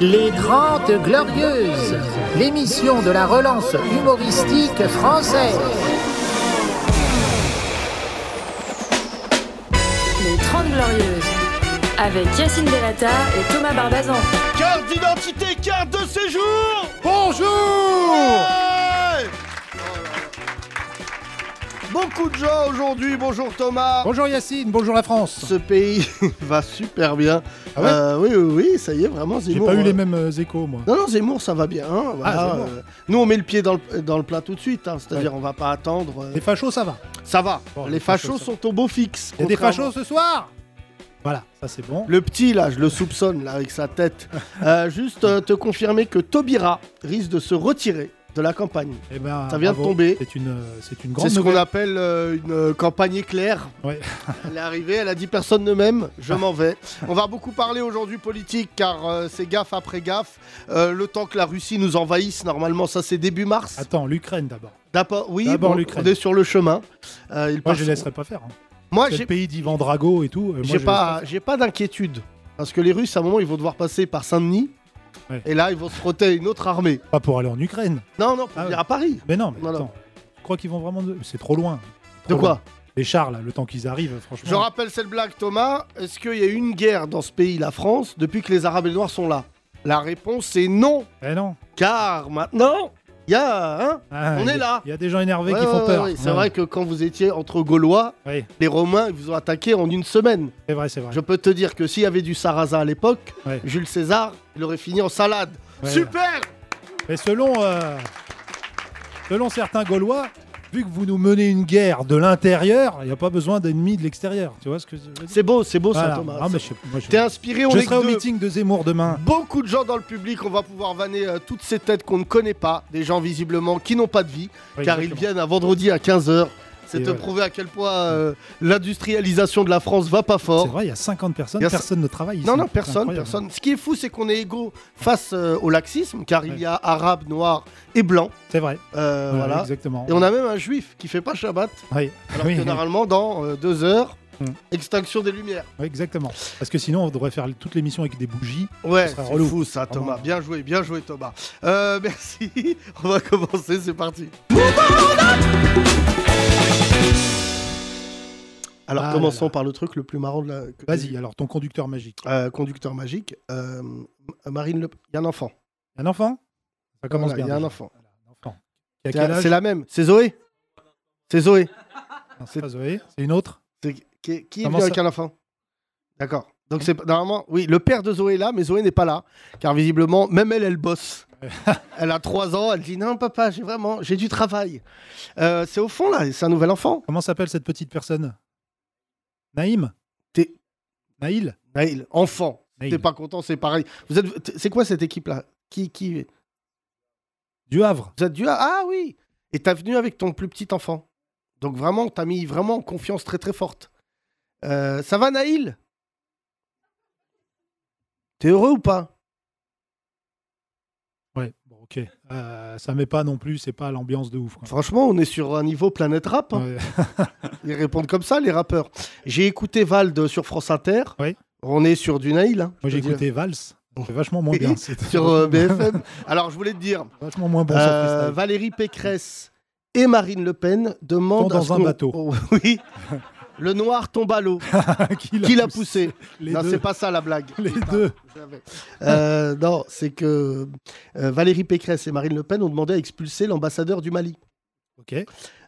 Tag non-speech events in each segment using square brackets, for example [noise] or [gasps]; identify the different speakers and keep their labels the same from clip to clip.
Speaker 1: Les 30 Glorieuses, l'émission de la relance humoristique française.
Speaker 2: Les 30 Glorieuses, avec Yacine Delata et Thomas Barbazan.
Speaker 3: Carte d'identité, carte de séjour
Speaker 4: Bonjour
Speaker 3: Ouais Beaucoup de gens aujourd'hui, bonjour Thomas
Speaker 4: Bonjour Yacine, bonjour la France
Speaker 3: Ce pays [laughs] va super bien.
Speaker 4: Ah ouais
Speaker 3: Euh, oui, oui, oui, ça y est, vraiment,
Speaker 4: J'ai
Speaker 3: Zemmour.
Speaker 4: pas eu
Speaker 3: euh,
Speaker 4: les mêmes euh, échos moi.
Speaker 3: Non, non, Zemmour, ça va bien. hein, voilà,
Speaker 4: Zemmour.
Speaker 3: euh, nous, on met le pied dans le, dans le plat tout de suite, hein, c'est-à-dire on va pas attendre. euh,
Speaker 4: Les fachos ça va.
Speaker 3: Ça va,
Speaker 4: Bon,
Speaker 3: les
Speaker 4: les
Speaker 3: fachos
Speaker 4: fachos,
Speaker 3: sont au beau fixe.
Speaker 4: Il y a des
Speaker 3: contrairement-
Speaker 4: fachos ce soir Voilà, ça c'est bon.
Speaker 3: Le petit, là, je le soupçonne, là, avec sa tête.
Speaker 4: [laughs]
Speaker 3: Euh, juste euh, te confirmer que Taubira risque de se retirer de la campagne.
Speaker 4: Eh ben,
Speaker 3: ça vient de
Speaker 4: bravo.
Speaker 3: tomber.
Speaker 4: C'est une, euh, c'est une
Speaker 3: C'est
Speaker 4: grande
Speaker 3: ce qu'on
Speaker 4: nouvelle.
Speaker 3: appelle euh, une euh,
Speaker 4: [laughs]
Speaker 3: campagne éclair.
Speaker 4: Ouais.
Speaker 3: Elle est arrivée, elle a dit personne ne m'aime, je m'en vais. On va beaucoup parler aujourd'hui politique car euh, c'est gaffe après gaffe. Euh, le temps que la Russie nous envahisse, normalement ça c'est début mars.
Speaker 4: Attends, l'Ukraine d'abord.
Speaker 3: D'abord, oui,
Speaker 4: d'abord
Speaker 3: bon,
Speaker 4: l'Ukraine.
Speaker 3: on est sur le chemin. Euh, il
Speaker 4: Moi
Speaker 3: passe-
Speaker 4: je les laisserai pas faire. hein.
Speaker 3: Moi,
Speaker 4: C'est
Speaker 3: j'ai
Speaker 4: le pays d'Ivan Drago et tout. euh, moi,
Speaker 3: j'ai
Speaker 4: je
Speaker 3: pas,
Speaker 4: laisse
Speaker 3: j'ai pas d'inquiétude parce que les Russes à un moment ils vont devoir passer par Saint-Denis
Speaker 4: Ouais.
Speaker 3: et là ils vont se frotter à une autre armée.
Speaker 4: faire. Pas pour aller en Ukraine.
Speaker 3: Non, non, pour
Speaker 4: Ah
Speaker 3: venir
Speaker 4: ouais.
Speaker 3: à Paris.
Speaker 4: Mais non, mais
Speaker 3: Non, non.
Speaker 4: attends. Je crois qu'ils vont vraiment. de- C'est trop loin. C'est
Speaker 3: De
Speaker 4: trop
Speaker 3: quoi
Speaker 4: loin. Les chars là, le temps qu'ils arrivent, franchement.
Speaker 3: Je rappelle cette blague, Thomas. Est-ce qu'il y a eu une guerre dans ce pays, la France, depuis que les Arabes et les Noirs sont là La réponse est non,
Speaker 4: Eh non.
Speaker 3: car maintenant, il y a. Hein
Speaker 4: Ah,
Speaker 3: On
Speaker 4: il y a-
Speaker 3: est là.
Speaker 4: Il y a des gens énervés
Speaker 3: Ouais,
Speaker 4: qui font
Speaker 3: ouais,
Speaker 4: peur. Ah,
Speaker 3: ouais, c'est
Speaker 4: Ouais.
Speaker 3: vrai que quand vous étiez entre Gaulois,
Speaker 4: Oui,
Speaker 3: les Romains ils vous ont attaqué en une semaine.
Speaker 4: c'est vrai, c'est vrai.
Speaker 3: Je peux te dire que s'il y avait du sarrasin à l'époque,
Speaker 4: Ouais.
Speaker 3: Jules César, il aurait fini en salade.
Speaker 4: Ouais,
Speaker 3: Super
Speaker 4: Mais selon, euh, selon certains Gaulois, vu que vous nous menez une guerre de l'intérieur, il n'y a pas besoin d'ennemis de l'extérieur. Tu vois ce que je veux dire
Speaker 3: C'est beau, c'est beau
Speaker 4: Voilà.
Speaker 3: ça, Thomas.
Speaker 4: Ah, mais
Speaker 3: C'est-
Speaker 4: je, moi, je-
Speaker 3: T'es inspiré, on
Speaker 4: je
Speaker 3: est
Speaker 4: serai
Speaker 3: que
Speaker 4: au
Speaker 3: deux.
Speaker 4: meeting de Zemmour demain.
Speaker 3: Beaucoup de gens dans le public, on va pouvoir vanner euh, toutes ces têtes qu'on ne connaît pas, des gens visiblement qui n'ont pas de vie,
Speaker 4: Ouais,
Speaker 3: car ils
Speaker 4: exactement.
Speaker 3: viennent à vendredi à 15h. C'est
Speaker 4: Et
Speaker 3: te
Speaker 4: voilà.
Speaker 3: prouver à quel point euh, l'industrialisation de la France va pas
Speaker 4: C'est
Speaker 3: fort.
Speaker 4: vrai, il y a 50 personnes,
Speaker 3: Il y a-
Speaker 4: personne ne travaille ici.
Speaker 3: Non, non,
Speaker 4: C'est
Speaker 3: personne,
Speaker 4: incroyable.
Speaker 3: personne. Ce qui est fou, c'est qu'on est égaux face euh, au laxisme, car il y a arabes, noirs et blancs.
Speaker 4: C'est vrai,
Speaker 3: euh,
Speaker 4: voilà,
Speaker 3: voilà.
Speaker 4: exactement. Ah,
Speaker 3: Et on a même un juif qui fait pas Shabbat,
Speaker 4: Oui,
Speaker 3: alors
Speaker 4: oui,
Speaker 3: que normalement, dans euh, deux heures,
Speaker 4: Mm.
Speaker 3: extinction des lumières.
Speaker 4: oui, exactement. Parce que sinon, on devrait faire toute l'émission avec des bougies.
Speaker 3: Ouais,
Speaker 4: Ce
Speaker 3: c'est
Speaker 4: serait relou.
Speaker 3: fou ça, Thomas.
Speaker 4: Vraiment.
Speaker 3: Bien joué, bien joué, Thomas. Euh, merci. [laughs] On va commencer, c'est parti. Alors,
Speaker 4: Ah
Speaker 3: commençons
Speaker 4: là là.
Speaker 3: par le truc le plus marrant de la. que j'ai
Speaker 4: Vas-y,
Speaker 3: vu.
Speaker 4: alors, ton conducteur magique.
Speaker 3: Euh, conducteur magique. euh, Marine Le Pen. Il y a un enfant.
Speaker 4: Un enfant Ça commence
Speaker 3: Voilà,
Speaker 4: bien.
Speaker 3: Il y a un
Speaker 4: déjà.
Speaker 3: enfant.
Speaker 4: Voilà, un enfant. Qui a
Speaker 3: C'est
Speaker 4: quel
Speaker 3: la-
Speaker 4: âge
Speaker 3: C'est la même. C'est Zoé. C'est Zoé.
Speaker 4: Non, C'est pas Zoé, c'est une autre.
Speaker 3: C'est- Qui, qui est
Speaker 4: Comment ça
Speaker 3: venu
Speaker 4: Hein
Speaker 3: avec un enfant D'accord. Donc, c'est normalement. Oui, le père de Zoé est là, mais Zoé n'est pas là. Car visiblement, même elle,
Speaker 4: [laughs]
Speaker 3: elle bosse. elle a 3 ans, elle dit Non, papa, j'ai vraiment. J'ai du travail. Euh, c'est au fond, là. C'est un nouvel enfant.
Speaker 4: Comment s'appelle cette petite personne Naïm
Speaker 3: T'es-
Speaker 4: Naïl
Speaker 3: Naïl, enfant.
Speaker 4: Naïl.
Speaker 3: T'es pas content, c'est pareil. Vous êtes. t- C'est quoi cette équipe-là qui, qui...
Speaker 4: Du Havre.
Speaker 3: Vous êtes dû à... Ah oui Et t'as venu avec ton plus petit enfant. Donc vraiment, t'as mis vraiment en confiance très très forte. Euh, ça va Naïl T'es heureux ou pas
Speaker 4: Ouais, bon, ok. Euh, ça met pas non plus, c'est pas l'ambiance de ouf. quoi.
Speaker 3: Franchement, on est sur un niveau planète rap. hein.
Speaker 4: Ouais.
Speaker 3: [laughs] Ils répondent comme ça, les rappeurs. J'ai écouté Vald sur France Inter.
Speaker 4: Oui.
Speaker 3: On est sur du Naïl. hein, je
Speaker 4: Moi, j'ai
Speaker 3: te dis.
Speaker 4: écouté Vals. C'est vachement moins
Speaker 3: [laughs]
Speaker 4: bien. C'est [laughs]
Speaker 3: Sur euh, BFM. Alors, je voulais te dire,
Speaker 4: vachement moins bon.
Speaker 3: Euh,
Speaker 4: ça, freestyle.
Speaker 3: Valérie Pécresse et Marine Le Pen demandent
Speaker 4: Sont dans
Speaker 3: à ce
Speaker 4: un
Speaker 3: qu'on-
Speaker 4: bateau.
Speaker 3: Oh, [laughs] oui. Le noir
Speaker 4: [laughs]
Speaker 3: tombe à l'eau. Qui l'a poussé
Speaker 4: Les
Speaker 3: Non,
Speaker 4: deux.
Speaker 3: c'est pas ça la blague.
Speaker 4: Les
Speaker 3: Putain,
Speaker 4: deux.
Speaker 3: je savais. Euh, non, c'est que euh, Valérie Pécresse et Marine Le Pen ont demandé à expulser l'ambassadeur du Mali,
Speaker 4: Ok.
Speaker 3: euh,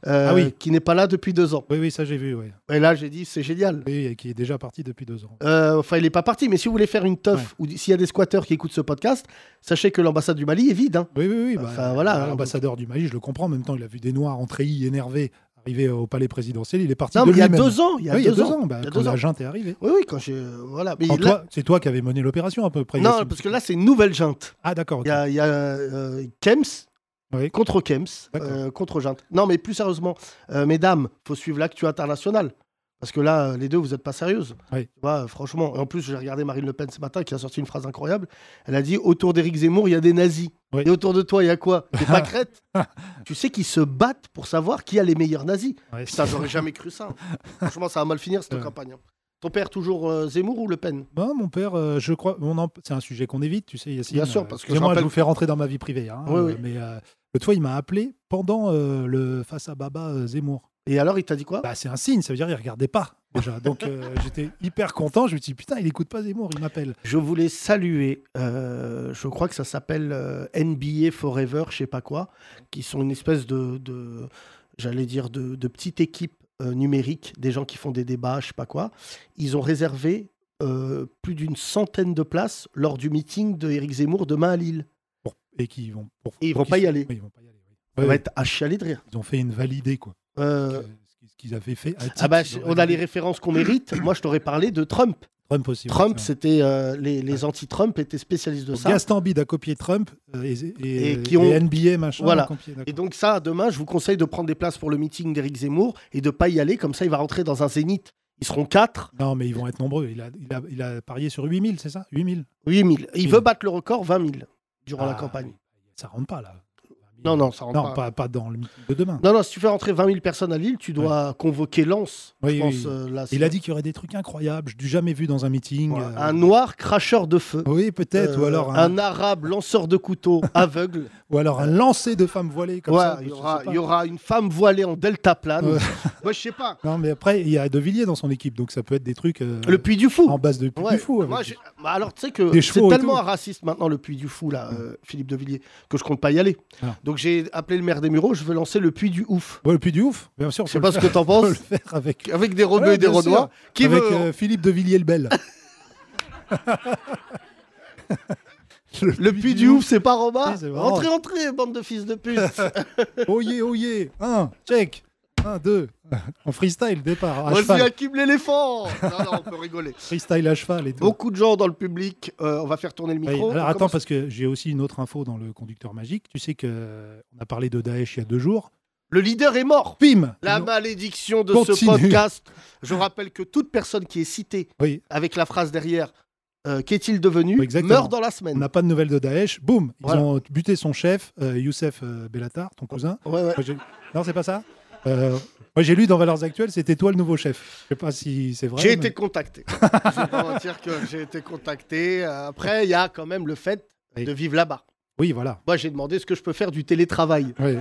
Speaker 4: Ah oui.
Speaker 3: qui n'est pas là depuis deux ans.
Speaker 4: Oui, oui, ça j'ai vu. Ouais.
Speaker 3: Et là, j'ai dit, c'est génial.
Speaker 4: Oui, et qui est déjà parti depuis deux ans.
Speaker 3: Euh, enfin, il n'est pas parti, mais si vous voulez faire une teuf ou s'il y a des squatteurs qui écoutent ce podcast, sachez que l'ambassade du Mali est vide. hein.
Speaker 4: Oui, oui, oui. bah,
Speaker 3: Enfin, voilà, hein,
Speaker 4: L'ambassadeur du Mali, je le comprends. En même temps, il a vu des Noirs en treillis énervés arriver euh, au palais présidentiel. Il est parti
Speaker 3: Non,
Speaker 4: de
Speaker 3: mais il y a
Speaker 4: lui-même.
Speaker 3: deux ans. Il y a
Speaker 4: Oui,
Speaker 3: deux ans.
Speaker 4: bah,
Speaker 3: Il y a
Speaker 4: quand
Speaker 3: deux ans.
Speaker 4: la junte est arrivée.
Speaker 3: Oui, oui, quand j'ai. Voilà. Mais
Speaker 4: Quand
Speaker 3: là-
Speaker 4: toi- C'est toi qui avais mené l'opération à peu près.
Speaker 3: Non,
Speaker 4: Yassine.
Speaker 3: parce que là, c'est une nouvelle junte.
Speaker 4: Ah, d'accord. ok.
Speaker 3: Il y a, il y a, euh, Kems
Speaker 4: Oui.
Speaker 3: contre Kems,
Speaker 4: D'accord.
Speaker 3: euh, contre junte. Non, mais plus sérieusement, euh, mesdames, faut suivre l'actu internationale. Parce que là, euh, les deux, vous n'êtes pas sérieuses.
Speaker 4: Oui.
Speaker 3: Tu vois, euh, franchement, Et en plus, j'ai regardé Marine Le Pen ce matin qui a sorti une phrase incroyable. Elle a dit Autour d'Éric Zemmour, il y a des nazis.
Speaker 4: Oui.
Speaker 3: Et autour de toi, il y a quoi
Speaker 4: [laughs]
Speaker 3: Des pâquerettes Tu sais qu'ils se battent pour savoir qui a les meilleurs nazis.
Speaker 4: Ouais, [laughs]
Speaker 3: Putain, j'aurais jamais cru ça. Franchement, ça va mal finir cette
Speaker 4: Ouais.
Speaker 3: campagne. hein. Ton père toujours euh, Zemmour ou Le Pen
Speaker 4: Ben, mon père, euh, je crois, on en- c'est un sujet qu'on évite, tu sais, Yacine.
Speaker 3: Bien sûr,
Speaker 4: euh,
Speaker 3: parce que je
Speaker 4: excusez-moi, je
Speaker 3: rappelle-
Speaker 4: vous fais rentrer dans ma vie privée. hein,
Speaker 3: Oui,
Speaker 4: euh,
Speaker 3: oui.
Speaker 4: Mais euh, l'autre fois, il m'a appelé pendant euh, le Face à Baba euh, Zemmour.
Speaker 3: Et alors, il t'a dit quoi
Speaker 4: Bah, c'est un signe, ça veut dire qu'il regardait pas
Speaker 3: [laughs]
Speaker 4: déjà. Donc euh, j'étais hyper content. Je me suis dit, putain, il écoute pas Zemmour, il m'appelle.
Speaker 3: Je voulais saluer, euh, je crois que ça s'appelle euh, NBA Forever, je sais pas quoi, qui sont une espèce de, de- j'allais dire, de, de petite équipe euh, numérique, des gens qui font des débats, je sais pas quoi. Ils ont réservé euh, plus d'une centaine de places lors du meeting de Éric Zemmour demain à Lille.
Speaker 4: Pour- et qui vont pour-
Speaker 3: Et ils
Speaker 4: pour
Speaker 3: vont
Speaker 4: qu'ils
Speaker 3: pas y
Speaker 4: se-
Speaker 3: aller.
Speaker 4: Oui, ils vont pas y aller. oui.
Speaker 3: On
Speaker 4: Ouais,
Speaker 3: va être à chialer de rire.
Speaker 4: Ils ont fait une validée quoi.
Speaker 3: Euh,
Speaker 4: Ce qu'ils avaient fait. à
Speaker 3: ah bah,
Speaker 4: titre, ils ont
Speaker 3: on a les
Speaker 4: validé.
Speaker 3: références qu'on mérite. Moi, je t'aurais parlé de Trump.
Speaker 4: Trump aussi. ouais,
Speaker 3: Trump,
Speaker 4: c'est
Speaker 3: c'était euh, les, les anti-Trump étaient spécialistes de
Speaker 4: vrai.
Speaker 3: ça.
Speaker 4: Gaston Bide a copié Trump euh, et, et-
Speaker 3: Et qui ont-
Speaker 4: et NBA machin.
Speaker 3: Voilà.
Speaker 4: ont copié, d'accord.
Speaker 3: Et donc ça, demain, je vous conseille de prendre des places pour le meeting d'Éric Zemmour et de pas y aller, comme ça il va rentrer dans un zénith. Ils seront 4,
Speaker 4: Non, mais ils vont être nombreux. Il a, il a, il a parié sur 8000, c'est ça 8000
Speaker 3: 8000.
Speaker 4: Oui.
Speaker 3: Il veut battre le record 20 000 durant la campagne.
Speaker 4: Ah, Ça rentre pas là.
Speaker 3: Non, non, ça rentre
Speaker 4: Non,
Speaker 3: pas.
Speaker 4: pas, pas dans le meeting de demain.
Speaker 3: Non, non, si tu fais rentrer 20 000 personnes à Lille, tu dois convoquer Lens. je
Speaker 4: Oui,
Speaker 3: pense,
Speaker 4: oui.
Speaker 3: euh, là,
Speaker 4: Il
Speaker 3: c'est-
Speaker 4: a dit qu'il y aurait des trucs incroyables, du jamais vu dans un meeting.
Speaker 3: Voilà.
Speaker 4: euh,
Speaker 3: Un noir cracheur de feu.
Speaker 4: Oui, peut-être. ou,
Speaker 3: Euh,
Speaker 4: alors un,
Speaker 3: un... arabe lanceur
Speaker 4: [laughs]
Speaker 3: de couteau aveugle.
Speaker 4: ou alors un lancer de femmes voilées comme
Speaker 3: Ouais,
Speaker 4: ça.
Speaker 3: il y,
Speaker 4: je sais
Speaker 3: aura,
Speaker 4: pas.
Speaker 3: il y aura une femme voilée en delta plane. [laughs]
Speaker 4: Ouais.
Speaker 3: Moi, je sais pas.
Speaker 4: Non, mais après, il y a De Villiers dans son équipe, donc ça peut être des trucs euh,
Speaker 3: Le Puy du Fou.
Speaker 4: en base de plus
Speaker 3: Ouais,
Speaker 4: fou.
Speaker 3: moi, j'ai- bah alors, tu sais que
Speaker 4: Des
Speaker 3: c'est
Speaker 4: chevaux et
Speaker 3: tellement
Speaker 4: tout.
Speaker 3: un raciste maintenant, le Puy du Fou, là, euh, Philippe de Villiers, que je compte pas y aller.
Speaker 4: Ah. Bah,
Speaker 3: Donc, j'ai appelé le maire des Mureaux, je veux lancer le Puy du Ouf.
Speaker 4: le plus du ouf, bien sûr.
Speaker 3: Je sais
Speaker 4: on peut
Speaker 3: pas
Speaker 4: le
Speaker 3: ce
Speaker 4: [laughs]
Speaker 3: que t'en
Speaker 4: faire- on peut
Speaker 3: penses.
Speaker 4: le faire avec,
Speaker 3: Avec des Rebeux
Speaker 4: Ouais,
Speaker 3: et des
Speaker 4: bien sûr.
Speaker 3: Renois. Qui
Speaker 4: avec
Speaker 3: veut
Speaker 4: euh, Philippe De Villiers le [laughs]
Speaker 3: [laughs]
Speaker 4: Bel.
Speaker 3: Le Puy du Ouf, c'est pas Romain
Speaker 4: Oui, c'est marrant.
Speaker 3: Rentrez, rentrez, bande de fils
Speaker 4: [laughs]
Speaker 3: de pute.
Speaker 4: Ah, Oyez, oyez. Un, check. Un, deux. En freestyle, départ. À
Speaker 3: Voici
Speaker 4: cheval.
Speaker 3: Hakim l'éléphant. [laughs] Non, non, on peut rigoler.
Speaker 4: Freestyle à cheval et tout.
Speaker 3: Beaucoup de gens dans le public. euh, on va faire tourner le
Speaker 4: Oui,
Speaker 3: micro.
Speaker 4: alors
Speaker 3: On
Speaker 4: attends,
Speaker 3: commence-
Speaker 4: parce que j'ai aussi une autre info dans le conducteur magique. Tu sais que euh, on a parlé de Daesh il y a deux jours.
Speaker 3: Le leader est mort.
Speaker 4: Bim
Speaker 3: La
Speaker 4: Ils ont-
Speaker 3: malédiction de ce
Speaker 4: Continue.
Speaker 3: podcast. Je rappelle que toute personne qui est citée
Speaker 4: Oui.
Speaker 3: avec la phrase derrière euh, Qu'est-il devenu
Speaker 4: Exactement.
Speaker 3: meurt dans la
Speaker 4: On
Speaker 3: semaine.
Speaker 4: n'a pas de nouvelles de Daesh. Boum Ils
Speaker 3: Voilà.
Speaker 4: ont buté son chef, euh, Youssef euh, Bellatar, ton cousin.
Speaker 3: Ouais, ouais.
Speaker 4: Moi, j'ai- non, c'est pas ça Euh, Moi, j'ai lu dans Valeurs Actuelles, c'était toi le nouveau chef. Je sais pas si c'est vrai.
Speaker 3: J'ai
Speaker 4: mais-
Speaker 3: été contacté. je vais
Speaker 4: [laughs]
Speaker 3: pas mentir que j'ai été contacté. Euh, Après, il y a quand même le fait
Speaker 4: Oui.
Speaker 3: de vivre là-bas.
Speaker 4: Oui, voilà.
Speaker 3: Moi, j'ai demandé ce que je peux faire du télétravail.
Speaker 4: Oui.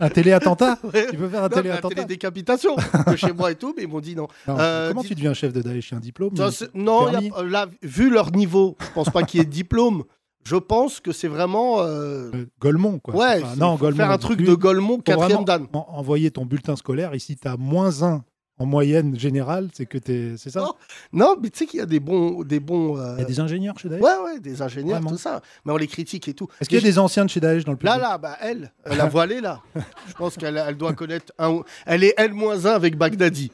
Speaker 4: un téléattentat
Speaker 3: [laughs] Ouais.
Speaker 4: Tu peux faire un
Speaker 3: Non, mais la
Speaker 4: téléattentat
Speaker 3: télédécapitation de chez moi et tout, mais ils m'ont dit non.
Speaker 4: Non,
Speaker 3: Euh,
Speaker 4: Comment
Speaker 3: dis-
Speaker 4: tu deviens chef de Daesh Il y a un diplôme
Speaker 3: Ça,
Speaker 4: mais-
Speaker 3: c'est- non,
Speaker 4: permis.
Speaker 3: y a- euh, là, vu leur niveau, je pense pas qu'il y ait de diplôme. Je pense que c'est vraiment. euh,
Speaker 4: Euh, Golemont, quoi.
Speaker 3: ouais,
Speaker 4: Enfin,
Speaker 3: c'est-
Speaker 4: non,
Speaker 3: faut
Speaker 4: Golemont,
Speaker 3: faire un
Speaker 4: non
Speaker 3: truc
Speaker 4: plus.
Speaker 3: de Golemont,
Speaker 4: Faut vraiment
Speaker 3: quatrième dan.
Speaker 4: en- envoyer ton bulletin scolaire. Ici, tu as moins 1 en moyenne générale. C'est que t'es. C'est ça
Speaker 3: Oh, Non, mais tu sais qu'il y a des bons. Des bons euh,
Speaker 4: Il y a des ingénieurs chez Daesh
Speaker 3: Ouais, ouais, des ingénieurs,
Speaker 4: Vraiment.
Speaker 3: tout ça. Mais on les critique et tout.
Speaker 4: Est-ce qu'il y a
Speaker 3: Mais
Speaker 4: des anciens de chez Daesh dans le
Speaker 3: Là,
Speaker 4: public
Speaker 3: là, bah, elle, euh,
Speaker 4: [laughs]
Speaker 3: la voilée, là. Je pense qu'elle elle doit connaître un. ou- Elle est L-1 avec
Speaker 4: [laughs]
Speaker 3: Bagdadi.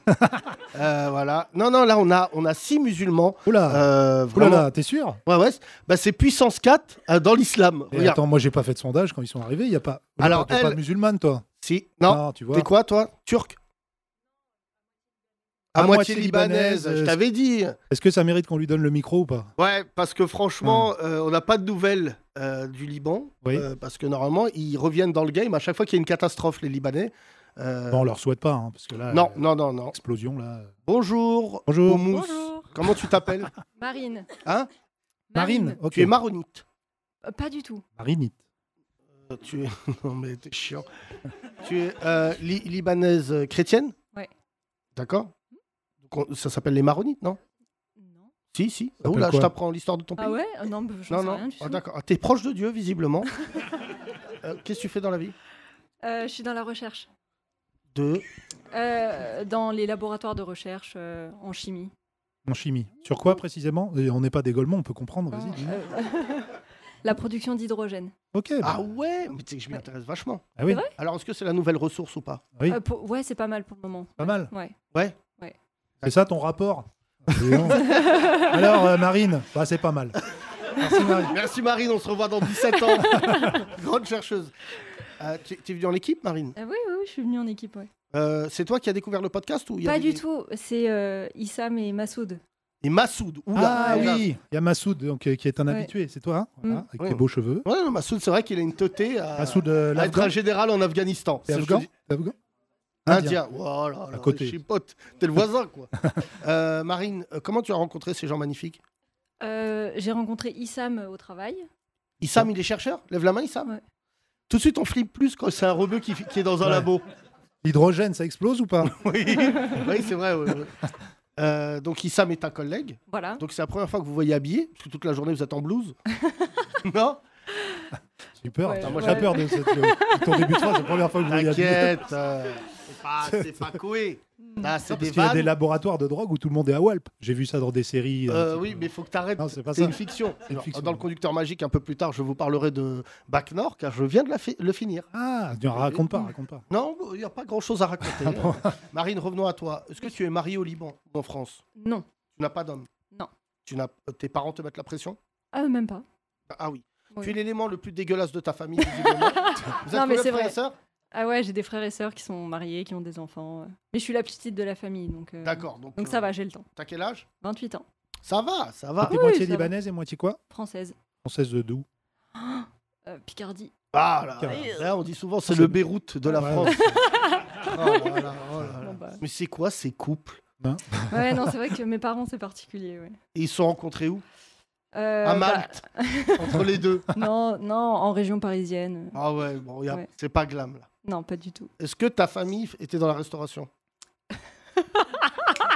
Speaker 3: Euh, voilà. Non, non, là, on a, on a six musulmans.
Speaker 4: Oula,
Speaker 3: Euh,
Speaker 4: oula,
Speaker 3: vraiment.
Speaker 4: là, t'es sûr
Speaker 3: Ouais, ouais. c'est- Bah, c'est puissance 4 euh, dans l'islam.
Speaker 4: Et
Speaker 3: Regarde.
Speaker 4: Attends, moi, j'ai pas fait de sondage quand ils sont arrivés. Il y a pas. Oula,
Speaker 3: Alors,
Speaker 4: t'es pas
Speaker 3: elle-
Speaker 4: musulmane, toi
Speaker 3: Si. Non.
Speaker 4: Ah, tu vois.
Speaker 3: T'es quoi, toi Turc À,
Speaker 4: À
Speaker 3: moitié,
Speaker 4: moitié
Speaker 3: libanaise,
Speaker 4: libanaise,
Speaker 3: je
Speaker 4: euh,
Speaker 3: t'avais dit.
Speaker 4: Est-ce que ça mérite qu'on lui donne le micro ou pas
Speaker 3: Ouais, parce que franchement, euh, on n'a pas de nouvelles euh, du Liban.
Speaker 4: Hum. Oui.
Speaker 3: euh, parce que normalement, ils reviennent dans le game à chaque fois qu'il y a une catastrophe, les Libanais. Euh,
Speaker 4: Bon, on leur souhaite pas, hein, parce que là.
Speaker 3: non,
Speaker 4: euh,
Speaker 3: non, non, non.
Speaker 4: Explosion, là.
Speaker 3: Bonjour.
Speaker 4: Bonjour.
Speaker 3: Houmous.
Speaker 2: Bonjour.
Speaker 3: Comment tu
Speaker 4: [laughs]
Speaker 3: t'appelles
Speaker 2: Marine.
Speaker 3: Hein
Speaker 4: Marine, ok.
Speaker 3: Tu es maronite.
Speaker 2: Euh, Pas du tout.
Speaker 4: Marinite.
Speaker 3: Euh, Tu es. [laughs] Non, mais t'es chiant. tu es euh, li- libanaise euh, chrétienne
Speaker 2: Ouais. Hmm
Speaker 3: D'accord. Donc, on- Ça s'appelle les maronites, non
Speaker 2: Non.
Speaker 3: Si, si.
Speaker 4: Ça
Speaker 3: Oula,
Speaker 4: s'appelle
Speaker 3: je
Speaker 4: quoi
Speaker 3: t'apprends l'histoire de ton pays.
Speaker 2: Ah ouais Euh, Non, bah, j'en
Speaker 3: Non,
Speaker 2: sais
Speaker 3: non,
Speaker 2: rien du
Speaker 3: Ah,
Speaker 2: tout.
Speaker 3: d'accord. Ah, T'es proche de Dieu,
Speaker 2: [laughs]
Speaker 3: visiblement. Euh, Qu'est-ce que tu fais dans la vie
Speaker 2: Euh, je suis dans la recherche.
Speaker 3: De.
Speaker 2: Euh, dans les laboratoires de recherche euh, en chimie.
Speaker 4: En chimie. Sur quoi précisément Et On n'est pas des Golemont, on peut comprendre. Vas-y.
Speaker 3: Ah,
Speaker 4: dis-nous.
Speaker 2: Euh, [laughs] la production d'hydrogène.
Speaker 4: Ok. bah,
Speaker 3: Ah ouais Mais tu sais que je m'y intéresse vachement.
Speaker 4: ah oui,
Speaker 2: Bah c'est vrai
Speaker 3: Alors, est-ce que c'est la nouvelle ressource ou pas
Speaker 4: Oui. Ah.
Speaker 2: Euh, pour- Ouais, c'est pas mal pour le moment. [laughs]
Speaker 4: pas mal.
Speaker 2: Ouais.
Speaker 4: C'est ça ton rapport Alors, euh, Marine, bah, c'est pas mal. Merci, Marine.
Speaker 3: Merci Marine, on se revoit dans
Speaker 2: [laughs]
Speaker 3: 17 ans. Grande chercheuse. Euh, tu tu es venue en équipe, Marine
Speaker 2: Ah oui, oui, oui, je suis venue en équipe. ouais.
Speaker 3: Euh, C'est toi qui as découvert le podcast ou il y
Speaker 2: Pas
Speaker 3: avait
Speaker 2: du
Speaker 3: des-
Speaker 2: tout. C'est euh, Issam et Massoud.
Speaker 3: Et Massoud. Oula,
Speaker 4: Ah
Speaker 3: oula.
Speaker 4: oui, il y a Massoud donc, euh, qui est un
Speaker 2: Ouais.
Speaker 4: habitué, c'est toi, hein Voilà, avec
Speaker 3: Oui.
Speaker 4: tes beaux cheveux.
Speaker 3: Ouais, non, Massoud, c'est vrai qu'il a une teuté à,
Speaker 4: Massoud, euh,
Speaker 3: à être
Speaker 4: l'Afghan
Speaker 3: un général en Afghanistan.
Speaker 4: T'es
Speaker 3: C'est ce que
Speaker 4: Afghan
Speaker 3: je dis-
Speaker 4: T'es Afghan
Speaker 3: Indien. Oh là là,
Speaker 4: À côté.
Speaker 3: je chipote. T'es le
Speaker 4: [laughs]
Speaker 3: voisin, quoi. Euh, Marine, euh, comment tu as rencontré ces gens magnifiques
Speaker 5: Euh, J'ai rencontré Issam au travail.
Speaker 3: Issam, il est chercheur Lève la main, Issam.
Speaker 5: Ouais.
Speaker 3: Tout de suite, on flippe plus quand c'est un rebeu qui, qui est dans un
Speaker 4: Ouais.
Speaker 3: labo.
Speaker 4: L'hydrogène, ça explose ou pas
Speaker 3: [laughs] Oui, oui c'est vrai. ouais, ouais. [laughs] Euh, donc Issam est un collègue.
Speaker 5: Voilà.
Speaker 3: Donc c'est la première fois que vous voyez habillé, parce que toute la journée vous êtes en
Speaker 5: [laughs]
Speaker 3: blouse. non
Speaker 4: J'ai peur.
Speaker 5: Ouais,
Speaker 4: Attends, moi,
Speaker 5: ouais.
Speaker 4: j'ai peur de cette. de ton début de phrase, c'est la première fois que vous voyez. habillé.
Speaker 3: T'inquiète. euh,
Speaker 4: [laughs]
Speaker 3: c'est pas- c'est pas coué. Ah, c'est
Speaker 4: Non,
Speaker 3: des
Speaker 4: Parce qu'il y a
Speaker 3: vannes.
Speaker 4: des laboratoires de drogue où tout le monde est à Walp. J'ai vu ça dans des séries.
Speaker 3: Euh, oui, mais il faut que tu arrêtes.
Speaker 4: Non, c'est pas
Speaker 3: C'est
Speaker 4: ça.
Speaker 3: une fiction.
Speaker 4: C'est une
Speaker 3: Alors,
Speaker 4: fiction.
Speaker 3: Dans le conducteur magique, un peu plus tard, je vous parlerai de Bac Nord, car je viens de la fi- le finir.
Speaker 4: Ah, tu en racontes
Speaker 3: mm,
Speaker 4: pas, raconte pas.
Speaker 3: Non, il n'y a pas grand-chose à raconter. Euh, Marine, revenons à toi. Est-ce que tu es mariée au Liban ou en France
Speaker 5: Non.
Speaker 3: Tu n'as pas d'homme
Speaker 5: Non.
Speaker 3: Tu n'as... euh, Tes parents te mettent la pression
Speaker 5: Ah, même pas.
Speaker 3: Ah oui.
Speaker 5: Oui.
Speaker 3: Tu es l'élément le plus dégueulasse de ta famille.
Speaker 5: [laughs]
Speaker 3: visiblement. vous êtes
Speaker 5: Non,
Speaker 3: combien
Speaker 5: mais
Speaker 3: de
Speaker 5: c'est
Speaker 3: frères et
Speaker 5: vrai.
Speaker 3: sœurs
Speaker 5: Ah ouais, j'ai des frères et sœurs qui sont mariés, qui ont des enfants. euh. Mais je suis la petite de la famille, donc. euh,
Speaker 3: D'accord. Donc,
Speaker 5: Donc
Speaker 3: euh,
Speaker 5: ça va, j'ai le temps.
Speaker 3: T'as quel âge
Speaker 5: 28 ans.
Speaker 3: Ça va, ça va.
Speaker 4: Ah, T'es
Speaker 5: Oui,
Speaker 4: moitié
Speaker 5: ça va.
Speaker 4: libanaise et moitié quoi
Speaker 5: Française. [gasps]
Speaker 4: Française de doux.
Speaker 5: Euh, Picardie.
Speaker 3: Ah, là,
Speaker 4: Carrément.
Speaker 3: là, on dit souvent c'est le Beyrouth de la
Speaker 4: Ouais.
Speaker 5: [laughs]
Speaker 3: France. Oh là là, oh là là.
Speaker 5: Bon, bah.
Speaker 3: Mais c'est quoi ces couples
Speaker 5: Ouais, non, c'est vrai que mes parents, c'est particulier, ouais.
Speaker 3: Et Ils se sont rencontrés où
Speaker 5: Euh,
Speaker 3: À
Speaker 5: bah,
Speaker 3: Malte, entre les deux.
Speaker 5: [laughs] non, non, en région parisienne.
Speaker 3: Ah ouais, bon, y a-
Speaker 5: Ouais.
Speaker 3: c'est pas glam là.
Speaker 5: Non, pas du tout.
Speaker 3: Est-ce que ta famille f- était dans la
Speaker 5: [laughs]
Speaker 3: restauration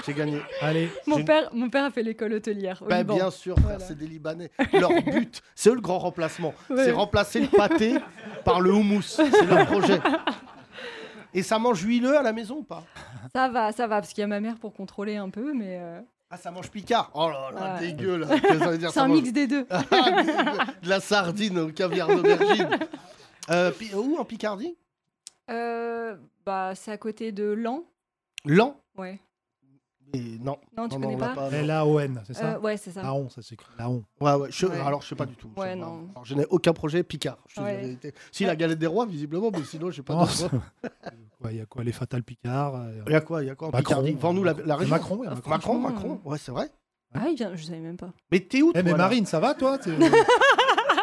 Speaker 3: J'ai gagné.
Speaker 4: Allez,
Speaker 5: Mon
Speaker 3: J'ai-
Speaker 5: père, mon père a fait l'école hôtelière. Au
Speaker 3: Bah,
Speaker 5: Liban.
Speaker 3: bien sûr, frère,
Speaker 5: Voilà.
Speaker 3: c'est des Libanais. Leur but, c'est eux le grand remplacement. C'est
Speaker 5: Ouais.
Speaker 3: remplacer le pâté par le
Speaker 5: [laughs]
Speaker 3: houmous. C'est leur projet. Et ça mange huileux à la maison ou pas
Speaker 5: Ça va, ça va, parce qu'il y a ma mère pour contrôler un peu, mais euh,
Speaker 3: Ah, ça mange picard. Oh là là,
Speaker 5: Ouais.
Speaker 3: dégueu là. hein, Qu'est-ce que ça veut dire,
Speaker 5: c'est
Speaker 3: ça
Speaker 5: un
Speaker 3: mange-
Speaker 5: mix des deux.
Speaker 3: [laughs] Ah, dégueu. de la sardine au caviar d'aubergine. Euh, pi- où en Picardie
Speaker 5: Euh, bah, c'est à côté de Lan.
Speaker 3: Lent
Speaker 5: Ouais.
Speaker 3: Et non.
Speaker 5: Non, tu
Speaker 3: non,
Speaker 5: connais
Speaker 3: on l'a
Speaker 5: pas,
Speaker 4: L-A-O-N, c'est ça
Speaker 5: Euh, Ouais, c'est ça.
Speaker 4: Laon, ça s'écrit. Laon.
Speaker 3: Ouais, ouais, je-
Speaker 5: Ouais.
Speaker 3: Alors, je sais pas du tout. je
Speaker 5: Ouais,
Speaker 3: sais pas.
Speaker 5: non.
Speaker 3: Alors, je n'ai aucun projet Picard. Je te dis la
Speaker 5: Ouais.
Speaker 3: vérité. Si, la galette des rois, visiblement, mais sinon, j'ai pas
Speaker 4: Non,
Speaker 3: de
Speaker 4: ça-
Speaker 3: choix.
Speaker 4: [laughs] Ouais, Il y a quoi Les Fatal Picard euh,
Speaker 3: Il y a quoi Il y a quoi en
Speaker 4: Macron.
Speaker 3: Picardie Vends-nous la, la
Speaker 4: Et
Speaker 3: région.
Speaker 4: Macron, il y a Macron.
Speaker 3: Macron,
Speaker 5: Franchement,
Speaker 3: Macron. Ouais, c'est vrai.
Speaker 5: Ah, il vient, je savais même pas.
Speaker 3: Mais t'es où,
Speaker 4: Eh, mais
Speaker 3: toi, là
Speaker 4: Marine, ça va
Speaker 3: [laughs]
Speaker 4: toi T'es-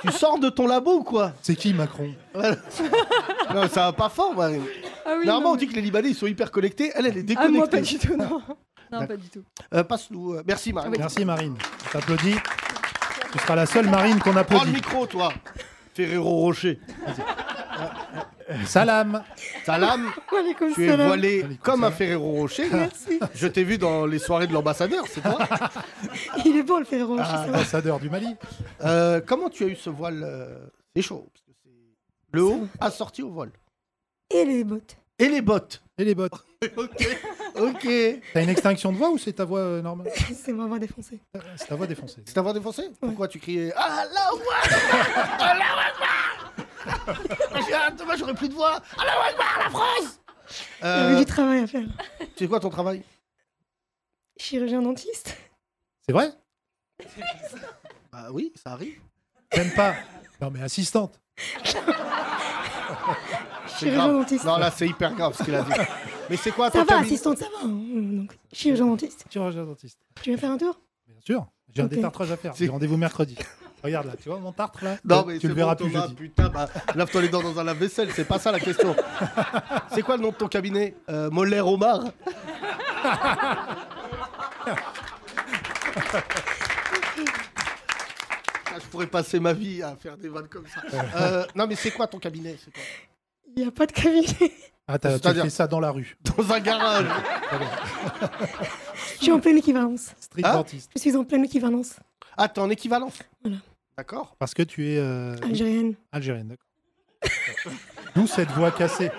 Speaker 3: Tu sors de ton labo ou quoi
Speaker 4: C'est qui Macron [laughs]
Speaker 3: Non, ça va pas fort, Marine.
Speaker 5: Ah oui,
Speaker 3: Normalement,
Speaker 5: non,
Speaker 3: on dit que les Libanais, ils sont hyper connectés. Elle, elle est
Speaker 5: Ah, moi, pas
Speaker 3: déconnectée.
Speaker 5: du
Speaker 3: [laughs]
Speaker 5: tout, non. non, pas
Speaker 3: D'accord.
Speaker 5: du tout.
Speaker 3: Euh, Passe-nous. euh, merci, Marine.
Speaker 5: Oui.
Speaker 4: Merci Marine. On t'applaudit. Tu seras la seule Marine qu'on
Speaker 3: Prends le
Speaker 4: applaudit.
Speaker 3: micro, toi. Ferrero Rocher.
Speaker 4: Salam
Speaker 3: Salam, tu es voilé comme un Ferrero Rocher.
Speaker 6: [laughs]
Speaker 3: Je t'ai vu dans les soirées de l'ambassadeur, c'est toi
Speaker 6: Il est beau le Ferrero Rocher.
Speaker 4: Ah, Ambassadeur du Mali.
Speaker 3: Euh, comment tu as eu ce voile euh, C'est chaud. parce que c'est- le haut assorti au voile.
Speaker 6: Et les bottes.
Speaker 3: Et les bottes.
Speaker 4: Et les bottes.
Speaker 3: [laughs] ok. Ok.
Speaker 4: T'as une extinction de voix ou c'est ta voix euh, normale
Speaker 6: [laughs] C'est ma voix défoncée.
Speaker 4: C'est ta voix défoncée.
Speaker 3: C'est un voile défoncé Pourquoi tu criais Ah là Ah Dommage, j'aurais plus de voix. Allah Akbar, la France
Speaker 6: Il y avait
Speaker 3: euh,
Speaker 6: du travail à faire.
Speaker 3: C'est quoi ton travail
Speaker 6: Chirurgien
Speaker 3: [laughs]
Speaker 6: dentiste.
Speaker 4: C'est vrai
Speaker 3: Bah oui, ça arrive.
Speaker 4: Même pas. Non mais assistante.
Speaker 3: C'est
Speaker 6: Chirurgien
Speaker 3: grave.
Speaker 6: dentiste.
Speaker 3: Non, là, c'est hyper grave ce qu'il a
Speaker 6: [laughs]
Speaker 3: dit. Mais c'est quoi
Speaker 6: Ça
Speaker 3: ton
Speaker 6: va,
Speaker 3: cabinet
Speaker 6: assistante, ça va. hein. Donc, chirurgien dentiste.
Speaker 4: Chirurgien dentiste.
Speaker 6: Tu veux faire un tour
Speaker 4: Bien sûr. J'ai un
Speaker 6: Ok.
Speaker 4: détartrage à faire.
Speaker 3: C'est-
Speaker 4: J'ai rendez-vous mercredi. Regarde là, tu vois mon tartre là
Speaker 3: Non,
Speaker 4: Tu-
Speaker 3: mais
Speaker 4: Tu
Speaker 3: c'est
Speaker 4: le
Speaker 3: bon,
Speaker 4: verras plus
Speaker 3: Thomas,
Speaker 4: jeudi.
Speaker 3: Putain, bah, lave-toi les dents dans un lave-vaisselle, c'est pas ça
Speaker 4: [laughs]
Speaker 3: la question. c'est quoi le nom de ton cabinet euh,
Speaker 4: [laughs]
Speaker 3: Molaire Omar Ah, Je pourrais passer ma vie à faire des vannes comme ça. Euh, non, mais c'est quoi ton cabinet C'est quoi
Speaker 6: Il n'y a pas de cabinet.
Speaker 4: Ah, t'as- tu
Speaker 3: C'est-à-dire-
Speaker 4: fais ça dans la rue.
Speaker 3: Dans un garage
Speaker 6: Je suis en pleine équivalence.
Speaker 4: Street
Speaker 3: Hein
Speaker 4: dentiste.
Speaker 6: Je suis en pleine équivalence
Speaker 3: Ah, t'es en équivalence
Speaker 6: Voilà.
Speaker 3: D'accord
Speaker 4: Parce que tu es euh,
Speaker 6: algérienne.
Speaker 4: algérienne, d'accord. D'où cette voix cassée.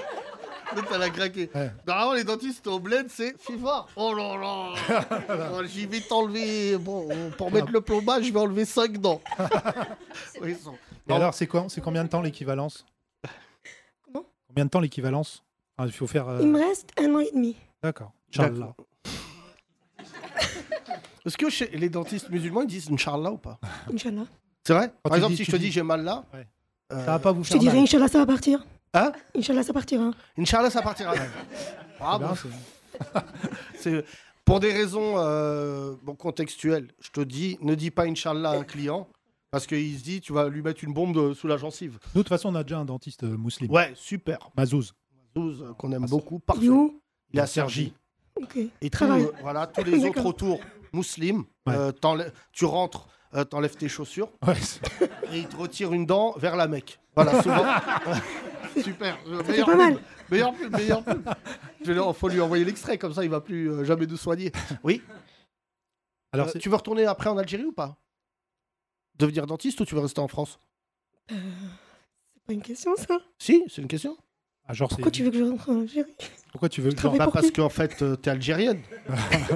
Speaker 3: L'autre, elle a craqué.
Speaker 4: Ouais.
Speaker 3: Normalement, les dentistes au bled, c'est Fivar. Oh là
Speaker 4: [laughs]
Speaker 3: là Oh, J'ai vite enlevé. Bon, pour mettre le plombage, je vais enlever 5 dents. Oui, ils sont-
Speaker 4: Et
Speaker 3: Non.
Speaker 4: alors, c'est quoi C'est combien de temps l'équivalence
Speaker 6: Comment
Speaker 4: Combien de temps l'équivalence Ah, Il faut faire. euh,
Speaker 6: Il me reste un an et demi.
Speaker 4: D'accord. Inch'Allah.
Speaker 3: D'accord. Est-ce que chez les dentistes musulmans, ils disent Inch'Allah ou pas
Speaker 6: Inch'Allah.
Speaker 3: C'est vrai
Speaker 4: Quand
Speaker 3: Par
Speaker 4: tu
Speaker 3: exemple,
Speaker 4: dis-
Speaker 3: si je
Speaker 4: tu
Speaker 3: te
Speaker 4: dis-
Speaker 3: dis j'ai mal là,
Speaker 4: Ouais.
Speaker 3: euh,
Speaker 4: Ça va pas vous
Speaker 6: Je te
Speaker 4: faire.
Speaker 6: dirai,
Speaker 4: mal.
Speaker 6: Inch'Allah, ça va partir.
Speaker 3: Hein
Speaker 6: Inch'Allah, ça partira.
Speaker 3: Inch'Allah, ça partira. Ah,
Speaker 4: Eh bien,
Speaker 3: bon,
Speaker 4: c'est-
Speaker 3: c'est- pour des raisons euh, bon, contextuelles, je te dis, ne dis pas Inch'Allah à un client. Parce qu'il se dit, tu vas lui mettre une bombe de- sous la gencive.
Speaker 4: Nous, de toute façon, on a déjà un dentiste euh, musulman.
Speaker 3: Ouais, super.
Speaker 4: Mazouz.
Speaker 3: 12, qu'on aime beaucoup. Parfait.
Speaker 6: Il est où
Speaker 3: Il est à Sergi.
Speaker 6: Ok.
Speaker 3: Et tous,
Speaker 6: Travail.
Speaker 3: euh, voilà, tous les autres
Speaker 6: Ah [laughs] D'accord.
Speaker 3: autour, musulmans,
Speaker 4: Ouais.
Speaker 3: euh, t'enlè- tu rentres, euh, t'enlèves tes chaussures
Speaker 4: Ouais, c'est-
Speaker 3: [laughs] et ils te retirent une dent vers la Mecque. Voilà, souvent. [laughs] Super. euh,
Speaker 6: C'est
Speaker 3: meilleur
Speaker 6: pas mal.
Speaker 3: pub, Meilleur pub, meilleur pub. Je vais- faut lui envoyer l'extrait, comme ça il va plus euh, jamais nous soigner. Oui.
Speaker 4: Alors,
Speaker 3: Euh,
Speaker 4: c'est-
Speaker 3: tu veux retourner après en Algérie ou pas Devenir dentiste ou tu veux rester en France
Speaker 6: Euh, C'est pas une question, ça.
Speaker 3: Si, c'est une question.
Speaker 4: ah, genre, c'est-
Speaker 6: Pourquoi tu veux que je rentre en Algérie
Speaker 4: pourquoi tu veux que
Speaker 6: Je travaille
Speaker 3: Bah,
Speaker 6: pour
Speaker 3: parce
Speaker 6: qui
Speaker 3: qu'en fait, euh, t'es algérienne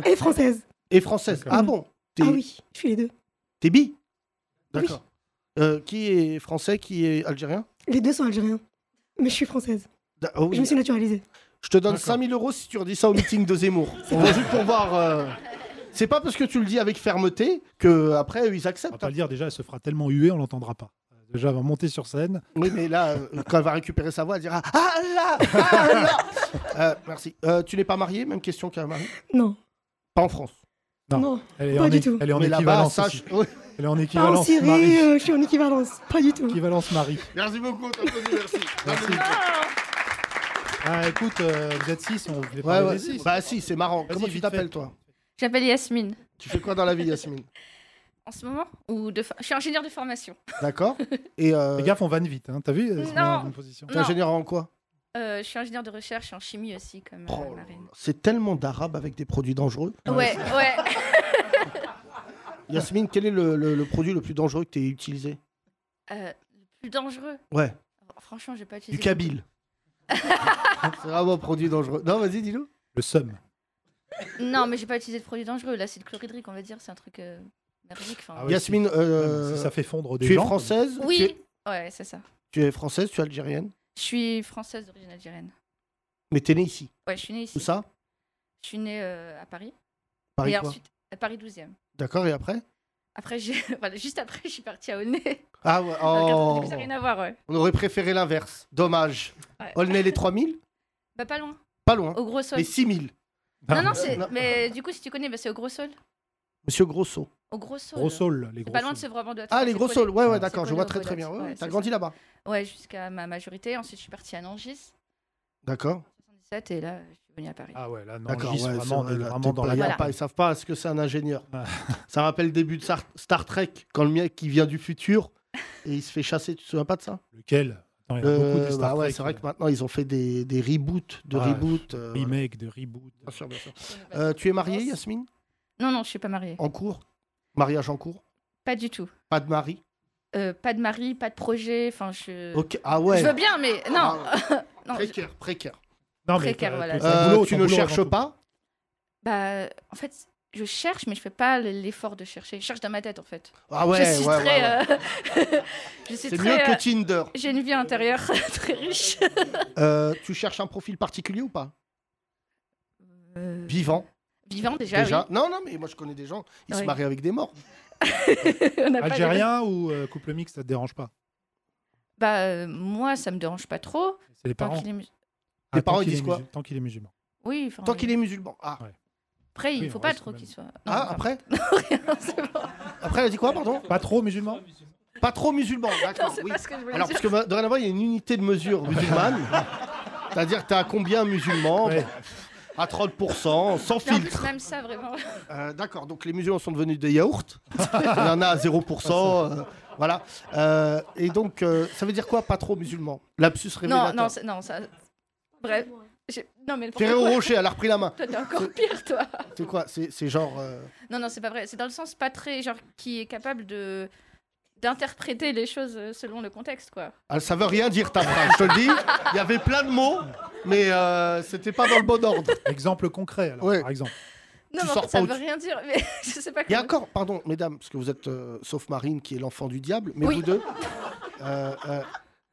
Speaker 6: Et française.
Speaker 3: et française.
Speaker 4: D'accord.
Speaker 3: Ah bon T'es
Speaker 6: Ah oui, je suis les deux.
Speaker 3: t'es bi
Speaker 6: Bah
Speaker 3: D'accord. Euh, qui est français, qui est algérien
Speaker 6: Les deux sont algériens. Mais je suis française.
Speaker 3: Da- oh oui.
Speaker 6: Je me suis naturalisée.
Speaker 3: Je te donne
Speaker 4: D'accord.
Speaker 3: 5000 euros si tu redis ça au meeting de Zemmour.
Speaker 4: [laughs]
Speaker 3: On va juste pour voir. euh, C'est pas parce que tu le dis avec fermeté que après ils
Speaker 4: On va
Speaker 3: acceptent.
Speaker 4: pas le dire, déjà, elle se fera tellement huée, on l'entendra pas. Déjà, elle va monter sur scène.
Speaker 3: Oui, mais là, euh, quand elle va récupérer sa voix, elle dira Ah là Ah là Euh, Merci. Euh, tu n'es pas marié Même question qu'un mari
Speaker 6: Non.
Speaker 3: Pas en France.
Speaker 4: Non.
Speaker 6: Non.
Speaker 4: Elle est
Speaker 6: Pas
Speaker 4: en,
Speaker 6: du
Speaker 4: é-
Speaker 6: tout.
Speaker 4: Elle est en
Speaker 3: mais là-bas,
Speaker 4: équivalence.
Speaker 3: sache.
Speaker 4: aussi.
Speaker 3: Oui.
Speaker 4: Elle est en
Speaker 6: Pas en
Speaker 4: équivalence Marie.
Speaker 6: Syrie, euh, je suis en équivalence. Pas du tout.
Speaker 4: Équivalence Marie.
Speaker 3: Merci beaucoup, on t'applaudit, merci.
Speaker 4: Merci. Ah, écoute, euh, vous êtes six, on vous fait
Speaker 3: Ouais,
Speaker 4: parler
Speaker 3: ouais.
Speaker 4: des six.
Speaker 3: Bah si, c'est marrant.
Speaker 4: Vas-y,
Speaker 3: Comment tu
Speaker 4: vite
Speaker 3: t'appelles
Speaker 4: fait.
Speaker 3: toi
Speaker 7: Je m'appelle Yasmine.
Speaker 3: Tu fais quoi dans la vie, Yasmine
Speaker 7: En ce moment ou de fa- Je suis ingénieure de formation.
Speaker 3: D'accord. Et euh,
Speaker 4: Fais gaffe, on vanne vite. Hein. T'as vu euh, c'est
Speaker 7: Non.
Speaker 4: ma- ma position.
Speaker 3: t'es ingénieur en quoi
Speaker 7: Euh, je suis ingénieure de recherche en chimie aussi, comme euh,
Speaker 3: Oh là
Speaker 7: Marine.
Speaker 3: là, C'est tellement d'arabes avec des produits dangereux.
Speaker 7: Ouais, ouais. [laughs]
Speaker 3: Yasmine, quel est le, le- le produit le plus dangereux que tu as utilisé
Speaker 7: Euh, le plus dangereux.
Speaker 3: Ouais,
Speaker 7: Franchement, j'ai pas utilisé. [laughs]
Speaker 3: du kabyle. c'est vraiment un produit dangereux. Non, vas-y, dis-le.
Speaker 4: Le seum.
Speaker 7: Non, mais j'ai pas utilisé de produits dangereux. L'acide chlorhydrique, on va dire, c'est un truc euh, merdique. enfin.
Speaker 4: Ah ouais,
Speaker 3: Yasmine, euh,
Speaker 4: Si ça fait fondre des
Speaker 3: tu es
Speaker 4: gens.
Speaker 3: française tu es,
Speaker 7: oui, ouais, c'est ça.
Speaker 3: tu es française, tu es algérienne,
Speaker 7: Je suis française d'origine algérienne.
Speaker 3: mais t'es née ici.
Speaker 7: Ouais, je suis née ici.
Speaker 3: Tout ça
Speaker 7: Je suis née euh, à Paris.
Speaker 3: Paris
Speaker 7: et
Speaker 3: quoi
Speaker 7: ensuite, à Paris 12e.
Speaker 3: D'accord, et après
Speaker 7: Après, j'ai- [laughs] voilà, juste après, je suis partie à Aulnay. [laughs]
Speaker 3: Ah ouais,
Speaker 7: Du
Speaker 3: oh,
Speaker 7: coup, ça n'a rien à voir, ouais.
Speaker 3: on aurait préféré l'inverse. Dommage.
Speaker 7: Ouais.
Speaker 3: Olney les 3000
Speaker 7: Bah, pas loin,
Speaker 3: Pas loin.
Speaker 7: au Gros Sol.
Speaker 3: Les 6000.
Speaker 7: Non, non, c'est-
Speaker 3: Non.
Speaker 7: mais du coup, si tu connais, bah, c'est au Gros Sol.
Speaker 3: Monsieur Grosso.
Speaker 7: Au Gros Sol.
Speaker 4: Gros sol, les gros
Speaker 7: Pas loin de
Speaker 4: saules.
Speaker 7: ce vraiment de
Speaker 3: Ah, les Gros Sols, ouais, ouais,
Speaker 7: C'est
Speaker 3: d'accord, je
Speaker 7: collé
Speaker 3: vois
Speaker 7: au
Speaker 3: très très bien.
Speaker 7: Godax,
Speaker 3: Ouais,
Speaker 7: ouais,
Speaker 3: T'as
Speaker 7: c'est
Speaker 3: grandi là-bas
Speaker 7: Ouais, jusqu'à ma majorité. Ensuite, je suis partie à Nangis,
Speaker 3: D'accord.
Speaker 7: 77, et là, je suis venue à Paris.
Speaker 4: Ah ouais, là, non,
Speaker 3: D'accord,
Speaker 4: Gis,
Speaker 3: ouais,
Speaker 4: vraiment, on
Speaker 3: c'est
Speaker 4: est
Speaker 3: vrai, là,
Speaker 4: vraiment
Speaker 3: t'es
Speaker 4: dans
Speaker 3: pas-
Speaker 4: la
Speaker 3: y a
Speaker 7: Voilà.
Speaker 3: pas- ils savent pas ce que c'est un ingénieur.
Speaker 4: Ah.
Speaker 3: [laughs] ça rappelle le début de Star, Star Trek, quand le mec qui vient
Speaker 4: [laughs]
Speaker 3: du futur et il se fait chasser, tu te souviens pas de ça
Speaker 4: Lequel Attends, il y en a beaucoup
Speaker 3: Euh,
Speaker 4: de
Speaker 3: bah
Speaker 4: Star
Speaker 3: ouais,
Speaker 4: Trek,
Speaker 3: c'est vrai
Speaker 4: euh,
Speaker 3: que maintenant ils ont fait des, des reboots, de
Speaker 4: Ouais,
Speaker 3: reboots. euh, voilà.
Speaker 4: Ah, remake, de reboot.
Speaker 3: Bien sûr, bien sûr.
Speaker 7: Je connais pas
Speaker 3: Euh,
Speaker 7: trop
Speaker 3: tu es
Speaker 7: la
Speaker 3: mariée,
Speaker 7: France.
Speaker 3: Yasmine
Speaker 7: Non, non, je suis pas mariée.
Speaker 3: En cours Mariage en cours
Speaker 7: Pas du tout.
Speaker 3: Pas de mari
Speaker 7: Euh, pas de mari, pas de projet. Enfin, je.
Speaker 3: Ok. Ah ouais.
Speaker 7: Je veux bien, mais non.
Speaker 3: Ah,
Speaker 7: [laughs] non je-
Speaker 3: précaire, précaire.
Speaker 4: Non,
Speaker 7: Précaire,
Speaker 4: t'as-
Speaker 7: voilà.
Speaker 4: t'as ton
Speaker 3: Euh,
Speaker 4: boulot,
Speaker 3: tu
Speaker 4: ton
Speaker 3: ne
Speaker 4: boulot
Speaker 3: cherches
Speaker 4: avant tout.
Speaker 3: pas
Speaker 7: Bah, en fait, je cherche, mais je fais pas l'effort de chercher. Je cherche dans ma tête, en fait.
Speaker 3: Ah ouais,
Speaker 7: je suis
Speaker 3: ouais, ouais,
Speaker 7: très.
Speaker 3: ouais.
Speaker 7: euh, [laughs] je suis
Speaker 3: C'est
Speaker 7: très.
Speaker 3: mieux
Speaker 7: euh,
Speaker 3: que Tinder.
Speaker 7: J'ai une vie intérieure [laughs] très riche.
Speaker 3: Euh, tu cherches un profil particulier ou pas
Speaker 7: Euh,
Speaker 3: Vivant,
Speaker 7: Vivant déjà.
Speaker 3: déjà. Non, non, mais moi je connais des gens, ils se
Speaker 7: Ouais. [laughs]
Speaker 3: marient avec des morts.
Speaker 7: oui. On n'a pas les mêmes-
Speaker 4: Algérien ou euh, couple mixte, ça te dérange pas
Speaker 7: Bah, euh, moi, ça me dérange pas trop.
Speaker 4: C'est les
Speaker 7: Tant
Speaker 4: parents.
Speaker 7: qu'il est mus-
Speaker 4: Ah,
Speaker 3: Les parents,
Speaker 4: tant
Speaker 3: ils
Speaker 4: qu'il
Speaker 3: disent
Speaker 4: est
Speaker 3: quoi
Speaker 4: musul- Tant qu'il est musulman.
Speaker 7: Oui, enfin,
Speaker 3: Tant qu'il est musulman. Ah,
Speaker 7: Après, il
Speaker 4: Oui,
Speaker 7: faut
Speaker 4: on
Speaker 7: pas
Speaker 4: reste
Speaker 7: trop
Speaker 4: quand
Speaker 7: qu'il [laughs] soit. Non,
Speaker 3: Ah,
Speaker 7: enfin,
Speaker 3: après
Speaker 7: rien, c'est bon.
Speaker 3: Après, elle a dit quoi, pardon
Speaker 4: Pas trop musulman
Speaker 3: Pas trop musulman,
Speaker 7: Non,
Speaker 3: d'accord.
Speaker 7: c'est
Speaker 3: oui.
Speaker 7: pas ce que je voulais
Speaker 3: Alors,
Speaker 7: dire.
Speaker 3: parce que bah, dorénavant, il y a une unité de mesure
Speaker 7: [laughs]
Speaker 3: musulmane. C'est-à-dire, t'as à combien musulmans
Speaker 4: Ouais.
Speaker 3: À 30%, sans
Speaker 7: Mais en plus,
Speaker 3: filtre.
Speaker 7: même ça, vraiment.
Speaker 3: Euh, d'accord, donc les musulmans sont devenus des yaourts. il y en a
Speaker 4: [laughs]
Speaker 3: à 0%. euh, voilà. Euh, et donc, euh, ça veut dire quoi, pas trop musulman Lapsus
Speaker 7: Non,
Speaker 3: révélateur.
Speaker 7: non, c'est- non, ça. Bref. j'ai- Non, mais le
Speaker 3: Ferrero Rocher,
Speaker 7: [laughs]
Speaker 3: elle a repris la main.
Speaker 7: Toi, t'es encore pire, toi.
Speaker 3: C'est quoi C'est c'est genre. euh,
Speaker 7: Non, non, c'est pas vrai. C'est dans le sens pas très. Genre, qui est capable de. d'interpréter les choses euh, selon le contexte, quoi.
Speaker 3: ah, ça veut rien dire ta phrase, je te le dis. Il y avait plein de mots, mais euh, c'était pas dans le bon ordre.
Speaker 4: Exemple concret, alors,
Speaker 3: Ouais.
Speaker 4: par exemple.
Speaker 7: Non,
Speaker 3: Tu
Speaker 7: mais en
Speaker 3: sors
Speaker 7: fait, ça
Speaker 3: pas au-
Speaker 7: veut rien dire. Mais [laughs] je sais pas
Speaker 3: Il y a
Speaker 7: comment.
Speaker 3: encore, pardon, mesdames, parce que vous êtes, euh, sauf Marine, qui est l'enfant du diable, mais
Speaker 7: Oui.
Speaker 3: vous deux, euh, euh,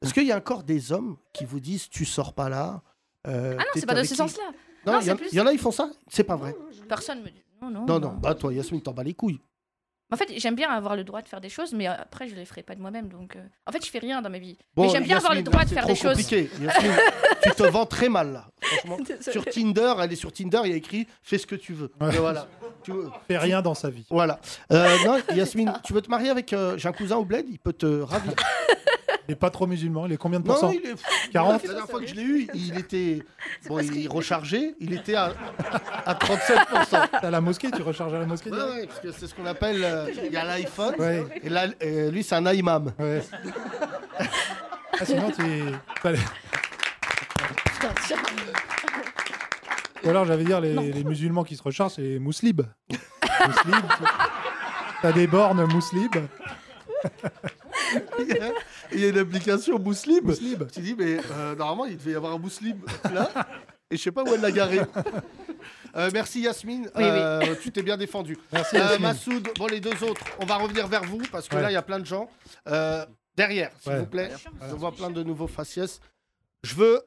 Speaker 3: est-ce qu'il y a encore des hommes qui vous disent tu sors pas là euh,
Speaker 7: Ah non,
Speaker 3: t'es
Speaker 7: c'est pas dans
Speaker 3: avec
Speaker 7: ce
Speaker 3: qui
Speaker 7: sens-là.
Speaker 3: Non,
Speaker 7: Non,
Speaker 3: il y,
Speaker 7: c'est
Speaker 3: en-
Speaker 7: plus-
Speaker 3: il y en a, ils font ça C'est pas vrai.
Speaker 7: Personne me dit. Non, non.
Speaker 3: Non, non, bah toi, Yasmine, t'en bats les couilles.
Speaker 7: En fait, j'aime bien avoir le droit de faire des choses, mais euh, après, je les ferai pas de moi-même. Donc, euh, en fait, je fais rien dans ma vie. mais j'aime bien avoir le
Speaker 3: Yasmine,
Speaker 7: droit
Speaker 3: là,
Speaker 7: de
Speaker 3: c'est
Speaker 7: faire
Speaker 3: trop
Speaker 7: des choses.
Speaker 3: compliqué. Yasmine,
Speaker 7: [laughs]
Speaker 3: tu te vends très mal, là, franchement.
Speaker 7: Désolée.
Speaker 3: Sur Tinder, elle est sur Tinder, il y a écrit fais ce que tu veux.
Speaker 4: Ouais.
Speaker 3: Et voilà. Tu veux-
Speaker 4: Fais rien dans sa vie.
Speaker 3: Voilà. Euh, non, Yasmine, tu veux te marier avec. euh, J'ai un cousin au bled, il peut te ravir.
Speaker 4: Il est pas trop musulman. Il est combien de
Speaker 3: Non,
Speaker 4: pourcents
Speaker 3: il est.
Speaker 4: 40.
Speaker 3: La dernière fois que je l'ai eu, il était. Bon, il rechargeait, il était à,
Speaker 4: [laughs]
Speaker 3: à 37%.
Speaker 4: À la mosquée, tu recharges à la mosquée
Speaker 3: Ouais,
Speaker 4: direct
Speaker 3: ouais, parce que c'est ce qu'on appelle. euh, Il y a l'iPhone,
Speaker 4: Ouais.
Speaker 3: et là, euh, lui, c'est un imam.
Speaker 4: Ouais. Ah, sinon, tu. fallait- Ou alors, j'avais dire, les, les musulmans qui se rechargent, c'est les mouslibs. Mouslibs. tu- T'as des bornes mouslibs.
Speaker 3: Il y a- il y a une application Mouslib.
Speaker 4: Mouslib.
Speaker 3: Tu dis, mais euh, normalement, il devait y avoir un Mouslib là, et je sais pas où elle l'a garé. Euh, merci Yasmine, Euh, tu t'es bien défendu.
Speaker 4: Merci,
Speaker 3: Euh,
Speaker 4: Yasmine.
Speaker 3: Massoud, bon les deux autres, on va revenir vers vous parce que
Speaker 4: Ouais.
Speaker 3: là il y a plein de gens. Euh, derrière, s'il
Speaker 4: Ouais.
Speaker 3: vous plaît, je vois plein de nouveaux faciès. Je veux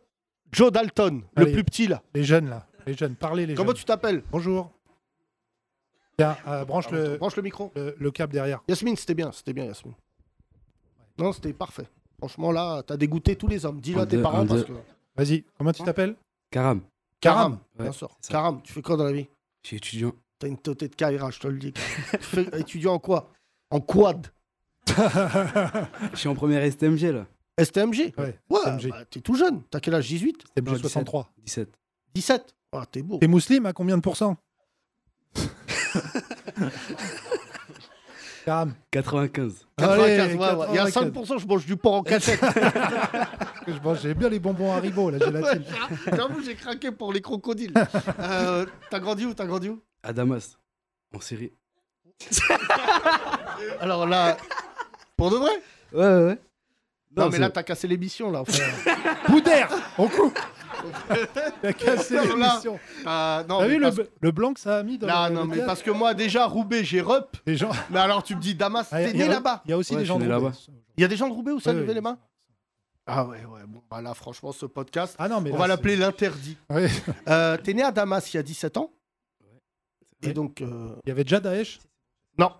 Speaker 3: Joe Dalton, le
Speaker 4: Allez.
Speaker 3: plus petit là.
Speaker 4: Les jeunes, là. Les jeunes. Parlez, les
Speaker 3: Comment
Speaker 4: jeunes.
Speaker 3: tu t'appelles
Speaker 4: Bonjour. Tiens, euh, branche le,
Speaker 3: Branche le micro.
Speaker 4: le, le câble derrière.
Speaker 3: Yasmine, c'était bien, c'était bien Yasmine. Non, c'était parfait. Franchement là, t'as dégoûté tous les hommes. Dis-le à
Speaker 8: Un,
Speaker 3: tes
Speaker 8: deux,
Speaker 3: parents
Speaker 8: un,
Speaker 3: parce
Speaker 8: deux.
Speaker 3: que. Hein
Speaker 4: Vas-y, comment tu t'appelles
Speaker 8: Caram,
Speaker 3: Karam,
Speaker 8: Ouais,
Speaker 3: bien sûr.
Speaker 8: c'est ça.
Speaker 3: Karam, tu fais quoi dans la vie
Speaker 8: je suis étudiant.
Speaker 3: T'as une totée de carrière, je te le
Speaker 8: [laughs]
Speaker 3: dis. tu fais étudiant en quoi En quad.
Speaker 8: Je suis en première STMG là.
Speaker 3: STMG
Speaker 4: Ouais,
Speaker 3: Ouais,
Speaker 4: STMG.
Speaker 3: bah, t'es tout jeune. T'as quel âge 18
Speaker 4: C'est
Speaker 8: Non,
Speaker 4: 63.
Speaker 8: 17.
Speaker 3: 17 Ah, t'es beau.
Speaker 4: T'es musulman à combien de
Speaker 3: [laughs]
Speaker 4: pourcents Karam.
Speaker 8: [laughs] 95.
Speaker 3: 95, ouais, Ah, ouais. Il y a
Speaker 4: 95.
Speaker 3: 5%, je mange du porc
Speaker 4: [laughs]
Speaker 3: en cachette.
Speaker 4: Je mange- J'aime bien les bonbons Haribo, la
Speaker 3: [laughs]
Speaker 4: gélatine.
Speaker 3: J'avoue, j'ai craqué pour
Speaker 4: [laughs]
Speaker 3: les crocodiles. Euh, t'as grandi où T'as grandi où
Speaker 8: À Damas, en Syrie.
Speaker 3: Alors là, pour de vrai
Speaker 8: Ouais, ouais, ouais.
Speaker 3: Non,
Speaker 8: Non,
Speaker 3: mais
Speaker 8: c'est-
Speaker 3: là, t'as cassé l'émission, là. frère.
Speaker 4: [laughs] Boudère On coupe
Speaker 3: [laughs]
Speaker 4: T'as cassé
Speaker 3: Voilà.
Speaker 4: l'émission.
Speaker 3: Ah, non,
Speaker 4: T'as
Speaker 3: mais
Speaker 4: vu le,
Speaker 3: parce-
Speaker 4: le blanc que ça a mis dans
Speaker 3: Là,
Speaker 4: le-
Speaker 3: non,
Speaker 4: le
Speaker 3: mais
Speaker 4: théâtre
Speaker 3: parce que moi, déjà, Roubaix, j'ai rep.
Speaker 4: Les gens...
Speaker 3: Mais alors, tu me dis, Damas,
Speaker 4: Ah, y a-
Speaker 3: t'es
Speaker 4: y a-
Speaker 3: né là-bas.
Speaker 4: Il y a aussi
Speaker 8: Ouais,
Speaker 4: des
Speaker 8: je
Speaker 4: gens
Speaker 8: suis né
Speaker 4: de-
Speaker 8: là-bas.
Speaker 3: Il y a des gens de Roubaix où ça
Speaker 4: Ouais,
Speaker 3: levait
Speaker 4: ouais,
Speaker 3: les mains Ah ouais, ouais. Bon, bah là, franchement, ce podcast,
Speaker 4: Ah non, mais
Speaker 3: on
Speaker 4: là,
Speaker 3: va
Speaker 4: c'est-
Speaker 3: l'appeler l'interdit.
Speaker 4: [laughs] Ouais.
Speaker 3: Euh, T'es né à Damas il y a 17 ans.
Speaker 4: Ouais.
Speaker 3: Et donc, euh,
Speaker 4: Il y avait déjà Daesh
Speaker 3: non,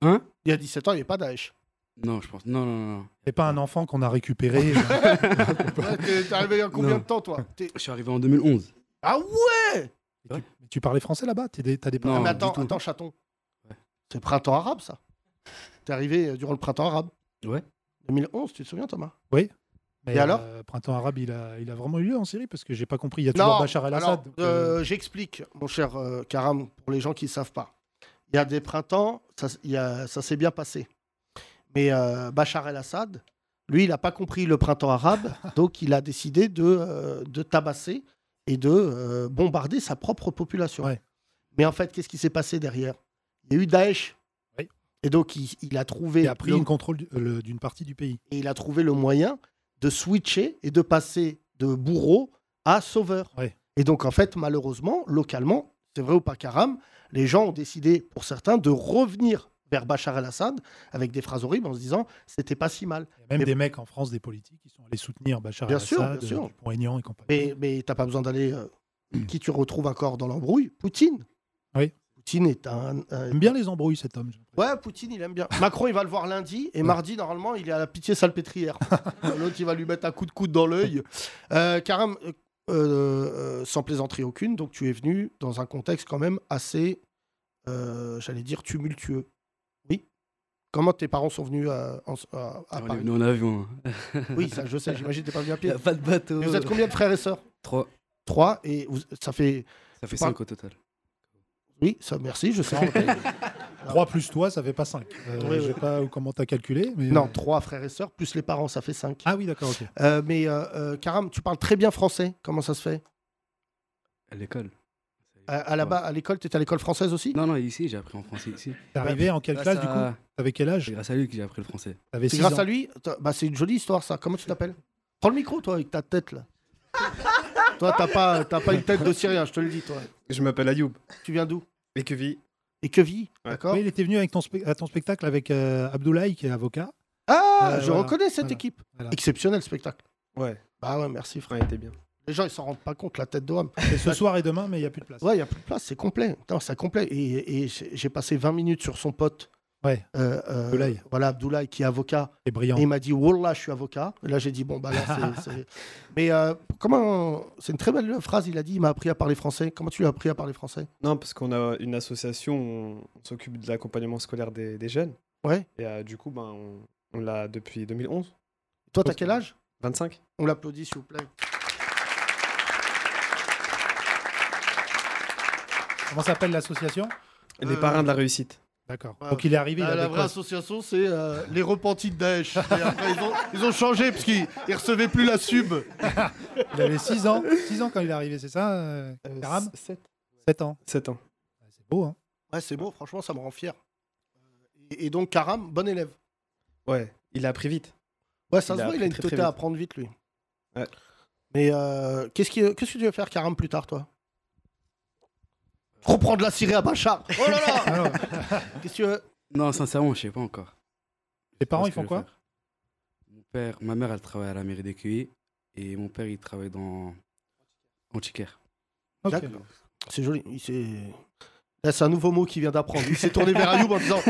Speaker 8: Hein
Speaker 3: il y a 17 ans, il n'y a pas Daesh.
Speaker 8: Non, je pense. Non, non, non, non.
Speaker 4: C'est pas un enfant qu'on a récupéré.
Speaker 3: [laughs] Ouais, T'es t'es arrivé il y a combien
Speaker 8: Non.
Speaker 3: de temps, toi T'es-
Speaker 8: Je suis arrivé en 2011.
Speaker 3: Ah ouais Ah,
Speaker 4: Mais tu parlais français là-bas T'es des- T'as des,
Speaker 8: Non,
Speaker 3: Mais attends,
Speaker 8: du tout.
Speaker 3: attends, chaton.
Speaker 8: Ouais.
Speaker 3: C'est printemps arabe, ça. T'es arrivé euh, durant le printemps arabe.
Speaker 8: Ouais.
Speaker 3: 2011, tu te souviens, Thomas
Speaker 4: Mais,
Speaker 3: Et alors
Speaker 4: euh, Printemps arabe, il a, il a vraiment eu lieu en Syrie parce que j'ai pas compris. Il y a toujours
Speaker 3: Non,
Speaker 4: Bachar
Speaker 3: alors,
Speaker 4: el-Assad. donc, euh,
Speaker 3: euh, j'explique, mon cher euh, Karam, pour les gens qui ne savent pas. Il y a des printemps, ça, s- il y a- ça s'est bien passé. Mais euh, Bachar el-Assad, lui, il n'a pas compris le
Speaker 4: [laughs]
Speaker 3: printemps arabe, donc il a décidé de, euh, de tabasser et de euh, bombarder sa propre population.
Speaker 4: Ouais.
Speaker 3: Mais en fait, qu'est-ce qui s'est passé derrière Il y a eu Daesh.
Speaker 4: Oui.
Speaker 3: Et donc, il, il a trouvé
Speaker 4: il a pris
Speaker 3: le-
Speaker 4: le contrôle du- euh, le- d'une partie du pays.
Speaker 3: et il a trouvé le moyen de switcher et de passer de bourreau à sauveur.
Speaker 4: Ouais.
Speaker 3: Et donc, en fait, malheureusement, localement, c'est vrai ou pas, Karam, les gens ont décidé, pour certains, de revenir vers Bachar el-Assad avec des phrases horribles en se disant c'était pas si mal.
Speaker 4: Il y a même
Speaker 3: Mais-
Speaker 4: des mecs en France, des politiques, qui sont allés soutenir Bachar
Speaker 3: Bien sûr,
Speaker 4: el-Assad,
Speaker 3: bien sûr.
Speaker 4: euh, Dupont-Aignan et compagnie.
Speaker 3: Mais, mais t'as pas besoin d'aller. euh, qui tu retrouves encore dans l'embrouille Poutine.
Speaker 4: Oui.
Speaker 3: Poutine est un. un-
Speaker 4: J'aime bien les embrouilles, cet homme. j'ai l'impression.
Speaker 3: Ouais, Poutine, il aime bien. [laughs] Macron, il va le voir lundi. Et
Speaker 4: Ouais.
Speaker 3: mardi, normalement, il est à la pitié [laughs] salpêtrière. L'autre, il va lui mettre un coup de coude dans l'œil. Euh, Karam, euh, euh, sans plaisanterie aucune, donc tu es venu dans un contexte quand même assez, euh, j'allais dire, tumultueux. Oui Comment tes parents sont venus à, en- à- à
Speaker 8: on est
Speaker 3: Paris
Speaker 8: venu en avion.
Speaker 3: [laughs] Oui, ça, je sais, j'imagine que t'es pas venu à
Speaker 8: Il
Speaker 3: pied.
Speaker 8: a [laughs] pas de bateau.
Speaker 3: Mais vous êtes combien de frères et sœurs
Speaker 8: 3.
Speaker 3: Trois. Et vous- ça fait.
Speaker 8: Ça fait
Speaker 3: Par-
Speaker 8: 5 au total.
Speaker 3: Oui, ça, merci, je sais.
Speaker 4: [laughs] Trois plus toi, ça fait pas 5.
Speaker 3: Oui,
Speaker 4: Je
Speaker 3: oui.
Speaker 4: sais pas comment t'as calculé. Mais...
Speaker 3: non, trois frères et sœurs, plus les parents, ça fait cinq.
Speaker 4: Ah oui, d'accord, ok.
Speaker 3: Euh, mais euh, euh, Karam, tu parles très bien français. Comment ça se fait
Speaker 8: À l'école.
Speaker 3: à, à la
Speaker 8: Ouais.
Speaker 3: bas- à l'école, tu étais à l'école française aussi
Speaker 8: Euh, Non, non, ici, j'ai appris en français ici. Bah,
Speaker 4: T'es arrivé en quelle
Speaker 8: Grâce
Speaker 4: classe du
Speaker 8: à-
Speaker 4: coup T'avais quel
Speaker 8: C'est
Speaker 4: âge
Speaker 8: grâce à lui que j'ai appris le français.
Speaker 4: T'avais
Speaker 3: C'est
Speaker 4: 6
Speaker 3: grâce
Speaker 4: ans.
Speaker 3: à lui T'as- bah, C'est une jolie histoire, ça. Comment tu t'appelles Prends le micro, toi, avec ta tête,
Speaker 9: [laughs]
Speaker 3: là. toi, t'as pas, t'as pas une tête de Syrien, je te le dis, toi.
Speaker 9: Je m'appelle Ayoub.
Speaker 3: Tu viens d'où
Speaker 9: Et que vit
Speaker 3: Et que vit D'accord
Speaker 4: Oui, il était venu avec ton spe- à ton spectacle avec euh, Abdoulaye, qui est avocat.
Speaker 3: Ah,
Speaker 4: Euh,
Speaker 3: je
Speaker 4: voilà,
Speaker 3: reconnais cette
Speaker 4: voilà,
Speaker 3: équipe.
Speaker 4: voilà.
Speaker 3: Exceptionnel spectacle.
Speaker 9: Ouais.
Speaker 3: Bah ouais, merci, frère.
Speaker 9: Ouais, il était bien.
Speaker 3: Les gens, ils s'en rendent pas compte, la tête de homme.
Speaker 4: Et ce soir et demain, mais il n'y a plus de place.
Speaker 3: Ouais, il n'y a plus de place, c'est complet. Non, c'est complet. Et, et j'ai j'ai passé 20 minutes sur son pote.
Speaker 4: Ouais.
Speaker 3: Euh, euh,
Speaker 4: Abdoulaye.
Speaker 3: Voilà, Abdoulaye, qui est avocat.
Speaker 4: C'est brillant.
Speaker 3: Et il m'a dit, Wallah, je suis avocat. Et là, j'ai dit, bon,
Speaker 4: [laughs]
Speaker 3: bah là, c'est. c'est- Mais euh, comment. C'est une très belle phrase, il a dit, il m'a appris à parler français. Comment tu lui as appris à parler français
Speaker 9: Non, parce qu'on a une association où on s'occupe de l'accompagnement scolaire des, des jeunes.
Speaker 3: Ouais.
Speaker 9: Et euh, du coup, ben, on, on l'a depuis 2011.
Speaker 3: Toi, t'as quel âge
Speaker 9: 25
Speaker 3: On l'applaudit, s'il vous plaît.
Speaker 4: Comment s'appelle l'association
Speaker 9: Les parrains de la réussite.
Speaker 4: D'accord.
Speaker 3: Ouais.
Speaker 4: Donc il est arrivé. il
Speaker 3: Ah,
Speaker 4: avait
Speaker 3: la vraie
Speaker 4: quoi
Speaker 3: association, c'est euh, les repentis de Daesh. Et après, ils, ont, ils ont changé parce qu'ils ils recevaient plus la sub.
Speaker 4: Il avait 6 ans. 6 ans quand il est arrivé, c'est ça euh, Karam
Speaker 9: 7.
Speaker 4: 7 ans.
Speaker 9: 7 ans.
Speaker 4: C'est beau, hein
Speaker 3: Ouais, c'est beau, franchement, ça me rend fier. Euh, Et, et donc, Karam, bon élève.
Speaker 9: Ouais, il a appris vite.
Speaker 3: Ouais, ça
Speaker 9: Il
Speaker 3: se
Speaker 9: a
Speaker 3: voit, il
Speaker 9: appris
Speaker 3: a une
Speaker 9: très, très
Speaker 3: tête à
Speaker 9: vite.
Speaker 3: apprendre vite, lui.
Speaker 9: Ouais.
Speaker 3: Mais euh, qu'est-ce qui- qu'est-ce que tu veux faire, Karam, plus tard, toi Reprendre la Syrie
Speaker 9: [laughs]
Speaker 3: à Bachar Oh là là
Speaker 4: Alors,
Speaker 3: Qu'est-ce que tu veux
Speaker 8: Non, sincèrement, je sais pas encore.
Speaker 4: Tes parents,
Speaker 8: Parce
Speaker 4: ils
Speaker 8: que
Speaker 4: font
Speaker 8: je vais
Speaker 4: quoi
Speaker 8: faire. Mon père, ma mère, elle travaille à la mairie d'Écueillé et mon père, il travaille dans Antiquaire.
Speaker 4: Ok.
Speaker 3: D'accord. C'est joli. il s'est- Là, c'est un nouveau mot qu'il vient d'apprendre. Il s'est tourné vers Ayoub
Speaker 4: [laughs]
Speaker 3: en disant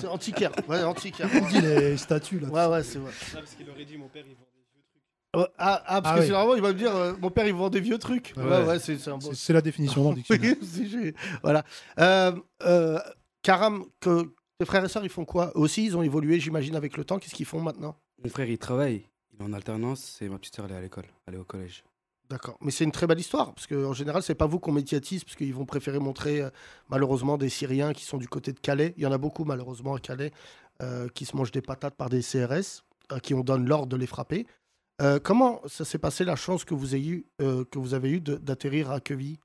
Speaker 3: C'est antiquaire. Ouais, antiquaire.
Speaker 4: Ah. Il dit les statues, là.
Speaker 3: Ouais, ouais, c'est vrai.
Speaker 9: parce qu'il aurait dit mon père, il vend des vieux trucs.
Speaker 3: Ah, ah,
Speaker 4: Ah
Speaker 3: parce que
Speaker 4: oui.
Speaker 3: généralement, il va me dire euh, Mon père, il vend des vieux trucs. Ouais, ouais, c'est c'est un bon.
Speaker 4: C'est- C'est la définition dans le dictionnaire.
Speaker 3: [laughs] Oui, si j'ai- voilà. Euh, euh, Karam, que, tes frères et sœurs, ils font quoi Eux Aussi, ils ont évolué, j'imagine, avec le temps. Qu'est-ce qu'ils font maintenant
Speaker 8: Mon frère, il travaille. Il est en alternance et ma petite sœur, elle est à l'école. Elle est au collège.
Speaker 3: D'accord. Mais c'est une très belle histoire, parce qu'en général, c'est pas vous qu'on médiatise, parce qu'ils vont préférer montrer, euh, malheureusement, des Syriens qui sont du côté de Calais. Il y en a beaucoup, malheureusement, à Calais, euh, qui se mangent des patates par des CRS, à euh, qui on donne l'ordre de les frapper. Euh, comment ça s'est passé la chance que vous, ayez, eu- euh, que vous avez eue de- d'atterrir à Quevilly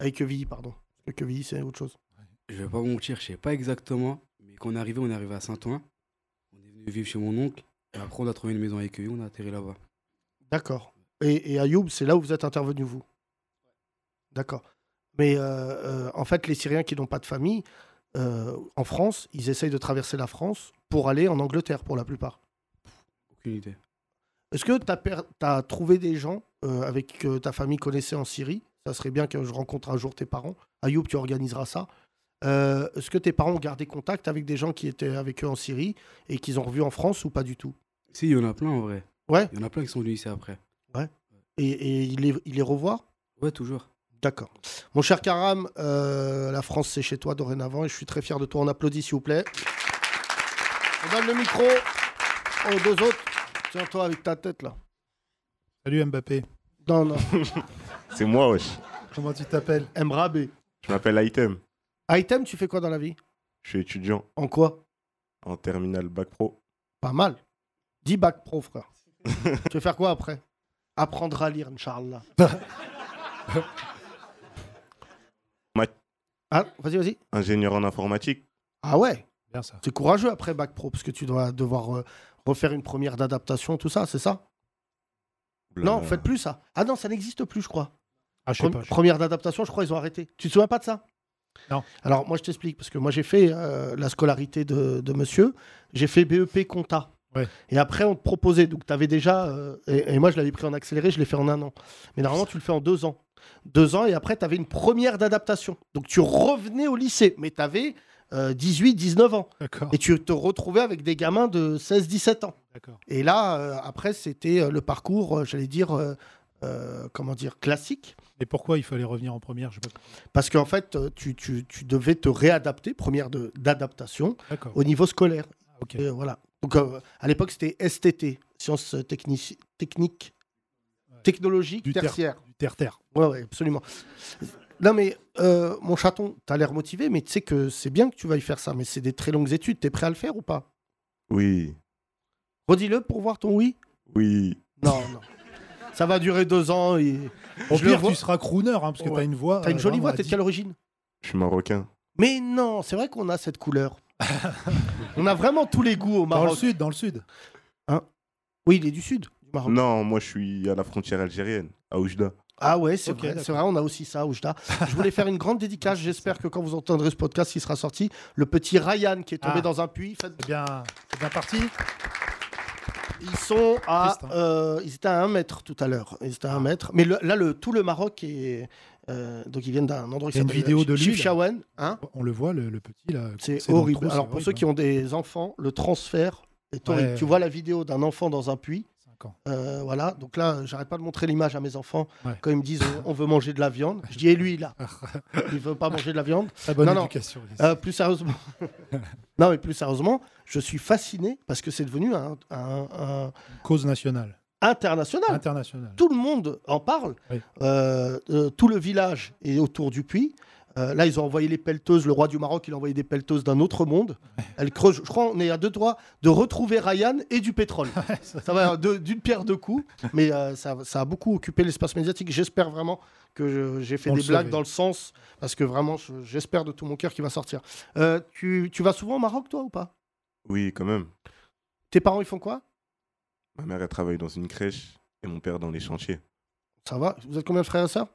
Speaker 3: À Quevilly, pardon. Parce que Quevilly, c'est autre chose.
Speaker 8: Je vais pas vous mentir, je sais pas exactement, mais quand on est arrivé, on est arrivé à Saint-Ouen. On est venu vivre chez mon oncle. Et après, on a trouvé une maison à Écueillé, on a atterri là-bas.
Speaker 3: D'accord. Et, et Ayoub, c'est là où vous êtes intervenu, vous D'accord. Mais euh, euh, en fait, les Syriens qui n'ont pas de famille, euh, en France, ils essayent de traverser la France pour aller en Angleterre, pour la plupart.
Speaker 8: Aucune idée.
Speaker 3: Est-ce que tu as, trouvé des gens euh, avec que ta famille connaissait en Syrie Ça serait bien que je rencontre un jour tes parents. Ayoub, tu organiseras ça. Euh, Est-ce que tes parents ont gardé contact avec des gens qui étaient avec eux en Syrie et qu'ils ont revus en France ou pas du tout
Speaker 8: Si, il y en a plein en vrai.
Speaker 3: Ouais.
Speaker 8: Il y en a plein qui sont venus ici après.
Speaker 3: Et, et ils les- ils les revoient
Speaker 8: Ouais, toujours.
Speaker 3: D'accord. Mon cher Karam, euh, la France, c'est chez toi dorénavant et je suis très fier de toi. On applaudit, s'il vous plaît. On donne le micro aux Oh, deux autres. Tiens-toi avec ta tête, là.
Speaker 4: Salut Mbappé.
Speaker 3: Non, non.
Speaker 10: C'est moi, wesh.
Speaker 4: Comment tu t'appelles
Speaker 3: Mbrabé.
Speaker 10: Je m'appelle Item.
Speaker 3: Item, tu fais quoi dans la vie
Speaker 10: Je suis étudiant
Speaker 3: En quoi
Speaker 10: en terminale bac pro.
Speaker 3: Pas mal. 10 bac
Speaker 8: [laughs]
Speaker 3: pro, frère. tu veux faire quoi après Apprendre à lire,
Speaker 4: [laughs]
Speaker 3: Inch'Allah.
Speaker 10: Mat-
Speaker 3: Ah, vas-y, vas-y.
Speaker 10: Ingénieur en informatique.
Speaker 3: Ah ouais
Speaker 4: Bien ça.
Speaker 3: C'est courageux après bac pro, parce que tu dois devoir euh, refaire une première d'adaptation, tout ça, c'est ça Non,
Speaker 10: Blablabla.
Speaker 3: faites plus ça. Ah non, ça n'existe plus, je crois.
Speaker 4: Ah, je sais
Speaker 3: Premi-
Speaker 4: pas. je-
Speaker 3: Première d'adaptation, je crois, ils ont arrêté. Tu te souviens pas de ça
Speaker 4: Non.
Speaker 3: Alors, moi, je t'explique, parce que moi, j'ai fait euh, la scolarité de, de monsieur. J'ai fait BEP compta.
Speaker 4: Ouais.
Speaker 3: Et après, on te proposait. Donc, tu avais déjà. euh, et, et moi, je l'avais pris en accéléré, je l'ai fait en un an. Mais normalement, tu le fais en deux ans. Deux ans, et après, tu avais une première d'adaptation. Donc, tu revenais au lycée, mais tu avais 18, 19 ans.
Speaker 4: D'accord.
Speaker 3: Et tu te retrouvais avec des gamins de 16, 17 ans.
Speaker 4: D'accord.
Speaker 3: Et là, euh, après, c'était euh, le parcours, euh, j'allais dire, euh, euh, comment dire, classique.
Speaker 4: Et pourquoi il fallait revenir en première Je sais pas.
Speaker 3: Parce qu'en fait, euh, tu, tu- tu devais te réadapter, première de- d'adaptation,
Speaker 4: D'accord.
Speaker 3: au niveau scolaire.
Speaker 4: Ah, ok.
Speaker 3: Et, euh, voilà. Donc, euh, à l'époque, c'était STT, sciences techniques, techniques
Speaker 4: Ouais.
Speaker 3: technologiques,
Speaker 4: Du ter-
Speaker 3: tertiaires.
Speaker 4: Du terre-terre.
Speaker 3: Ouais, ouais, absolument. Non, mais euh, mon chaton, t'as l'air motivé, mais tu sais que c'est bien que tu veuilles faire ça, mais c'est des très longues études. T'es prêt à le faire ou pas
Speaker 10: Oui,
Speaker 3: Redis-le pour voir ton oui.
Speaker 10: oui.
Speaker 3: Non, non. Ça va durer deux ans et.
Speaker 4: Au
Speaker 3: Je le
Speaker 4: pire,
Speaker 3: vois-
Speaker 4: tu seras crooner, hein, parce que
Speaker 3: Ouais.
Speaker 4: t'as une voix.
Speaker 3: T'as une
Speaker 4: euh,
Speaker 3: jolie voix,
Speaker 4: vraiment
Speaker 3: t'es de
Speaker 4: à
Speaker 3: quelle origine
Speaker 10: Je suis marocain.
Speaker 3: Mais non, c'est vrai qu'on a cette
Speaker 4: [laughs]
Speaker 3: couleur. on a vraiment tous les goûts au
Speaker 4: Dans le
Speaker 3: Maroc.
Speaker 4: sud, dans le sud.
Speaker 3: Ah. Oui, il est du sud du Maroc.
Speaker 10: Non, moi, je suis à la frontière algérienne, à Oujda.
Speaker 3: Ah ouais, c'est
Speaker 4: Ok,
Speaker 3: vrai,
Speaker 4: d'accord.
Speaker 3: c'est vrai, on a aussi ça, Oujda. Je voulais faire une grande dédicace, j'espère que quand vous entendrez ce podcast, il sera sorti. Le petit Ryan qui est tombé
Speaker 4: Ah.
Speaker 3: dans un puits, faites-
Speaker 4: C'est bien, c'est bien parti.
Speaker 3: ils sont à...
Speaker 4: Triste, hein.
Speaker 3: euh, ils étaient à un mètre tout à l'heure, ils étaient à un mètre. Mais le- là, le, tout le Maroc est... euh, donc ils viennent d'un endroit qui
Speaker 4: Il y a une
Speaker 3: s'appelle
Speaker 4: vidéo de lui,
Speaker 3: Chief
Speaker 4: là.
Speaker 3: Chaouane, hein
Speaker 4: On le voit, le, le petit, là.
Speaker 3: C'est
Speaker 4: coincé dans le
Speaker 3: horrible.
Speaker 4: trou, c'est
Speaker 3: Alors pour
Speaker 4: horrible,
Speaker 3: ceux
Speaker 4: hein.
Speaker 3: qui ont des enfants, le transfert est horrible.
Speaker 4: Ouais,
Speaker 3: tu
Speaker 4: ouais.
Speaker 3: vois la vidéo d'un enfant dans un puits,
Speaker 4: C'est
Speaker 3: Euh, voilà, donc là, euh, j'arrête pas de montrer l'image à mes enfants quand ils me disent on, on veut manger de la viande. Je dis et lui
Speaker 4: [laughs]
Speaker 3: là, il veut pas manger de la viande.
Speaker 4: Très bonne
Speaker 3: non, non.
Speaker 4: éducation, Lise.
Speaker 3: Euh, plus sérieusement, [laughs] non mais plus sérieusement, je suis fasciné parce que c'est devenu un, un- un-
Speaker 4: Cause nationale.
Speaker 3: international.
Speaker 4: International.
Speaker 3: Tout le monde en parle. Euh, euh, tout le village est autour du puits. Euh, là, ils ont envoyé les pelleteuses. Le roi du Maroc, il a envoyé des pelleteuses d'un autre monde. Elle creuse. Je crois on est à deux doigts de retrouver Ryan et du
Speaker 4: [laughs]
Speaker 3: pétrole. ça va de- d'une pierre deux coups. Mais euh, ça, ça a beaucoup occupé l'espace médiatique. J'espère vraiment que je- j'ai fait
Speaker 4: On
Speaker 3: des
Speaker 4: le
Speaker 3: blagues
Speaker 4: savait.
Speaker 3: dans le sens parce que vraiment, je- j'espère de tout mon cœur qu'il va sortir. Euh, tu, tu vas souvent au Maroc, toi, ou pas
Speaker 10: Oui, quand même.
Speaker 3: Tes parents, ils font quoi
Speaker 10: Ma mère, elle travaille dans une crèche et mon père dans les chantiers.
Speaker 3: Ça va Vous êtes combien de frères et sœurs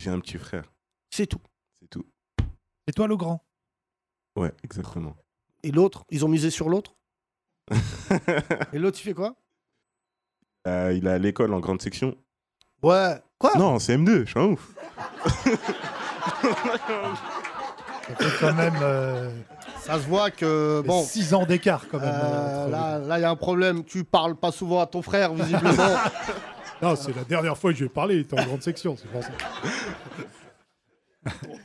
Speaker 10: J'ai un petit frère.
Speaker 3: C'est tout.
Speaker 10: C'est tout.
Speaker 4: Et toi, le grand
Speaker 10: Ouais, exactement.
Speaker 3: Et l'autre Ils ont misé sur
Speaker 10: [laughs]
Speaker 3: l'autre Et l'autre, il fait quoi
Speaker 10: Euh, il est à l'école en grande section.
Speaker 3: [laughs] Ouais. Quoi
Speaker 10: Non, en CM2, je suis un ouf.
Speaker 4: Quand même. euh,
Speaker 3: Ça se voit que
Speaker 4: mais
Speaker 3: Euh, bon.
Speaker 4: Six ans d'écart, quand même.
Speaker 3: euh,
Speaker 4: euh, entre
Speaker 3: là, là, il y a un problème. Tu parles pas souvent à ton frère, visiblement.
Speaker 4: les- Non, c'est la dernière fois que je lui ai parlé, il était en grande section, c'est
Speaker 3: [laughs]
Speaker 4: pour ça. [laughs]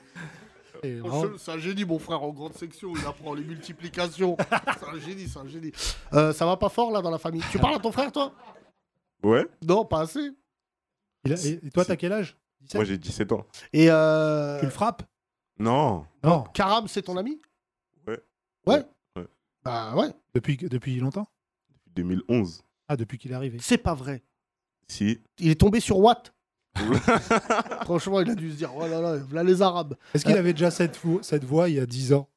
Speaker 4: Et vraiment,
Speaker 3: c'est un génie, mon frère, en grande section. Il apprend les multiplications.
Speaker 4: [laughs]
Speaker 3: C'est un génie, c'est un génie. Euh, ça va pas fort, là, dans la famille. Tu parles à ton frère, toi
Speaker 10: Ouais.
Speaker 3: Non, pas assez.
Speaker 4: il a- Et et toi, t'as quel âge
Speaker 10: Moi, j'ai 17 ans.
Speaker 3: Et euh,
Speaker 4: Tu le frappes
Speaker 10: Non.
Speaker 4: Non.
Speaker 3: Karam, c'est ton ami
Speaker 10: Ouais.
Speaker 3: Ouais.
Speaker 10: Ouais.
Speaker 3: Bah ouais.
Speaker 4: Depuis, depuis longtemps
Speaker 10: 2011.
Speaker 4: Ah, depuis qu'il est arrivé.
Speaker 3: C'est pas vrai.
Speaker 10: Si.
Speaker 3: Il est tombé sur Watt. [laughs] Franchement, il a dû se dire, oh là là, voilà les Arabes.
Speaker 4: Est-ce qu'il avait déjà cette, fou- cette voix il y a 10 ans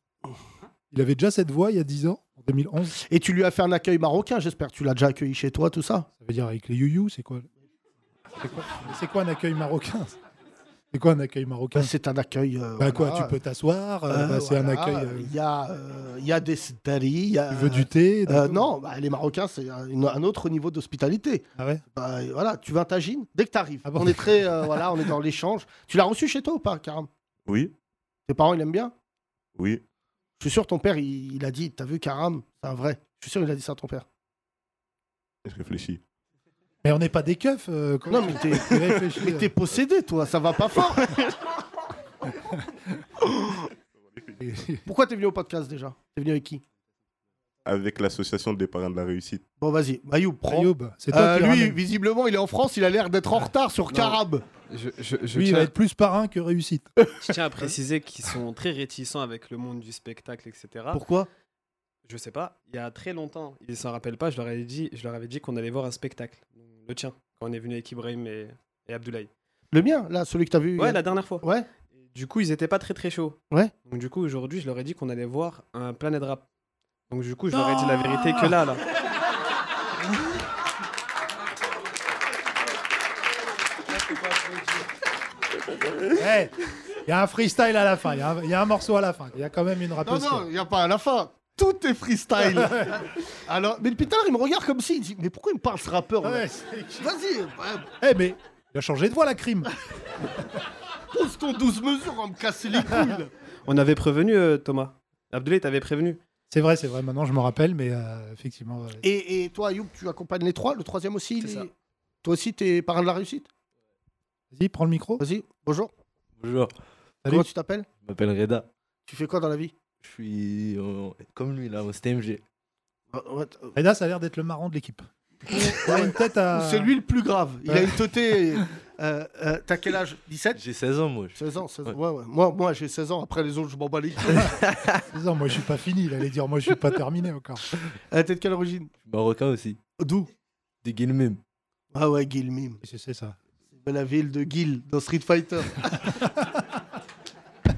Speaker 4: Il avait déjà cette voix il y a 10 ans, en 2011
Speaker 3: Et tu lui as fait un accueil marocain, j'espère. Tu l'as déjà accueilli chez toi, tout ça.
Speaker 4: Ça veut dire avec les you c'est quoi C'est quoi, c'est quoi un accueil marocain C'est quoi un accueil marocain
Speaker 3: Ben, c'est un accueil. euh,
Speaker 4: Bah
Speaker 3: voilà.
Speaker 4: quoi, tu peux t'asseoir, euh,
Speaker 9: Ah,
Speaker 3: Euh,
Speaker 4: bah, c'est un
Speaker 3: voilà,
Speaker 4: accueil. euh,
Speaker 3: Il y, a, euh, il y a des sedari, il y a.
Speaker 4: tu veux du thé
Speaker 3: Euh,
Speaker 4: d'accord.
Speaker 3: non, bah, les Marocains, c'est un, une- un autre niveau d'hospitalité.
Speaker 4: Ah ouais
Speaker 3: Bah, voilà, tu vas à Tagine dès que tu arrives.
Speaker 4: Ah bon
Speaker 3: on est très, euh, voilà, on est dans l'échange. Tu l'as reçu chez toi ou pas, Karam
Speaker 10: Oui.
Speaker 3: Tes parents, ils aiment bien
Speaker 10: Oui.
Speaker 3: Je suis sûr, ton père, il, il a dit, t'as vu Karam, c'est un vrai. Je suis sûr, il a dit ça à ton père.
Speaker 10: Je réfléchis.
Speaker 4: Mais on n'est pas des keufs. euh, quand
Speaker 3: Non, mais t'es-
Speaker 4: Réfléchis,
Speaker 3: Mais
Speaker 4: euh.
Speaker 3: t'es possédé, toi, ça va pas
Speaker 4: [laughs]
Speaker 3: fort. Pourquoi t'es venu au podcast déjà T'es venu avec qui
Speaker 10: Avec l'association des parents de la réussite.
Speaker 3: Bon, vas-y,
Speaker 4: Bah,
Speaker 3: Mayou, prends.
Speaker 4: Ayoub, c'est toi
Speaker 3: Euh,
Speaker 4: qui
Speaker 3: lui,
Speaker 4: ramène.
Speaker 3: visiblement, il est en France, il a l'air d'être en retard sur
Speaker 9: Non.
Speaker 3: Carab.
Speaker 9: Je, je- je
Speaker 4: Lui, il
Speaker 9: tiens,
Speaker 4: va être plus parrain que
Speaker 9: [laughs]
Speaker 4: réussite.
Speaker 9: je
Speaker 3: Hein
Speaker 9: tiens à préciser qu'ils sont très réticents avec le monde du spectacle, etc.
Speaker 3: Pourquoi
Speaker 9: Je sais pas, il y a très longtemps, ils s'en rappellent pas, je leur avais dit, je leur avais dit qu'on allait voir un spectacle. Le tien, quand on est venu avec Ibrahim et, et Abdoulaye.
Speaker 3: Le mien, là, celui que t'as vu.
Speaker 9: Ouais,
Speaker 3: hier.
Speaker 9: la dernière fois.
Speaker 3: Ouais.
Speaker 9: Et du coup, ils étaient pas très très chauds.
Speaker 3: Ouais.
Speaker 9: Donc du coup, aujourd'hui, je leur ai dit qu'on allait voir un Planet Rap. Donc du coup, je leur ai dit la vérité que là, là.
Speaker 4: Eh, Il y a un freestyle à la fin, il y, a un- il y a un morceau à la fin, il y a quand même une
Speaker 3: Non,
Speaker 4: rappeuse.
Speaker 3: non, il n'y a pas à la fin. Tout est
Speaker 11: [laughs]
Speaker 3: freestyle. euh. Alors, mais depuis tout à l'heure, il me regarde comme si, il dit, mais pourquoi il me parle ce rappeur là
Speaker 4: Ouais, c'est-
Speaker 3: Vas-y, bah,
Speaker 4: Eh mais il a changé de voix la
Speaker 3: [laughs]
Speaker 4: crime.
Speaker 3: pose ton 12 mesures, on va me casser les couilles. là.
Speaker 9: On avait prévenu euh, Thomas. Abdoulaye, t'avais prévenu.
Speaker 4: C'est vrai, c'est vrai. Maintenant je me rappelle, mais euh, effectivement. ouais.
Speaker 3: [laughs] Et, et toi, Youb, tu accompagnes les trois, le troisième aussi il
Speaker 9: C'est
Speaker 3: est-
Speaker 9: ça.
Speaker 3: Toi aussi, t'es parrain de la réussite
Speaker 4: Vas-y, prends le micro.
Speaker 3: Vas-y, bonjour.
Speaker 12: Bonjour,
Speaker 4: Salut.
Speaker 3: Comment tu t'appelles
Speaker 12: je m'appelle Reda.
Speaker 3: Tu fais quoi dans la vie
Speaker 12: Je suis euh, comme lui là au STMG.
Speaker 3: Bah,
Speaker 4: Reda, ça a l'air d'être le marrant de l'équipe. Il a une tête à.
Speaker 3: C'est lui le plus grave. Il a une teuté. euh, euh, T'as quel âge 17
Speaker 12: J'ai 16 ans moi.
Speaker 3: 16 ans, 16 ans. Ouais, ouais. Moi, moi j'ai 16 ans. Après les autres, je m'en bats les couilles.
Speaker 4: [laughs] Non, moi je suis pas fini. Il allait dire, moi je suis pas terminé encore.
Speaker 3: Euh, T'es de quelle origine
Speaker 12: Je suis marocain aussi.
Speaker 3: D'où
Speaker 12: De Guilmem.
Speaker 3: Ah ouais, Gil Mime.
Speaker 4: C'est c'est ça.
Speaker 3: De la ville de Gil dans Street Fighter.
Speaker 4: [laughs]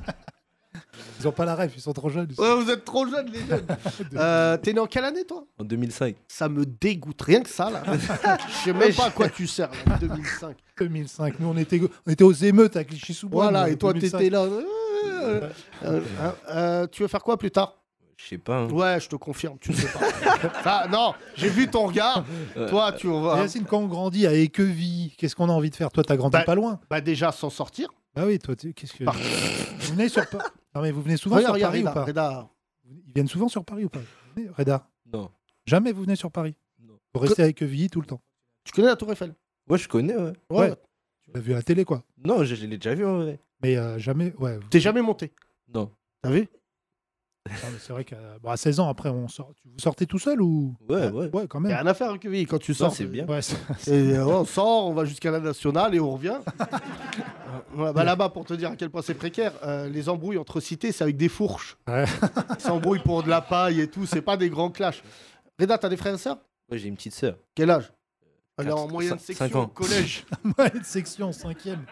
Speaker 4: Ils ont pas la ref, ils sont trop jeunes. ils sont-
Speaker 3: Ouais, vous êtes trop jeunes, les jeunes. Euh, T'es né en quelle année, toi
Speaker 12: En 2005.
Speaker 3: Ça me dégoûte. Rien que ça, là. Je sais même pas à quoi tu sers, là, 2005.
Speaker 4: 2005. Nous on était, on était aux émeutes à Clichy-sous-Bois.
Speaker 3: Voilà,
Speaker 4: nous,
Speaker 3: et toi,
Speaker 4: 2005.
Speaker 3: t'étais là. Euh, euh, euh, euh, tu veux faire quoi plus tard
Speaker 12: Je sais pas. hein.
Speaker 3: Ouais, je te confirme, tu sais
Speaker 12: [laughs]
Speaker 3: pas. Ça, non, j'ai vu ton regard. Toi, tu
Speaker 4: Mais
Speaker 3: vas.
Speaker 4: Yacine, quand on grandit à Équevilly, qu'est-ce qu'on a envie de faire Toi, t'as grandi
Speaker 3: Bah-
Speaker 4: pas loin.
Speaker 3: Bah, déjà, sans sortir.
Speaker 4: Bah oui, toi, tu- qu'est-ce que.
Speaker 3: Par-
Speaker 4: vous venez sur. Pa- Non, mais vous venez souvent
Speaker 3: Regarde,
Speaker 4: sur
Speaker 3: regarde,
Speaker 4: Paris
Speaker 3: Reda,
Speaker 4: ou pas
Speaker 3: Reda.
Speaker 4: Ils viennent souvent sur Paris ou pas Vous venez, Reda
Speaker 12: Non.
Speaker 4: Jamais vous venez sur Paris
Speaker 12: Non.
Speaker 4: Vous restez à Équevilly tout le temps.
Speaker 3: Tu connais la Tour Eiffel
Speaker 12: Ouais, je connais, ouais.
Speaker 3: Ouais.
Speaker 4: Tu l'as vu à la télé, quoi.
Speaker 12: Non, je, je l'ai déjà vu en vrai.
Speaker 4: Mais euh, jamais, ouais.
Speaker 3: T'es jamais monté
Speaker 12: Non.
Speaker 3: T'as vu
Speaker 4: Non, mais C'est vrai euh, qu'à bon, Bah, à 16 ans, après, on sort... tu- vous sortez tout seul ou
Speaker 12: Ouais, ouais.
Speaker 4: Ouais, quand même.
Speaker 3: Y'a rien à faire avec lui quand tu
Speaker 4: Ouais,
Speaker 3: sors.
Speaker 4: c'est bien. Ouais, c'est-
Speaker 3: Et, euh, on sort, on va jusqu'à la nationale et on
Speaker 4: [laughs]
Speaker 3: revient. Voilà, bah, Là-bas, pour te dire à quel point c'est précaire, euh, les embrouilles entre cités, c'est avec des fourches. Ils s'embrouillent pour de la paille et tout, c'est pas des grands clashs. Reda, t'as des frères et sœurs
Speaker 12: Ouais, j'ai une petite sœur.
Speaker 3: Quel âge Elle est
Speaker 12: Quatre-
Speaker 3: en moyenne
Speaker 12: cin-
Speaker 3: section
Speaker 12: cinq ans. [laughs]
Speaker 3: au collège.
Speaker 4: Moyenne section [laughs] en
Speaker 3: [laughs]
Speaker 4: cinquième.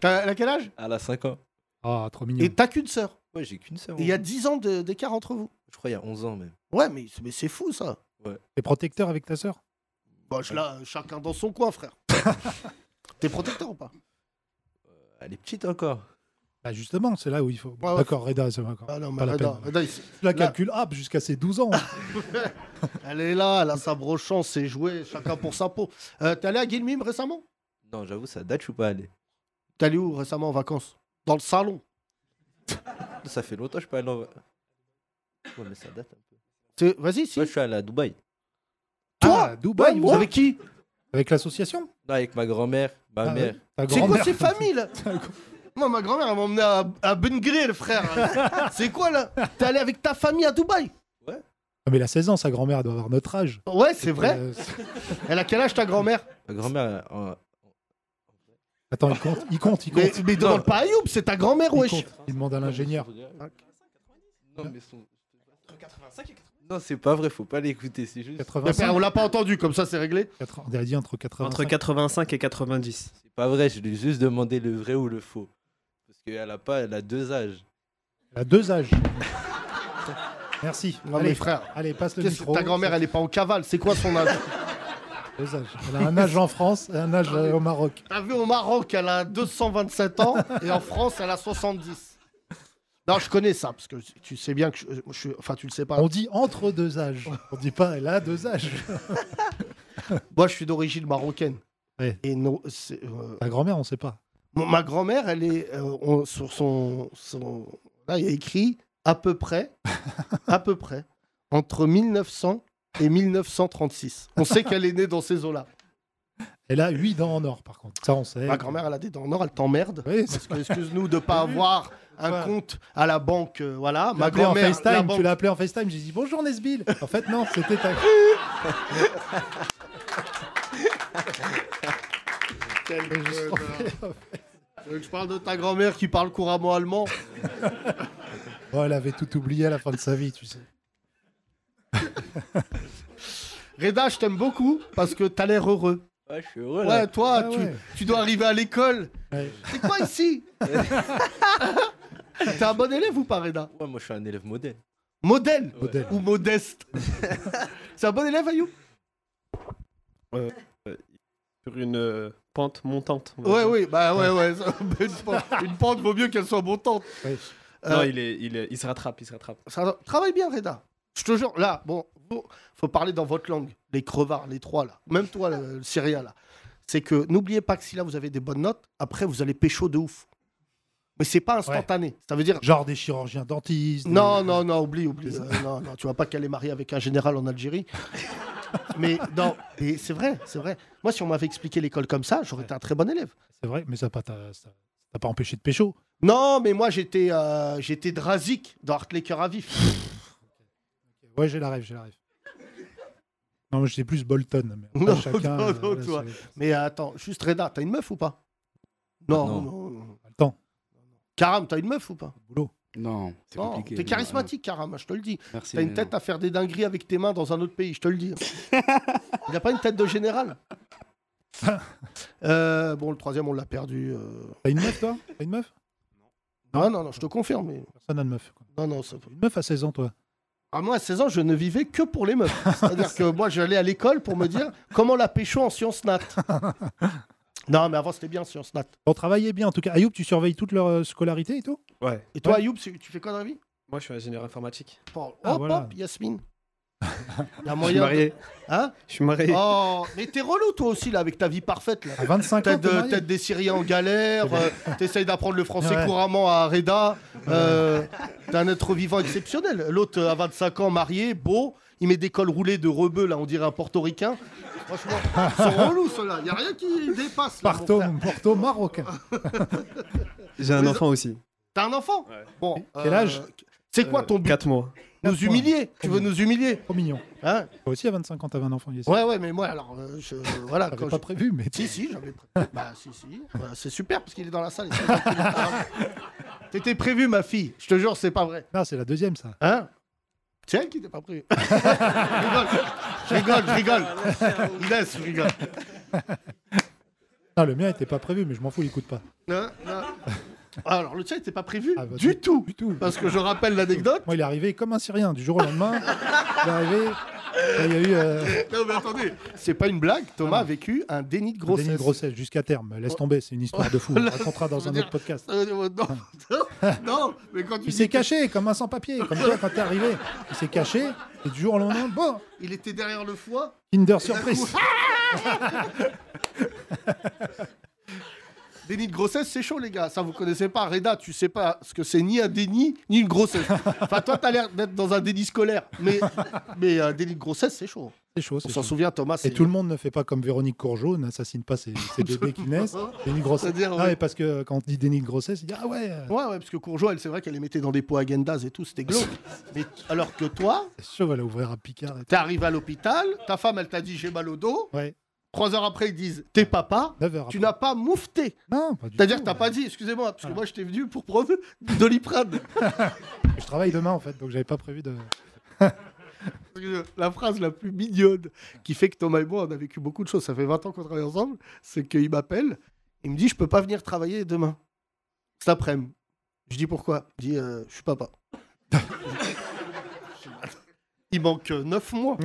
Speaker 3: T'as- Elle a quel âge
Speaker 12: Elle a 5 ans.
Speaker 4: Ah, trop mignon.
Speaker 3: Et t'as qu'une sœur
Speaker 12: Ouais, j'ai qu'une sœur.
Speaker 3: Et Il y a 10 ans de- d'écart entre vous.
Speaker 12: Je crois il y a 11 ans même.
Speaker 3: Ouais, mais, mais c'est fou ça.
Speaker 12: Ouais.
Speaker 4: T'es protecteur avec ta sœur
Speaker 3: Bah, je là, chacun dans son coin, frère. T'es protecteur ou pas
Speaker 12: Euh, Elle est petite encore.
Speaker 4: Bah justement, c'est là où il faut. Bon,
Speaker 3: Bah, Ouais, ouais.
Speaker 4: D'accord, Reda, c'est d'accord.
Speaker 3: Ah non, mais
Speaker 4: Pas la
Speaker 3: Reda,
Speaker 4: peine.
Speaker 3: Reda, il s-
Speaker 4: Je la
Speaker 3: là-
Speaker 4: calcule hop jusqu'à ses 12 ans. hein,
Speaker 3: Elle est là, elle a sa brochance, c'est joué, chacun pour sa peau. Euh, T'es allé à Guilmim récemment
Speaker 12: Non, j'avoue, ça date, je suis pas allé.
Speaker 3: T'es allé où récemment en vacances Dans le salon.
Speaker 12: [laughs] Ça fait longtemps que je suis pas allé en. Ouais, mais ça date un
Speaker 3: peu. Vas-y, si.
Speaker 12: Moi, je suis allé à Dubaï.
Speaker 4: Toi
Speaker 3: Ah,
Speaker 4: Dubaï,
Speaker 3: Ouais,
Speaker 4: vous
Speaker 3: moi
Speaker 4: avec
Speaker 3: qui
Speaker 4: Avec l'association
Speaker 12: Non, avec ma grand-mère, ma
Speaker 4: Ah,
Speaker 12: mère.
Speaker 4: ouais.
Speaker 3: C'est quoi ces familles [laughs] là Moi, ma grand-mère, elle m'a emmené à, à Ben Grill, [laughs] frère. c'est quoi là T'es allé avec ta famille à Dubaï
Speaker 4: Non, Ah, mais elle a 16 ans, sa grand-mère elle doit avoir notre âge.
Speaker 3: Ouais, c'est vrai.
Speaker 4: Euh,
Speaker 3: Elle a quel âge ta grand-mère
Speaker 12: Ma grand-mère. euh,
Speaker 4: Attends, il compte, il compte, il compte.
Speaker 3: mais, mais demande pas à Ayoub, c'est ta grand-mère,
Speaker 4: il,
Speaker 3: wesh.
Speaker 4: compte. il demande à l'ingénieur.
Speaker 12: Non, mais son. Non, c'est pas vrai, faut pas l'écouter, c'est juste.
Speaker 3: Mais frère, on l'a pas entendu, comme ça c'est réglé.
Speaker 4: Quatre- On a dit entre 80.
Speaker 9: Entre 85 et 90.
Speaker 12: C'est pas vrai, je lui ai juste demandé le vrai ou le faux. Parce qu'elle a pas, elle a deux âges.
Speaker 4: Elle a deux âges. Merci.
Speaker 3: Non,
Speaker 4: allez,
Speaker 3: mais frère.
Speaker 4: Allez, passe le
Speaker 3: Qu'est-ce que
Speaker 4: micro.
Speaker 3: ta grand-mère, elle est pas en cavale, c'est quoi son
Speaker 4: [laughs]
Speaker 3: âge
Speaker 4: Deux âges. Elle a un âge en France et un âge euh, au Maroc.
Speaker 3: T'as vu au Maroc, elle a 227 ans et en France, elle a 70. Non, je connais ça parce que tu sais bien que je, je suis- enfin tu le sais pas.
Speaker 4: On dit entre deux âges. On dit pas elle a deux âges.
Speaker 3: [laughs] Moi, je suis d'origine marocaine.
Speaker 4: Ouais.
Speaker 3: Et non, c'est, euh,
Speaker 4: Ta grand-mère, on sait pas.
Speaker 3: mon- ma grand-mère, elle est euh, on- sur son, son- là, il y a écrit à peu
Speaker 4: [laughs]
Speaker 3: près, à peu près entre 1900 et 1936. On sait qu'elle est née dans ces
Speaker 4: [laughs]
Speaker 3: eaux-là.
Speaker 4: Elle a huit dents en or, par contre. Ça, on sait.
Speaker 3: Ma grand-mère, elle a des dents en or, elle t'emmerde.
Speaker 4: Oui, c'est-
Speaker 3: Parce que, excuse-nous de
Speaker 4: [laughs]
Speaker 3: pas avoir un compte à la banque. euh, voilà,
Speaker 4: Ma
Speaker 3: ma
Speaker 4: appelé en
Speaker 3: grand-mère. la
Speaker 4: FaceTime,
Speaker 3: banque-
Speaker 4: tu
Speaker 3: [laughs]
Speaker 4: l'as appelé en FaceTime, j'ai dit bonjour Nesbill. En fait, non, c'était ta.
Speaker 3: [laughs] Quel connard. Tu veux que Je parle de ta grand-mère qui parle
Speaker 4: [laughs]
Speaker 3: couramment allemand.
Speaker 4: Oh, elle avait tout oublié à la fin de sa vie, tu sais.
Speaker 3: Reda, je t'aime beaucoup parce que t'as l'air heureux.
Speaker 12: Ouais, je suis heureux là.
Speaker 3: Ouais, toi,
Speaker 4: Ah
Speaker 3: tu,
Speaker 4: ouais.
Speaker 3: tu dois arriver à l'école.
Speaker 4: Ouais.
Speaker 3: C'est quoi
Speaker 4: [laughs]
Speaker 3: ici T'es un bon élève ou pas, Reda
Speaker 12: Ouais, moi je suis un élève modèle.
Speaker 3: Modèle
Speaker 4: Modèle.
Speaker 12: [laughs]
Speaker 3: ou modeste C'est un bon élève, Ayou
Speaker 9: Euh, Sur une euh, pente montante. on va
Speaker 3: Ouais,
Speaker 9: dire.
Speaker 3: oui, bah
Speaker 9: [laughs]
Speaker 3: ouais, ouais. ça- [laughs] une, pente, une pente vaut mieux qu'elle soit montante.
Speaker 4: Ouais.
Speaker 3: Euh,
Speaker 9: Non, il, est, il, est- il se rattrape, il se rattrape.
Speaker 3: Ça- Travaille bien, Reda. Je te jure, là, bon, faut- faut parler dans votre langue. Les crevards, les trois, là. Même toi, le, le Syria, là. C'est que n'oubliez pas que si là, vous avez des bonnes notes, après, vous allez pécho de ouf. Mais c'est pas instantané. Ça veut dire.
Speaker 4: Genre des chirurgiens dentistes. des-
Speaker 3: Non, non, non, oublie, oublie. Euh, non, non, tu vois pas qu'elle est mariée avec un général en Algérie. mais non, et c'est vrai, c'est vrai. Moi, si on m'avait expliqué l'école comme ça, j'aurais été un très bon élève.
Speaker 4: C'est vrai, mais ça t'a pas, ça- ça t'a pas empêché de pécho.
Speaker 3: Non, mais moi, j'étais euh, j'étais drasique dans Hartley Cœur à Vif.
Speaker 4: Ouais, j'ai la rêve, j'ai la rêve. Non, mais j'étais plus Bolton. Mais après, [laughs]
Speaker 3: Non,
Speaker 4: chacun.
Speaker 3: non,
Speaker 4: euh,
Speaker 3: non,
Speaker 4: voilà,
Speaker 3: toi.
Speaker 4: c'est-
Speaker 3: Mais euh, attends, juste Reda, t'as une meuf ou pas non, non,
Speaker 12: Non.
Speaker 3: non, non.
Speaker 4: Attends,
Speaker 3: Karam, t'as une meuf ou pas
Speaker 4: boulot.
Speaker 8: Non, c'est
Speaker 3: Non,
Speaker 8: compliqué.
Speaker 3: t'es charismatique, Karam, je te le dis.
Speaker 8: Non, Merci.
Speaker 3: T'as une
Speaker 8: mais
Speaker 3: tête à faire des dingueries avec tes mains dans un autre pays, je te
Speaker 8: [laughs]
Speaker 3: le dis. Il n'a pas une tête
Speaker 4: [laughs]
Speaker 3: de général. Euh, bon, le troisième, on l'a perdu. euh.
Speaker 4: T'as une meuf, toi T'as une meuf
Speaker 3: Non, non, non, je te confirme. mais-
Speaker 4: Personne n'a de meuf. quoi.
Speaker 3: Non, non, ça...
Speaker 4: Une meuf à 16 ans, toi.
Speaker 3: à Ah, moi, à 16 ans, je ne vivais que pour les meufs.
Speaker 4: [laughs]
Speaker 3: C'est-à-dire que moi, j'allais à l'école pour me dire comment la pécho en
Speaker 4: [laughs]
Speaker 3: sciences nat. non, mais avant, c'était bien sciences nat.
Speaker 4: On travaillait bien, en tout cas. Ayoub, tu surveilles toute leur euh, scolarité et tout
Speaker 9: Ouais.
Speaker 3: Et
Speaker 4: [laughs]
Speaker 3: toi,
Speaker 4: Ouais.
Speaker 3: Ayoub, c'est- tu fais quoi dans la vie
Speaker 9: Moi, je suis ingénieur informatique.
Speaker 3: Paul.
Speaker 4: Ah,
Speaker 3: hop,
Speaker 4: voilà.
Speaker 3: hop, Yasmine. Il y a
Speaker 9: Je suis
Speaker 3: moyen de-
Speaker 9: marié.
Speaker 3: Hein
Speaker 9: Je suis marié.
Speaker 3: Oh, mais t'es relou toi aussi là avec ta vie parfaite là.
Speaker 4: À 25 ans,
Speaker 3: T'aides,
Speaker 4: t'es
Speaker 3: euh,
Speaker 4: marié.
Speaker 3: t'aides des Syriens en galère, euh, t'essayes d'apprendre le français
Speaker 4: Ouais.
Speaker 3: couramment à Reda. euh, t'es un être vivant exceptionnel. L'autre euh, à 25 ans, marié, beau, il met des cols roulés de rebeu là, on dirait un portoricain. Franchement, ils sont relous ceux-là. Y a rien qui dépasse. là, mon
Speaker 4: Porto,
Speaker 3: frère.
Speaker 4: Porto marocain.
Speaker 9: J'ai un enfant aussi.
Speaker 3: [laughs] T'as un enfant Bon.
Speaker 4: Quel
Speaker 3: euh,
Speaker 4: âge
Speaker 3: C'est quoi ton but
Speaker 9: 4 mois.
Speaker 3: Nous humilier Tu veux nous humilier
Speaker 4: Trop mignon.
Speaker 3: Hein
Speaker 4: Toi aussi, à 25 ans, t'avais un enfant. Yassine.
Speaker 3: Ouais, ouais, mais moi, alors, euh, je, voilà.
Speaker 4: T'avais
Speaker 3: quand
Speaker 4: pas
Speaker 3: je-
Speaker 4: prévu, mais
Speaker 3: Si, si, j'avais
Speaker 4: [laughs]
Speaker 3: prévu. bah, si, si. Bah, c'est super parce qu'il est dans la salle. il sait pas qu'il est là.
Speaker 4: [laughs]
Speaker 3: T'étais prévu, ma fille. Je te jure, c'est pas vrai.
Speaker 4: Non, c'est la deuxième, ça.
Speaker 3: Hein C'est elle qui t'est pas prévue. [laughs] je rigole, je rigole, je rigole. Inès, je
Speaker 4: [laughs]
Speaker 3: rigole.
Speaker 4: Non, le mien était pas prévu, mais je m'en fous, il écoute pas.
Speaker 3: Non, non. Ah, Alors, le tien n'était pas prévu
Speaker 4: bah,
Speaker 3: du,
Speaker 4: du-
Speaker 3: tout.
Speaker 4: du tout.
Speaker 3: Parce que je rappelle l'anecdote.
Speaker 4: Moi, il est arrivé comme un Syrien, du jour au lendemain. il est arrivé. là, Il y a eu euh,
Speaker 3: Non, mais attendez, c'est pas une blague. Thomas a vécu un déni de
Speaker 4: Ah, un
Speaker 3: grossesse.
Speaker 4: déni de grossesse jusqu'à terme. Laisse tomber, c'est une histoire de fou. On
Speaker 3: [laughs] Là,
Speaker 4: racontera
Speaker 3: je
Speaker 4: dans
Speaker 3: veux
Speaker 4: un
Speaker 3: dire-
Speaker 4: autre podcast.
Speaker 3: Euh, euh, non, non, non, mais quand tu
Speaker 4: Il
Speaker 3: dis
Speaker 4: s'est
Speaker 3: que-
Speaker 4: caché comme un sans-papier, comme toi quand t'es arrivé. Il s'est caché et du jour au lendemain, bon,
Speaker 3: Il était derrière le foie.
Speaker 4: Kinder
Speaker 3: et d'un
Speaker 4: surprise.
Speaker 3: coup- [laughs] Déni de grossesse, c'est chaud, les gars. Ça, vous connaissez pas. Reda, tu sais pas ce que c'est ni un déni, ni une grossesse. Enfin, toi, t'as l'air d'être dans un déni scolaire. Mais, mais un déni de grossesse, c'est chaud.
Speaker 4: C'est chaud.
Speaker 3: On
Speaker 4: c'est
Speaker 3: s'en
Speaker 4: chaud.
Speaker 3: souvient, Thomas.
Speaker 4: Et
Speaker 3: Ah, c'est-
Speaker 4: tout le monde ne fait pas comme Véronique Courgeot, n'assassine pas ses, ses bébés
Speaker 3: [laughs]
Speaker 4: qui naissent. Déni de grossesse.
Speaker 3: C'est-à-dire,
Speaker 4: Ah,
Speaker 3: ouais.
Speaker 4: et parce que euh, quand on dit déni de grossesse, il dit Ah ouais, euh,
Speaker 3: Ouais, ouais, parce que Courgeot, elle, c'est vrai qu'elle les mettait dans des pots à Gendaz et tout,
Speaker 4: [laughs]
Speaker 3: c'était glauque. Mais alors que toi,
Speaker 4: c'est chaud, elle a ouvert un picard. Et tout.
Speaker 3: t'arrives à l'hôpital, ta femme, elle t'a dit j'ai mal au dos.
Speaker 4: Ouais,
Speaker 3: Trois heures après, ils disent t'es papa,
Speaker 4: 9 heures.
Speaker 3: tu n'as pas moufté.
Speaker 4: Non, pas du
Speaker 3: C'est-à-dire
Speaker 4: tout,
Speaker 3: que t'as
Speaker 4: ouais.
Speaker 3: pas dit, excusez-moi, parce que moi, j'étais venu pour prendre
Speaker 4: [laughs]
Speaker 3: Doliprane.
Speaker 4: Je travaille demain en fait, donc j'avais pas prévu de.
Speaker 3: La phrase la plus mignonne qui fait que Thomas et moi, on a vécu beaucoup de choses, ça fait 20 ans qu'on travaille ensemble, c'est qu'il m'appelle, il me dit, je peux pas venir travailler demain, cet après-midi. Je dis pourquoi Il me dit, euh, je suis papa. il manque
Speaker 4: [laughs]
Speaker 3: 9 mois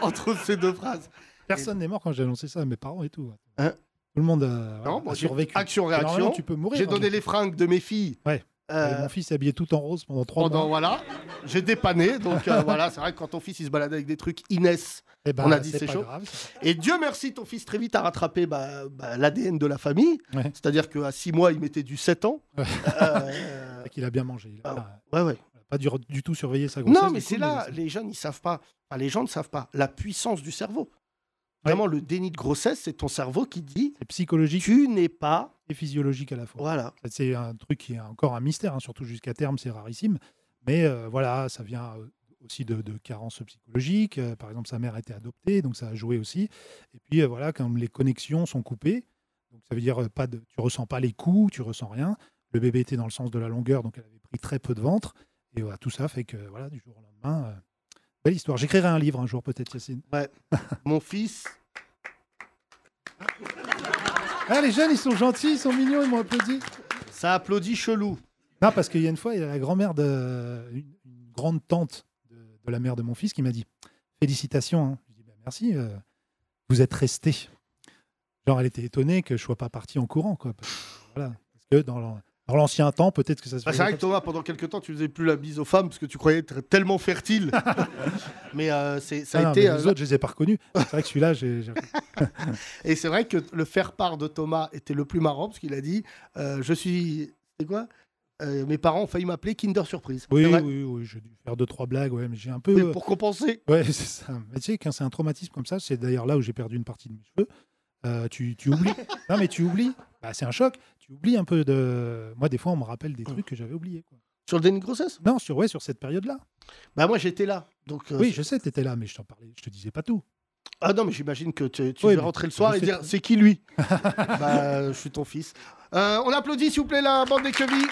Speaker 3: entre ces deux phrases.
Speaker 4: Personne n'est mort quand j'ai annoncé ça à mes parents et tout. ouais.
Speaker 3: Hein
Speaker 4: tout le monde a, voilà,
Speaker 3: Non,
Speaker 4: a
Speaker 3: moi, j'ai-
Speaker 4: survécu. Et
Speaker 3: Action-réaction,
Speaker 4: normalement, tu peux mourir.
Speaker 3: j'ai
Speaker 4: hein,
Speaker 3: donné
Speaker 4: donc.
Speaker 3: les fringues de mes filles.
Speaker 4: Ouais.
Speaker 3: euh,
Speaker 4: Et Mon fils est habillé tout en rose pendant trois
Speaker 3: pendant,
Speaker 4: mois.
Speaker 3: voilà, j'ai dépanné, donc
Speaker 4: [laughs]
Speaker 3: euh, voilà, c'est vrai que quand ton fils il se baladait avec des trucs Inès,
Speaker 4: Eh ben,
Speaker 3: on a dit, c'est
Speaker 4: pas
Speaker 3: chaud.
Speaker 4: grave, c'est-
Speaker 3: Et Dieu merci, ton fils très vite a rattrapé bah, bah, l'ADN de la famille.
Speaker 4: Ouais.
Speaker 3: C'est-à-dire qu'à 6 mois, il mettait
Speaker 4: [laughs]
Speaker 3: du 7 ans.
Speaker 4: Ouais.
Speaker 3: Euh, Ah
Speaker 4: c'est qu'il a bien mangé. Il a pas-
Speaker 3: ouais, ouais.
Speaker 4: il a pas dû du tout surveiller sa grossesse.
Speaker 3: Non, mais
Speaker 4: du coup,
Speaker 3: c'est là,
Speaker 4: c'est-
Speaker 3: les jeunes, ils savent pas. Enfin, les gens ne savent pas la puissance du cerveau. Vraiment, le déni de grossesse, c'est ton cerveau qui dit
Speaker 4: C'est psychologique
Speaker 3: tu n'es pas.
Speaker 4: et physiologique à la fois.
Speaker 3: Voilà.
Speaker 4: Ça, C'est un truc qui est encore un mystère, hein, surtout jusqu'à terme, c'est rarissime. Mais euh, voilà, ça vient euh, aussi de, de carences psychologiques. Euh, par exemple, sa mère a été adoptée, donc ça a joué aussi. Et puis euh, voilà, quand les connexions sont coupées, donc ça veut dire euh, pas de, tu ressens pas les coups, tu ressens rien. Le bébé était dans le sens de la longueur, donc elle avait pris très peu de ventre. Et voilà, tout ça fait que voilà, du jour au lendemain, euh, belle histoire. J'écrirai un livre un jour peut-être, Yacine. [laughs]
Speaker 3: Mon fils,
Speaker 4: Ah, les jeunes, ils sont gentils, ils sont mignons, ils m'ont applaudi.
Speaker 3: ça applaudit chelou.
Speaker 4: Non, parce qu'il y a une fois, il y a la grand-mère de une, une grande tante de, de la mère de mon fils qui m'a dit Félicitations. hein. Je dis Bah, Merci, euh, vous êtes resté. Genre, elle était étonnée que je sois pas parti en courant. Quoi, parce, que, voilà, parce que dans l'an- dans l'ancien temps, peut-être que ça se
Speaker 3: Bah, c'est
Speaker 4: faisait
Speaker 3: vrai que
Speaker 4: comme
Speaker 3: Thomas, pendant quelques temps, tu faisais plus la bise aux femmes parce que tu croyais être tellement fertile.
Speaker 4: [laughs]
Speaker 3: mais euh, c'est-
Speaker 4: ça. Ah
Speaker 3: ça a
Speaker 4: Non, non,
Speaker 3: été.
Speaker 4: mais
Speaker 3: euh,
Speaker 4: les autres, je les ai pas reconnus. C'est vrai que celui-là, j'ai. j'ai-
Speaker 3: Et c'est vrai que le faire-part de Thomas était le plus marrant parce qu'il a dit euh, Je suis. C'est quoi Euh, Mes parents ont failli m'appeler Kinder Surprise.
Speaker 4: Oui,
Speaker 3: C'est vrai.
Speaker 4: oui, oui, j'ai dû faire deux, trois blagues, ouais, mais j'ai un peu.
Speaker 3: Mais
Speaker 4: euh,
Speaker 3: pour compenser.
Speaker 4: Ouais, [laughs] c'est ça. Mais tu sais, quand c'est un traumatisme comme ça, c'est d'ailleurs là où j'ai perdu une partie de mes cheveux. euh, tu, tu
Speaker 3: [laughs]
Speaker 4: oublies. non, mais tu oublies. Bah, c'est un choc. Tu oublies un peu de. Moi, des fois, on me rappelle des trucs que j'avais oubliés. quoi.
Speaker 3: Sur le déni de grossesse
Speaker 4: Non, sur, ouais, sur cette période-là.
Speaker 3: Bah, moi, j'étais là. Donc, euh,
Speaker 4: Oui, je sais, t'étais là, mais je t'en parlais. Je te disais pas tout.
Speaker 3: Ah non, mais j'imagine que tu, tu
Speaker 4: Oui,
Speaker 3: vas
Speaker 4: mais
Speaker 3: rentrer le soir
Speaker 4: je
Speaker 3: et
Speaker 4: sais
Speaker 3: dire
Speaker 4: pas.
Speaker 3: C'est qui lui [laughs] Bah, je suis ton fils. Euh, on applaudit, s'il vous plaît, la bande des chevilles.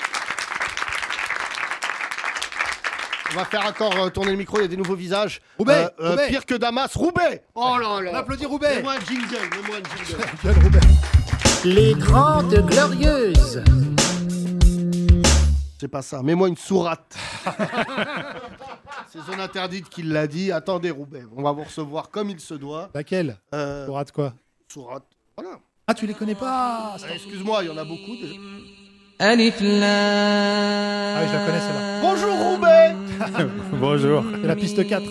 Speaker 3: On va faire encore euh, tourner le micro, il y a des nouveaux visages. Euh,
Speaker 4: Roubaix, Roubaix.
Speaker 3: Pire que Damas, Roubaix Oh là là
Speaker 4: applaudit Roubaix
Speaker 3: Mets-moi un jingle, mets-moi un jingle.
Speaker 1: Les Grandes Glorieuses.
Speaker 3: C'est pas ça. Mets-moi une sourate. C'est zone interdite qui l'a dit. Attendez, Roubaix, on va vous recevoir comme il se doit.
Speaker 4: Laquelle
Speaker 3: Euh,
Speaker 4: Tu rates quoi
Speaker 3: sourate. Voilà.
Speaker 4: Ah, tu les connais pas
Speaker 3: Euh, Excuse-moi, il y en a beaucoup. déjà.
Speaker 4: Ah oui, je la connais, celle-là. [laughs]
Speaker 3: Bonjour Roubaix
Speaker 4: C'est la piste 4.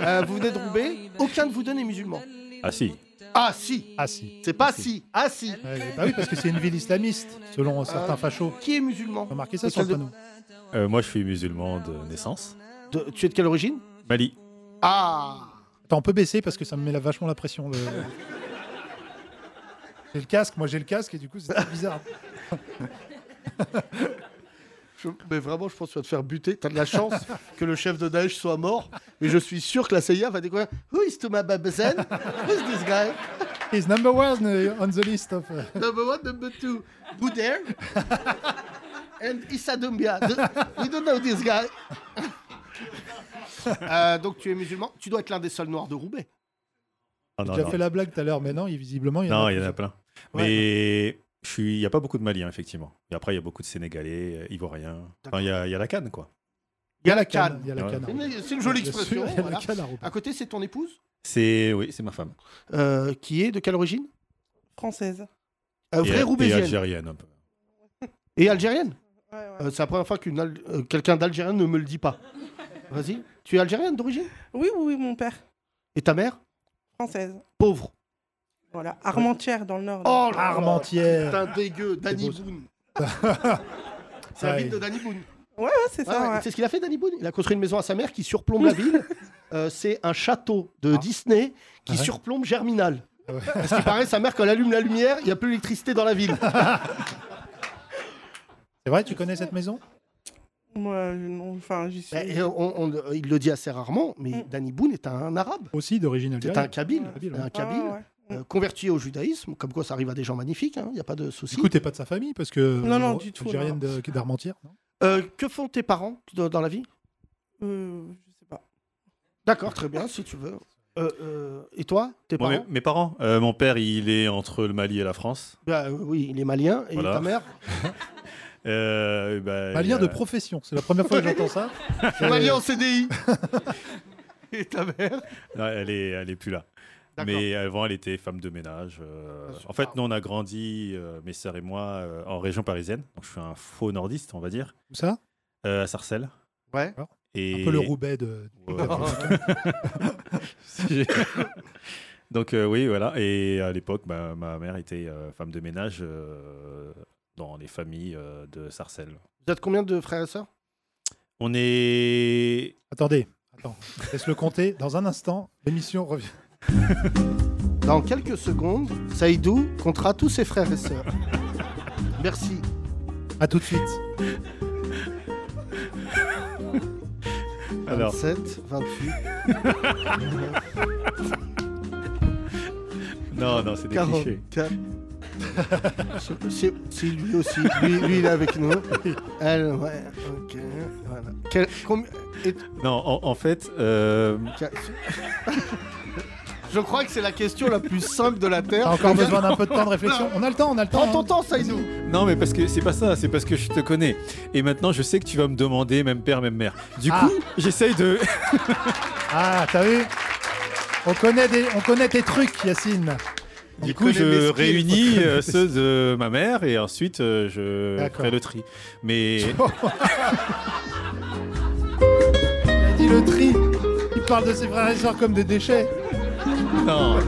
Speaker 3: Euh, vous venez de Roubaix, aucun de vous deux n'est musulman.
Speaker 11: Ah si.
Speaker 3: Ah si
Speaker 4: Ah si.
Speaker 3: C'est pas si, ah si
Speaker 4: Bah oui, parce que c'est une ville islamiste, selon certains fachos.
Speaker 3: Qui est musulman
Speaker 4: Remarquez ça sur le panneau.
Speaker 11: Euh, moi, je suis musulman de naissance.
Speaker 3: De- tu es de quelle origine
Speaker 11: Mali.
Speaker 3: Ah
Speaker 4: Attends, on peut baisser parce que ça me met la- vachement la pression. le- j'ai le casque, moi j'ai le casque et du coup c'est très bizarre.
Speaker 3: Je- mais vraiment, je pense que tu vas te faire buter. T'as de la chance [laughs] que le chef de Daesh soit mort, mais je suis sûr que la CIA va découvrir Who is Thomas Babesen Who is this guy
Speaker 4: He's number one uh, [laughs] on the list of. uh,
Speaker 3: Number one, number two, Boudère and Issa Doumbia. The- We don't know this guy. [laughs] Euh, donc, tu es musulman. Tu dois être l'un des seuls noirs de Roubaix.
Speaker 11: Ah, non,
Speaker 4: J'ai
Speaker 11: non.
Speaker 4: fait la blague tout à l'heure, mais non, il- visiblement il y en
Speaker 11: Non,
Speaker 3: hein.
Speaker 4: a.
Speaker 11: il y en a
Speaker 4: plusieurs.
Speaker 11: plein. Mais je suis- il n'y a pas beaucoup de Maliens, effectivement. Et après, il y a beaucoup de Sénégalais, euh, Ivoiriens. Enfin, il y, a il y a la canne, quoi.
Speaker 3: Il y a la canne.
Speaker 4: Il y a la
Speaker 11: Ouais.
Speaker 4: canne.
Speaker 3: C'est une- c'est une jolie
Speaker 4: Bien sûr,
Speaker 3: expression.
Speaker 4: il y a la
Speaker 3: voilà.
Speaker 4: canne à Roubaix.
Speaker 3: À côté, c'est ton épouse
Speaker 11: C'est oui, c'est ma femme.
Speaker 3: euh, qui est de quelle origine Française.
Speaker 11: Et-
Speaker 3: vraie
Speaker 11: et
Speaker 3: Roubaisienne.
Speaker 11: algérienne, un peu.
Speaker 3: Et algérienne Euh, C'est la première fois qu'une Al- euh, quelqu'un d'algérien ne me le dit
Speaker 13: [laughs]
Speaker 3: pas. Vas-y. Tu es algérienne d'origine
Speaker 13: Oui, oui, oui, mon père,
Speaker 3: Et ta mère
Speaker 13: française.
Speaker 3: Pauvre.
Speaker 13: Voilà, Armentières dans le nord.
Speaker 3: Oh
Speaker 13: là.
Speaker 3: là là, Putain dégueu, Danny Boone. C'est la
Speaker 13: Ouais.
Speaker 3: ville de Danny Boone.
Speaker 13: Ouais, ouais, c'est ça, ouais.
Speaker 3: C'est ce qu'il a fait, Danny Boone. Il a construit une maison à sa mère qui surplombe
Speaker 13: [laughs]
Speaker 3: la ville. Euh, c'est un château
Speaker 13: Ah.
Speaker 3: de Disney qui surplombe Germinal. Parce qu'il paraît, sa mère, quand elle allume la lumière, il n'y a plus d'électricité dans la ville.
Speaker 4: C'est vrai, tu connais cette maison
Speaker 13: Moi, non, enfin, j'y suis. Mm.
Speaker 3: Ben, et on- on- euh, il le dit assez rarement, mais Danny Boone est un arabe.
Speaker 4: Aussi d'origine
Speaker 3: C'est
Speaker 4: algérienne.
Speaker 3: un kabyle.
Speaker 4: Kabyle, ouais.
Speaker 3: un kabyle,
Speaker 13: Ah Ouais, ouais,
Speaker 3: euh, converti au judaïsme, comme quoi ça arrive à des gens magnifiques, hein, il n'y a pas de souci.
Speaker 4: Du coup, t'es pas de sa famille parce que.
Speaker 3: Non, non,
Speaker 4: euh,
Speaker 3: du tout,
Speaker 4: Algérienne de- d'Armentières. non
Speaker 3: Euh, que font tes parents dans, dans la vie Euh,
Speaker 13: je sais pas.
Speaker 3: D'accord, très bien, si tu veux. Euh, euh, et toi, tes
Speaker 11: Moi,
Speaker 3: parents
Speaker 11: mes, mes parents. euh, mon père, il est entre le Mali et la France. [laughs]
Speaker 3: Bah, euh, Oui, il est malien. Et
Speaker 11: Voilà.
Speaker 4: [laughs]
Speaker 3: ta mère
Speaker 11: Euh, bah,
Speaker 4: Malien
Speaker 11: il y
Speaker 4: de
Speaker 11: a-
Speaker 4: profession, c'est la première fois que j'entends
Speaker 3: [laughs]
Speaker 4: ça.
Speaker 3: C'est malien en CDI. et ta mère
Speaker 11: [laughs] Non, elle est, elle est plus là. Mais avant, elle était femme de ménage. euh, en
Speaker 3: Ah.
Speaker 11: fait, nous, on a grandi, euh, mes sœurs et moi, euh, en région parisienne. Donc, je suis un faux nordiste, on va dire.
Speaker 4: Où ça
Speaker 11: Euh, À Sarcelles.
Speaker 3: Ouais.
Speaker 11: Et...
Speaker 4: Un peu le Roubaix de- du
Speaker 11: Ouais.
Speaker 4: Capitaine.
Speaker 11: J'ai- [laughs] Donc, euh, oui, voilà. Et à l'époque, bah, ma mère était euh, femme de ménage euh, dans les familles euh, de Sarcelles.
Speaker 3: Vous êtes combien de frères et sœurs
Speaker 11: On est.
Speaker 4: Attendez, attends, laisse-le compter. Dans un instant, l'émission revient.
Speaker 3: Dans quelques secondes, Saïdou comptera tous ses frères et sœurs. Merci.
Speaker 4: À tout de
Speaker 3: [laughs]
Speaker 4: suite.
Speaker 11: Alors.
Speaker 3: 27, 28.
Speaker 11: [laughs] Non, non, c'est des clichés.
Speaker 3: 44. [laughs] C'est- c'est- C'est lui aussi. Lui, lui, il est avec nous. Elle, ouais, ok. Voilà. Quel- combien- et-
Speaker 11: Non, en, en fait. euh,
Speaker 3: Je crois que c'est la question la plus simple de la Terre.
Speaker 4: T'as encore besoin d'un peu de temps de réflexion. On a le temps, on a le temps. hein.
Speaker 3: Prends ton temps, Saïdou.
Speaker 11: Non, mais parce que c'est pas ça, c'est parce que je te connais. Et maintenant, je sais que tu vas me demander même père, même mère. Du
Speaker 4: Ah.
Speaker 11: coup, j'essaye
Speaker 4: [laughs]
Speaker 11: de.
Speaker 4: Ah, t'as vu on connaît, des, on connaît tes trucs, Yacine.
Speaker 11: Du coup, je réunis euh, ceux de ma mère et ensuite euh, je
Speaker 4: D'accord.
Speaker 11: fais le tri.
Speaker 4: [laughs]
Speaker 11: Mais
Speaker 4: Il a dit le tri. Il parle de ses frères et sœurs comme des déchets.
Speaker 11: non,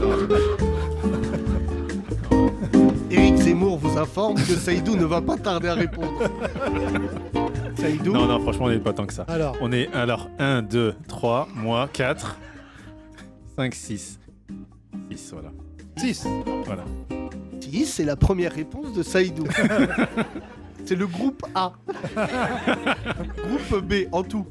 Speaker 3: Éric Zemmour vous informe que Saïdou ne va pas tarder à répondre. Saïdou
Speaker 11: non, non, franchement, on n'est pas tant que ça.
Speaker 3: Alors.
Speaker 11: On est alors 1, 2, 3, moi, 4, 5, 6. 6, voilà.
Speaker 4: 6.
Speaker 11: Voilà.
Speaker 3: 6, c'est la première réponse de Saïdou. c'est le groupe A. groupe B, en tout.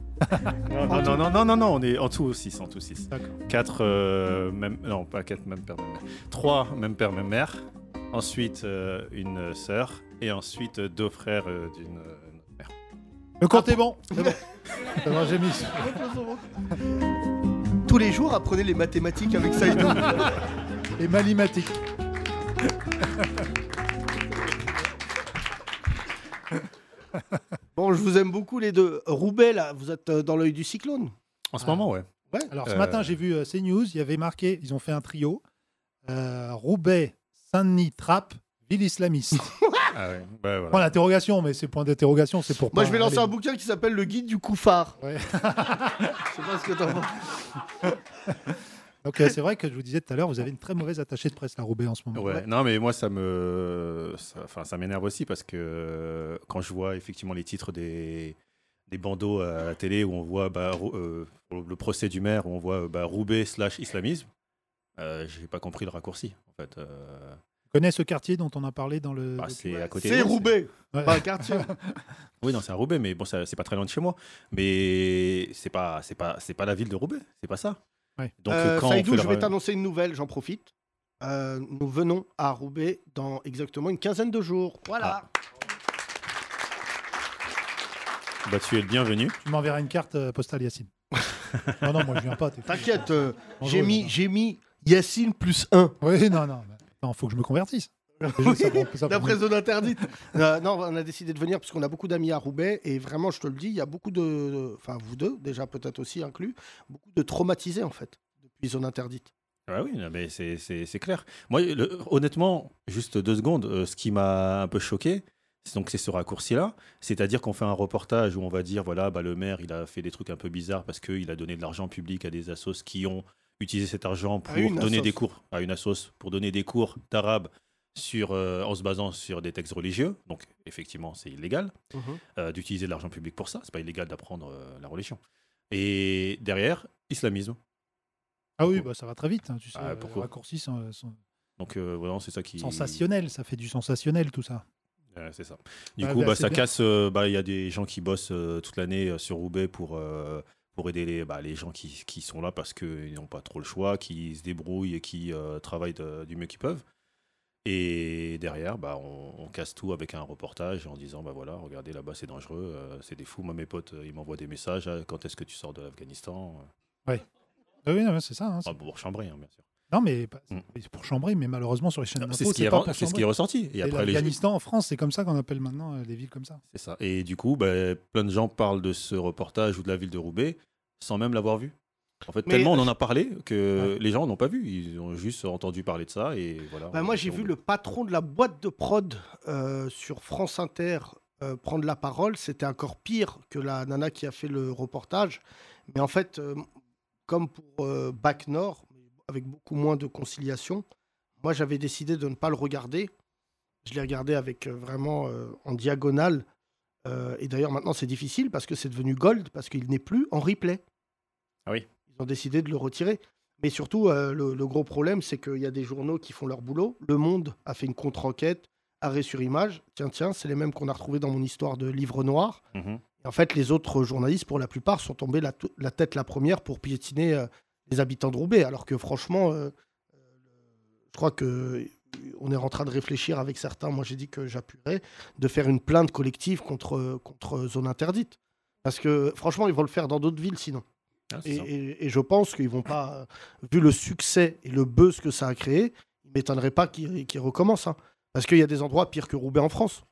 Speaker 11: Non,
Speaker 3: En
Speaker 11: non, non,
Speaker 3: tout.
Speaker 11: non, non, non, non, on est en tout 6, en tout 6. 4, euh, même, non, pas 4, même père, même mère. 3, même père, même mère. Ensuite, euh, une euh, sœur. Et ensuite, euh, deux frères euh, d'une euh, notre mère.
Speaker 4: Le compte est Ah bon. [laughs] C'est bon. C'est bon, j'ai mis.
Speaker 3: Tous les jours, apprenez les mathématiques avec
Speaker 4: [laughs]
Speaker 3: Saïdou.
Speaker 4: Et malimatiques.
Speaker 3: Bon, je vous aime beaucoup les deux. Roubaix, là, vous êtes euh, dans l'œil du cyclone.
Speaker 11: En ce moment, ouais.
Speaker 4: Alors
Speaker 3: Euh,
Speaker 4: ce matin, j'ai vu euh, CNews, il y avait marqué, ils ont fait un trio euh, Roubaix, Saint-Denis, Trappes, ville islamiste.
Speaker 11: Ah ouais, [laughs] ouais, voilà.
Speaker 4: Point d'interrogation, mais ces points d'interrogation, c'est pour.
Speaker 3: Moi,
Speaker 4: pas
Speaker 3: je vais lancer
Speaker 4: aller-
Speaker 3: un bouquin qui s'appelle Le guide du couffard. [laughs]
Speaker 4: Ouais.
Speaker 3: Je sais pas ce que t'en penses.
Speaker 4: [laughs] Donc, euh, c'est vrai que je vous disais tout à l'heure, vous avez une très mauvaise attachée de presse, la Roubaix, en ce moment.
Speaker 11: Ouais, Non, mais moi, ça me, ça- enfin, ça m'énerve aussi parce que euh, quand je vois effectivement les titres des des bandeaux à la télé où on voit bah, Rou- euh, le procès du maire où on voit euh, bah, Roubaix slash islamisme, euh, j'ai pas compris le raccourci en fait. euh.
Speaker 4: Vous connaissez ce quartier dont on a parlé dans le.
Speaker 11: Bah, c'est à côté.
Speaker 4: C'est
Speaker 3: Roubaix,
Speaker 4: pas
Speaker 3: un quartier.
Speaker 11: oui, non, c'est à Roubaix, mais bon, ça- c'est pas très loin de chez moi. Mais c'est pas, c'est pas, c'est pas la ville de Roubaix, c'est pas ça. Donc
Speaker 3: Euh,
Speaker 11: quand
Speaker 3: Saïdou,
Speaker 11: on fait
Speaker 3: je vais
Speaker 11: le... ra-
Speaker 3: t'annoncer une nouvelle, j'en profite. Euh, nous venons à Roubaix dans exactement une quinzaine de jours. Voilà.
Speaker 11: Ah. bah, tu es le bienvenu.
Speaker 4: [laughs] Tu m'enverras une carte euh,
Speaker 11: [laughs]
Speaker 4: postale, Yacine. non, non, moi, je viens pas. t'es fou.
Speaker 3: T'inquiète, euh,
Speaker 4: Bonjour,
Speaker 3: j'ai mis, j'ai mis Yacine plus 1.
Speaker 4: Oui, non, non. mais Attends, faut que je me
Speaker 3: [laughs]
Speaker 4: convertisse.
Speaker 3: Oui,
Speaker 4: Ça prend- ça prend-
Speaker 3: D'après zone interdite. [laughs] Euh, non, on a décidé de venir parce qu'on a beaucoup d'amis à Roubaix et vraiment, je te le dis, il y a beaucoup de, enfin vous deux déjà peut-être aussi inclus, beaucoup de traumatisés en fait depuis zone interdite.
Speaker 11: Ah oui, non, mais c'est- c'est c'est clair. Moi, le- honnêtement, juste deux secondes, euh, ce qui m'a un peu choqué, c'est donc c'est ce raccourci-là. C'est-à-dire qu'on fait un reportage où on va dire, voilà, bah, le maire, il a fait des trucs un peu bizarres parce qu'il a donné de l'argent public à des assos qui ont utilisé cet argent pour
Speaker 3: une
Speaker 11: donner des
Speaker 3: assos.
Speaker 11: cours à une assos, pour donner des cours d'arabe sur, euh, en se basant sur des textes religieux. Donc, effectivement, c'est illégal
Speaker 3: Mhm.
Speaker 11: euh, d'utiliser de l'argent public pour ça. C'est pas illégal d'apprendre euh, la religion. Et derrière, islamisme.
Speaker 4: Ah oui, bah, ça va très vite. hein, tu sais,
Speaker 11: Ah,
Speaker 4: euh,
Speaker 11: pourquoi
Speaker 4: raccourcis sont- sont-
Speaker 11: Donc, euh, voilà, c'est ça qui.
Speaker 4: sensationnel, ça fait du sensationnel tout ça.
Speaker 11: Ouais, Euh, c'est ça. Du
Speaker 4: Bah,
Speaker 11: coup,
Speaker 4: bah,
Speaker 11: bah,
Speaker 4: c'est
Speaker 11: ça
Speaker 4: bien.
Speaker 11: casse. euh, bah, Il y a des gens qui bossent euh, toute l'année euh, sur Roubaix pour, euh, pour aider les, bah, les gens qui, qui sont là parce qu'ils n'ont pas trop le choix, qui se débrouillent et qui euh, travaillent de- du mieux qu'ils peuvent. Et derrière, bah, on, on casse tout avec un reportage en disant bah voilà, regardez là-bas, c'est dangereux, euh, c'est des fous. Moi, mes potes, euh, ils m'envoient des messages ah, quand est-ce que tu sors de l'Afghanistan euh.
Speaker 4: Ouais. Ah oui, non, mais c'est ça. hein, c'est-
Speaker 11: Enfin, Pour chambrer, hein, bien sûr.
Speaker 4: Non, mais pas- c'est pour chambrer, mais malheureusement sur les chaînes
Speaker 11: Non,
Speaker 4: d'infos,
Speaker 11: Mm. Ah, c'est ce qui est
Speaker 4: pas
Speaker 11: avant-
Speaker 4: pour
Speaker 11: c'est ce
Speaker 4: chambrer.
Speaker 11: qui est ressorti. Et
Speaker 4: Et
Speaker 11: après, les- Ah,
Speaker 4: l'Afghanistan en France, c'est comme ça qu'on appelle maintenant euh, les villes comme ça.
Speaker 11: C'est ça. Et du coup, bah, plein de gens parlent de ce reportage ou de la ville de Roubaix sans même l'avoir vu. En fait,
Speaker 3: Mais- euh,
Speaker 11: tellement on en a parlé que les gens n'ont pas vu. Ils ont juste entendu parler de ça et voilà.
Speaker 3: Bah,
Speaker 11: euh, on
Speaker 3: moi,
Speaker 11: est
Speaker 3: j'ai
Speaker 11: sur
Speaker 3: vu
Speaker 11: Roubaix.
Speaker 3: le patron de la boîte de prod euh, sur France Inter euh, prendre la parole. C'était encore pire que la nana qui a fait le reportage. Mais en fait, euh, comme pour euh, Bac Nord, avec beaucoup moins de conciliation, moi, j'avais décidé de ne pas le regarder. Je l'ai regardé avec euh, vraiment euh, en diagonale. Euh, et d'ailleurs, maintenant, c'est difficile parce que c'est devenu gold, parce qu'il n'est plus en replay.
Speaker 11: Ah oui.
Speaker 3: Ils ont décidé de le retirer. Mais surtout, euh, le, le gros problème, c'est qu'il y a des journaux qui font leur boulot. Le Monde a fait une contre-enquête, arrêt sur image. Tiens, tiens, c'est les mêmes qu'on a retrouvés dans mon histoire de livre noir.
Speaker 11: Mhm.
Speaker 3: Et en fait, les autres journalistes, pour la plupart, sont tombés la, tou- la tête la première pour piétiner euh, les habitants de Roubaix. Alors que franchement, euh, euh, je crois que euh, on est en train de réfléchir avec certains. Moi, j'ai dit que j'appuierais de faire une plainte collective contre euh, contre euh, zone interdite. Parce que franchement, ils vont le faire dans d'autres villes sinon.
Speaker 11: Ah, c'est
Speaker 3: et,
Speaker 11: ça.
Speaker 3: et- et je pense qu'ils vont pas, euh, vu le succès et le buzz que ça a créé, il m'étonnerait pas qu'ils qu'ils recommencent. hein. Parce qu'il y a des endroits pires que Roubaix en France.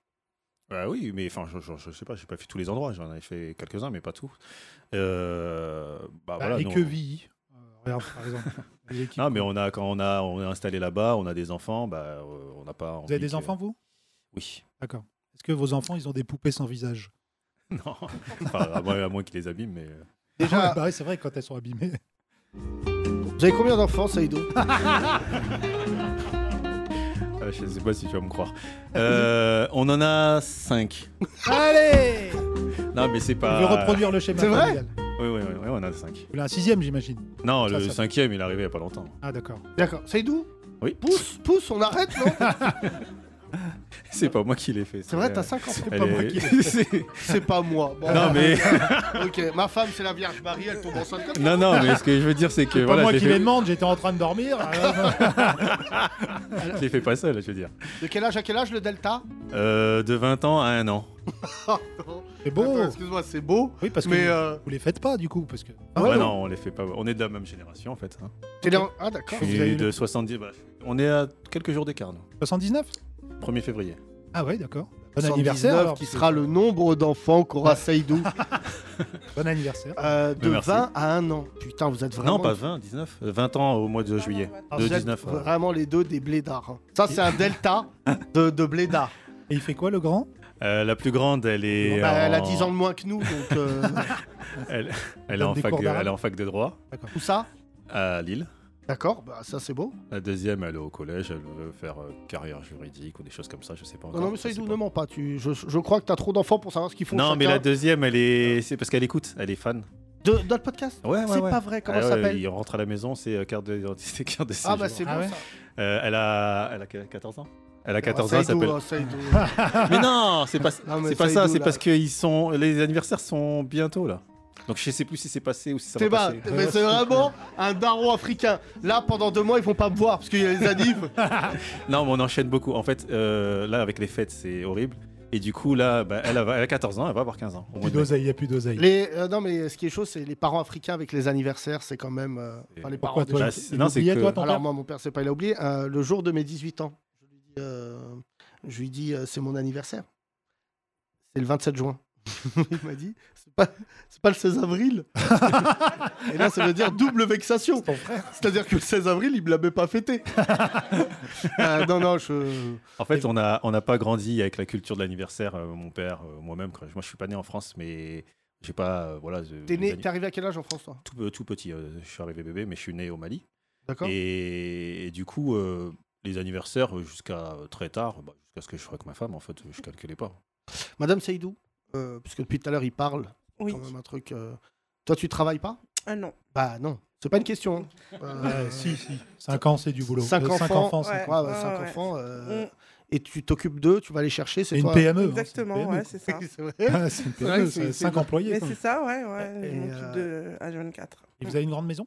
Speaker 11: Bah oui, mais enfin, je, je, je sais pas, j'ai pas fait tous les endroits. J'en ai fait quelques-uns, mais pas tous. Euh, bah,
Speaker 4: Bah,
Speaker 11: voilà,
Speaker 4: les
Speaker 11: nous, on-
Speaker 4: quevilles, euh, regarde par exemple. Les équipes.
Speaker 11: Non, mais [laughs] on a quand on a on est installé là-bas, on a des enfants. Bah, euh, on n'a pas.
Speaker 4: Vous avez des enfants, vous
Speaker 11: Oui.
Speaker 4: D'accord. Est-ce que vos enfants, ils ont des poupées sans visage
Speaker 11: [laughs] Non. [laughs] Enfin, à
Speaker 4: [laughs]
Speaker 11: moins, à moins qu'ils les abîment, mais. euh,
Speaker 3: Ah
Speaker 4: Déjà, bah c'est vrai quand elles sont abîmées. [laughs]
Speaker 3: Vous avez combien d'enfants,
Speaker 11: [laughs]
Speaker 3: Saïdo
Speaker 11: Euh, je sais pas si tu vas me
Speaker 3: [laughs]
Speaker 11: croire. Euh, on en a 5.
Speaker 3: Allez
Speaker 11: Non, mais c'est pas.
Speaker 4: veut reproduire le schéma C'est vrai familial.
Speaker 11: Oui, oui, oui, oui, on en a 5.
Speaker 4: Vous l'avez un sixième, j'imagine.
Speaker 11: Non,
Speaker 4: Ça,
Speaker 11: le
Speaker 4: ça-
Speaker 11: cinquième, il est arrivé il y a pas longtemps.
Speaker 4: Ah d'accord.
Speaker 3: D'accord. Saïdou
Speaker 11: Oui.
Speaker 3: Pousse, pousse, on arrête, non
Speaker 11: [laughs] C'est pas moi qui l'ai fait.
Speaker 3: C'est vrai, t'as 5 enfants.
Speaker 11: Elle est- [laughs] C'est-
Speaker 3: C'est pas moi. Bon,
Speaker 11: Non,
Speaker 3: [laughs]
Speaker 11: mais-
Speaker 3: ok, ma femme, c'est la Vierge Marie, elle tombe enceinte comme ça.
Speaker 11: Non, non, mais ce que je veux dire, c'est que.
Speaker 4: C'est pas
Speaker 11: voilà,
Speaker 4: moi
Speaker 11: je
Speaker 4: qui
Speaker 11: l'ai
Speaker 4: les
Speaker 11: fait...
Speaker 4: demande, j'étais en train de dormir.
Speaker 11: Ah,
Speaker 3: [laughs]
Speaker 11: je l'ai fait pas seul, je veux dire.
Speaker 3: De quel âge à quel âge le Delta [laughs]
Speaker 11: Euh, de 20 ans à 1 an.
Speaker 4: Ah C'est beau.
Speaker 3: Attends, Excuse-moi, c'est beau.
Speaker 4: Oui, parce que
Speaker 3: Mais,
Speaker 4: vous,
Speaker 3: euh,
Speaker 4: vous les faites pas du coup, parce que.
Speaker 11: Ah, ouais, non. on les fait pas. On est de la même génération, en fait. hein.
Speaker 3: T'es né en- Ah d'accord.
Speaker 11: Je suis de 70. bah, on est à quelques jours d'écart, nous.
Speaker 4: 79
Speaker 11: 1er février.
Speaker 4: Ah ouais, d'accord. Bon
Speaker 3: 79,
Speaker 4: anniversaire. alors,
Speaker 3: qui
Speaker 4: parce que-
Speaker 3: sera le nombre d'enfants qu'aura Saïdou.
Speaker 4: [laughs] Bon anniversaire.
Speaker 3: Euh, de
Speaker 11: Mais merci.
Speaker 3: 20 à 1 an. Putain, vous êtes vraiment.
Speaker 11: Non, pas 20, 19. euh, 20 ans au mois de juillet.
Speaker 3: Ah,
Speaker 11: de
Speaker 3: vous êtes
Speaker 11: 19. ouais. [laughs]
Speaker 3: vraiment les deux des blédards. hein. Ça, c'est un delta de, de blédards.
Speaker 4: Et il fait quoi le grand
Speaker 11: Euh, la plus grande, elle est.
Speaker 3: Bah, Elle a
Speaker 11: en-
Speaker 3: 10 ans de moins que nous, donc. euh,
Speaker 11: [laughs] Elle, elle est
Speaker 3: Donne
Speaker 11: en
Speaker 3: des
Speaker 11: fac
Speaker 3: cours
Speaker 11: de,
Speaker 3: d'arabe.
Speaker 11: elle est en fac de droit
Speaker 3: Où ça
Speaker 11: à Lille.
Speaker 3: D'accord, bah, ça c'est beau.
Speaker 11: La deuxième, elle est au collège, elle veut faire euh, carrière juridique ou des choses comme ça, je sais pas
Speaker 3: Non,
Speaker 11: encore.
Speaker 3: non, mais ça, il nous ment pas. Tu... Je, je crois que t'as trop d'enfants pour savoir ce qu'ils font.
Speaker 11: Non, mais
Speaker 3: chacun.
Speaker 11: la deuxième, elle est. C'est parce qu'elle écoute, elle est fan.
Speaker 3: De, Euh, dans le podcast
Speaker 11: Ouais, ouais,
Speaker 3: C'est
Speaker 11: ouais.
Speaker 3: pas vrai, comment
Speaker 11: Ah
Speaker 3: ça
Speaker 11: ouais,
Speaker 3: s'appelle
Speaker 11: Il rentre à la maison, c'est euh, carte d'identité, [laughs] carte de
Speaker 3: Ah, bah,
Speaker 11: séjour.
Speaker 3: c'est bon, Ah ouais.
Speaker 11: Euh, elle, a... elle a quel- 14 ans Elle a 14
Speaker 3: Ah,
Speaker 11: ans,
Speaker 3: Saïdou,
Speaker 11: elle
Speaker 3: ah,
Speaker 11: s'appelle. [laughs]
Speaker 3: Saïdou.
Speaker 11: mais non, c'est pas,
Speaker 3: Non, mais
Speaker 11: c'est pas
Speaker 3: Saïdou,
Speaker 11: ça, c'est
Speaker 3: là.
Speaker 11: parce que ils sont... les anniversaires sont bientôt là. Donc je sais plus si c'est passé ou si ça
Speaker 3: T'es
Speaker 11: va
Speaker 3: bas,
Speaker 11: passer.
Speaker 3: mais c'est vraiment un daron africain. Là, pendant deux mois, ils vont pas me voir parce qu'il y a les
Speaker 11: [laughs]
Speaker 3: anifs.
Speaker 11: Non, mais on enchaîne beaucoup. En fait, euh, là, avec les fêtes, c'est horrible. Et du coup, là, bah, elle, a, elle a 14 ans, elle va avoir 15 ans. au mois
Speaker 4: Plus
Speaker 11: de mai.
Speaker 4: d'oseille, il n'y a plus d'oseille.
Speaker 3: Les, euh, non, mais ce qui est chaud, c'est les parents africains avec les anniversaires, c'est quand même. euh, enfin, les parents.
Speaker 11: Pourquoi, toi,
Speaker 3: déjà.
Speaker 11: il- il Non, Bah, c'est oubliait, que- toi, ton
Speaker 3: Alors,
Speaker 11: père
Speaker 3: moi, mon père, c'est pas, il a oublié. euh, le jour de mes 18 ans, je lui dis, euh, je lui dis euh, c'est mon anniversaire. C'est le 27 juin. il [laughs] m'a dit, c'est pas, c'est pas le 16
Speaker 4: [laughs]
Speaker 3: avril. Et là, ça veut dire double vexation. C'est-à-dire que le 16 avril, il me l'avait
Speaker 4: [laughs]
Speaker 3: pas fêté. Euh, non, non, je.
Speaker 11: En fait, on n'a on a pas grandi avec la culture de l'anniversaire. euh, mon père, euh, moi-même, quand- moi, je suis pas né en France, mais j'ai pas. euh, voilà, je-
Speaker 3: T'es né,
Speaker 11: les
Speaker 3: t'es arrivé à quel âge en France, toi
Speaker 11: tout, tout petit. euh, je suis arrivé bébé, mais je suis né au Mali.
Speaker 3: D'accord.
Speaker 11: Et, et du coup, euh, les anniversaires euh, jusqu'à euh, très tard, bah, jusqu'à ce que je sois avec ma femme, en fait, je calculais pas.
Speaker 3: Madame Seydou, euh, puisque depuis tout à l'heure il parle, c'est quand même un truc. euh, Toi, tu travailles pas
Speaker 13: Ah non.
Speaker 3: Bah non, c'est pas une question. hein. Euh,
Speaker 4: Ouais, si, si. 5 ans, c'est du boulot.
Speaker 3: Cinq
Speaker 4: Euh,
Speaker 3: enfants,
Speaker 4: cinq enfants, cinq
Speaker 3: ouais,
Speaker 4: enfants.
Speaker 3: ouais, cinq
Speaker 4: Ouais, ouais.
Speaker 3: enfants, euh,
Speaker 4: Mm.
Speaker 3: et tu t'occupes d'eux, tu vas les chercher, c'est
Speaker 4: Et une
Speaker 3: toi.
Speaker 4: PME, hein,
Speaker 13: Exactement, ouais, c'est ça.
Speaker 3: c'est vrai.
Speaker 4: C'est une
Speaker 3: Ah, C'est euh, vrai que
Speaker 4: PME,
Speaker 3: c'est-
Speaker 4: c'est
Speaker 3: c'est-
Speaker 4: 5 employés.
Speaker 13: Mais
Speaker 4: quoi.
Speaker 13: c'est ça, ouais, ouais.
Speaker 3: Et, euh,
Speaker 13: Je m'occupe de à 24.
Speaker 4: Et vous avez une grande maison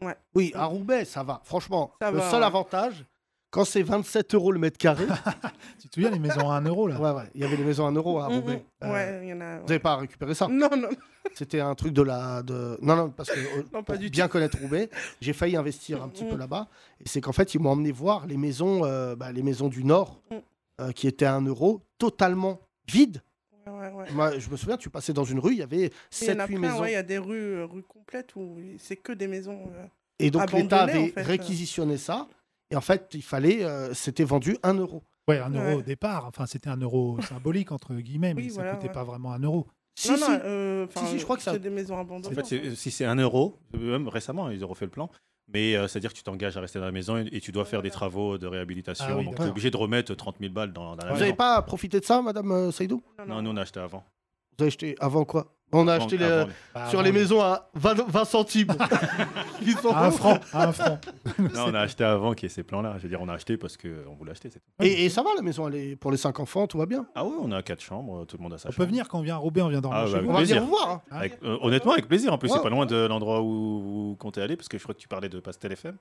Speaker 13: Ouais.
Speaker 3: Oui, à Roubaix, ça va. Franchement,
Speaker 13: Ça
Speaker 3: le
Speaker 13: va,
Speaker 3: seul
Speaker 13: ouais.
Speaker 3: avantage, quand c'est 27 euros le mètre
Speaker 13: [laughs]
Speaker 3: carré.
Speaker 4: tu te souviens, les maisons à 1 euro là
Speaker 3: Ouais, ouais, il y avait les maisons à 1 euro à Roubaix.
Speaker 13: Mhm.
Speaker 3: Euh,
Speaker 13: Ouais, il y en a.
Speaker 3: Vous n'avez pas récupéré ça
Speaker 13: Non, non.
Speaker 3: C'était un truc de la. De... Non, non, parce que euh, pour bien connaître Roubaix, j'ai failli investir un
Speaker 13: Mhm.
Speaker 3: petit peu là-bas. Et c'est qu'en fait, ils m'ont emmené voir les maisons, euh, bah, les maisons du Nord,
Speaker 13: Mm.
Speaker 3: euh, qui étaient à 1 euro, totalement vides.
Speaker 13: Ouais, ouais, ouais.
Speaker 3: Moi, je me souviens, tu passais dans une rue, il y avait
Speaker 13: Il y en a
Speaker 3: 7-8
Speaker 13: plein,
Speaker 3: maisons.
Speaker 13: ouais, il y a des rues, euh, rues complètes où c'est que des maisons. euh,
Speaker 3: Et donc, l'État
Speaker 13: abandonnées,
Speaker 3: avait
Speaker 13: en fait. euh.
Speaker 3: réquisitionné ça. Et en fait, il fallait. euh, C'était vendu 1 euro.
Speaker 4: Ouais, 1 euro
Speaker 3: Ouais.
Speaker 4: au départ. Enfin, c'était 1
Speaker 13: [laughs]
Speaker 4: euro symbolique, entre guillemets, mais
Speaker 13: Oui,
Speaker 4: ça
Speaker 13: voilà,
Speaker 4: coûtait
Speaker 13: ouais.
Speaker 4: pas vraiment 1 euro.
Speaker 13: non, non, euh,
Speaker 3: Si,
Speaker 13: enfin,
Speaker 3: si, je crois que ça-
Speaker 13: C'est des maisons
Speaker 11: En
Speaker 14: Bah
Speaker 13: abandonnées.
Speaker 11: fait, c'est-
Speaker 3: hein.
Speaker 11: euh, si c'est 1 euro, euh, même récemment, ils ont refait le plan. Mais euh, c'est-à-dire que tu t'engages à rester dans la maison et, et tu dois faire des travaux de réhabilitation.
Speaker 3: Ah oui,
Speaker 11: donc tu es
Speaker 3: d'accord.
Speaker 11: obligé de remettre 30 000 balles dans, dans la
Speaker 3: Vous
Speaker 11: maison.
Speaker 3: n'avez pas profité de ça, Madame euh, Saïdou
Speaker 11: Non, nous on a acheté avant.
Speaker 3: Vous avez acheté avant quoi On a
Speaker 11: Avant-
Speaker 3: acheté les-
Speaker 11: avant les-
Speaker 3: euh,
Speaker 11: Avant
Speaker 3: sur
Speaker 11: les-
Speaker 3: les maisons à 20, 20 centimes. Ils sont
Speaker 4: [laughs] À un franc, à un franc. [laughs]
Speaker 11: Non, on a acheté avant qu'il y ait ces plans-là. Je veux dire, on a acheté parce qu'on voulait acheter. c'est tout.
Speaker 3: Et, et ça va la maison, elle est- pour les 5 enfants, tout va bien.
Speaker 11: Ah oui, on a quatre chambres, tout le monde a sa
Speaker 4: On
Speaker 11: chambre.
Speaker 4: peut venir quand on vient à Roubaix, on vient dormir
Speaker 11: Ah,
Speaker 4: chez
Speaker 11: bah,
Speaker 4: vous.
Speaker 11: avec plaisir.
Speaker 3: hein.
Speaker 11: Avec- euh, honnêtement, avec plaisir. En plus,
Speaker 4: Ouais.
Speaker 11: c'est pas loin de l'endroit où vous comptez aller, parce que je crois que tu parlais de Pastel FM.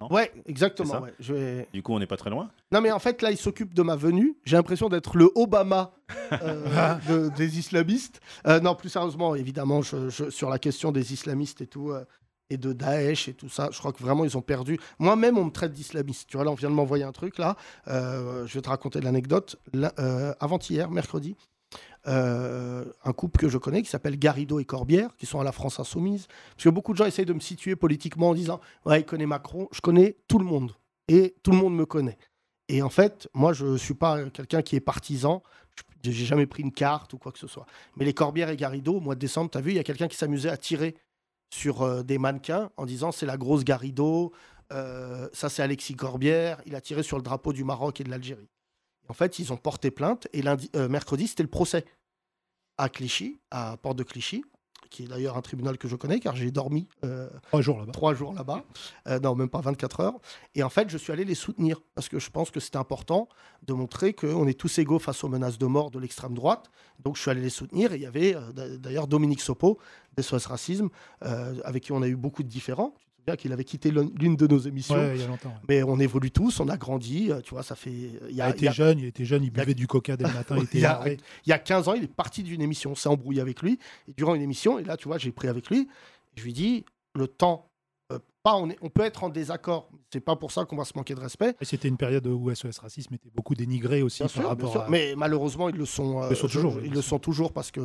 Speaker 11: Non
Speaker 3: Ouais,
Speaker 11: C'est
Speaker 3: exactement.
Speaker 11: ça
Speaker 3: ouais. Je vais-
Speaker 11: Du coup, on n'est pas très loin.
Speaker 3: Non, mais en fait, là, ils s'occupent de ma venue. J'ai l'impression d'être le Obama euh, de- des islamistes. Euh, non, plus sérieusement, évidemment, je- je- sur la question des islamistes et tout, euh, et de Daesh et tout ça, je crois que vraiment, ils ont perdu. Moi-même, on me traite d'islamiste. Tu vois, là, on vient de m'envoyer un truc, là. Euh, je vais te raconter l'anecdote. Là, euh, Avant-hier, mercredi, euh, un couple que je connais qui s'appelle Garrido et Corbière, qui sont à la France Insoumise. Parce que beaucoup de gens essayent de me situer politiquement en disant Ouais, il connaît Macron. Je connais tout le monde. Et tout le monde me connaît. Et en fait, moi, je ne suis pas quelqu'un qui est partisan. Je n'ai jamais pris une carte ou quoi que ce soit. Mais les Corbières et Garrido, au mois de décembre, tu as vu, il y a quelqu'un qui s'amusait à tirer sur euh, des mannequins en disant c'est la grosse Garrido, euh, ça c'est Alexis Corbière. Il a tiré sur le drapeau du Maroc et de l'Algérie. En fait, ils ont porté plainte et lundi, euh, mercredi, c'était le procès à Clichy, à Porte de Clichy, qui est d'ailleurs un tribunal que je connais car j'ai dormi euh,
Speaker 4: trois jours là-bas.
Speaker 3: Euh, non, même pas 24 heures. Et en fait, je suis allé les soutenir parce que je pense que c'était important de montrer qu'on est tous égaux face aux menaces de mort de l'extrême droite. Donc, je suis allé les soutenir. Et il y avait euh, d'a- d'ailleurs Dominique Sopo, des SOS Racisme, euh, avec qui on a eu beaucoup de différends. Tu te souviens qu'il avait quitté l'un- l'une de nos émissions.
Speaker 4: Ouais, il y a longtemps, ouais.
Speaker 3: Mais on évolue tous, on a grandi. euh, Tu vois, ça fait. Il
Speaker 4: Il a
Speaker 3: il
Speaker 4: été jeune, il était jeune, il buvait du coca
Speaker 3: [laughs]
Speaker 4: dès le matin, il était
Speaker 3: il, y a,
Speaker 4: énervé.
Speaker 3: il y a 15 ans, il est parti d'une émission. On s'est embrouillé avec lui. Et durant une émission, et là, tu vois, j'ai pris avec lui. Je lui dis le temps. euh, pas, on, est- on peut être en désaccord. C'est pas pour ça qu'on va se manquer de respect.
Speaker 4: Et c'était une période où SOS Racisme était beaucoup dénigré aussi
Speaker 3: Bien
Speaker 4: par
Speaker 3: sûr, bien
Speaker 4: rapport
Speaker 3: sûr.
Speaker 4: à.
Speaker 3: Mais malheureusement, ils le sont,
Speaker 4: Ils le sont
Speaker 3: je-
Speaker 4: toujours, oui,
Speaker 3: Ils
Speaker 4: bien
Speaker 3: le sont toujours parce qu'il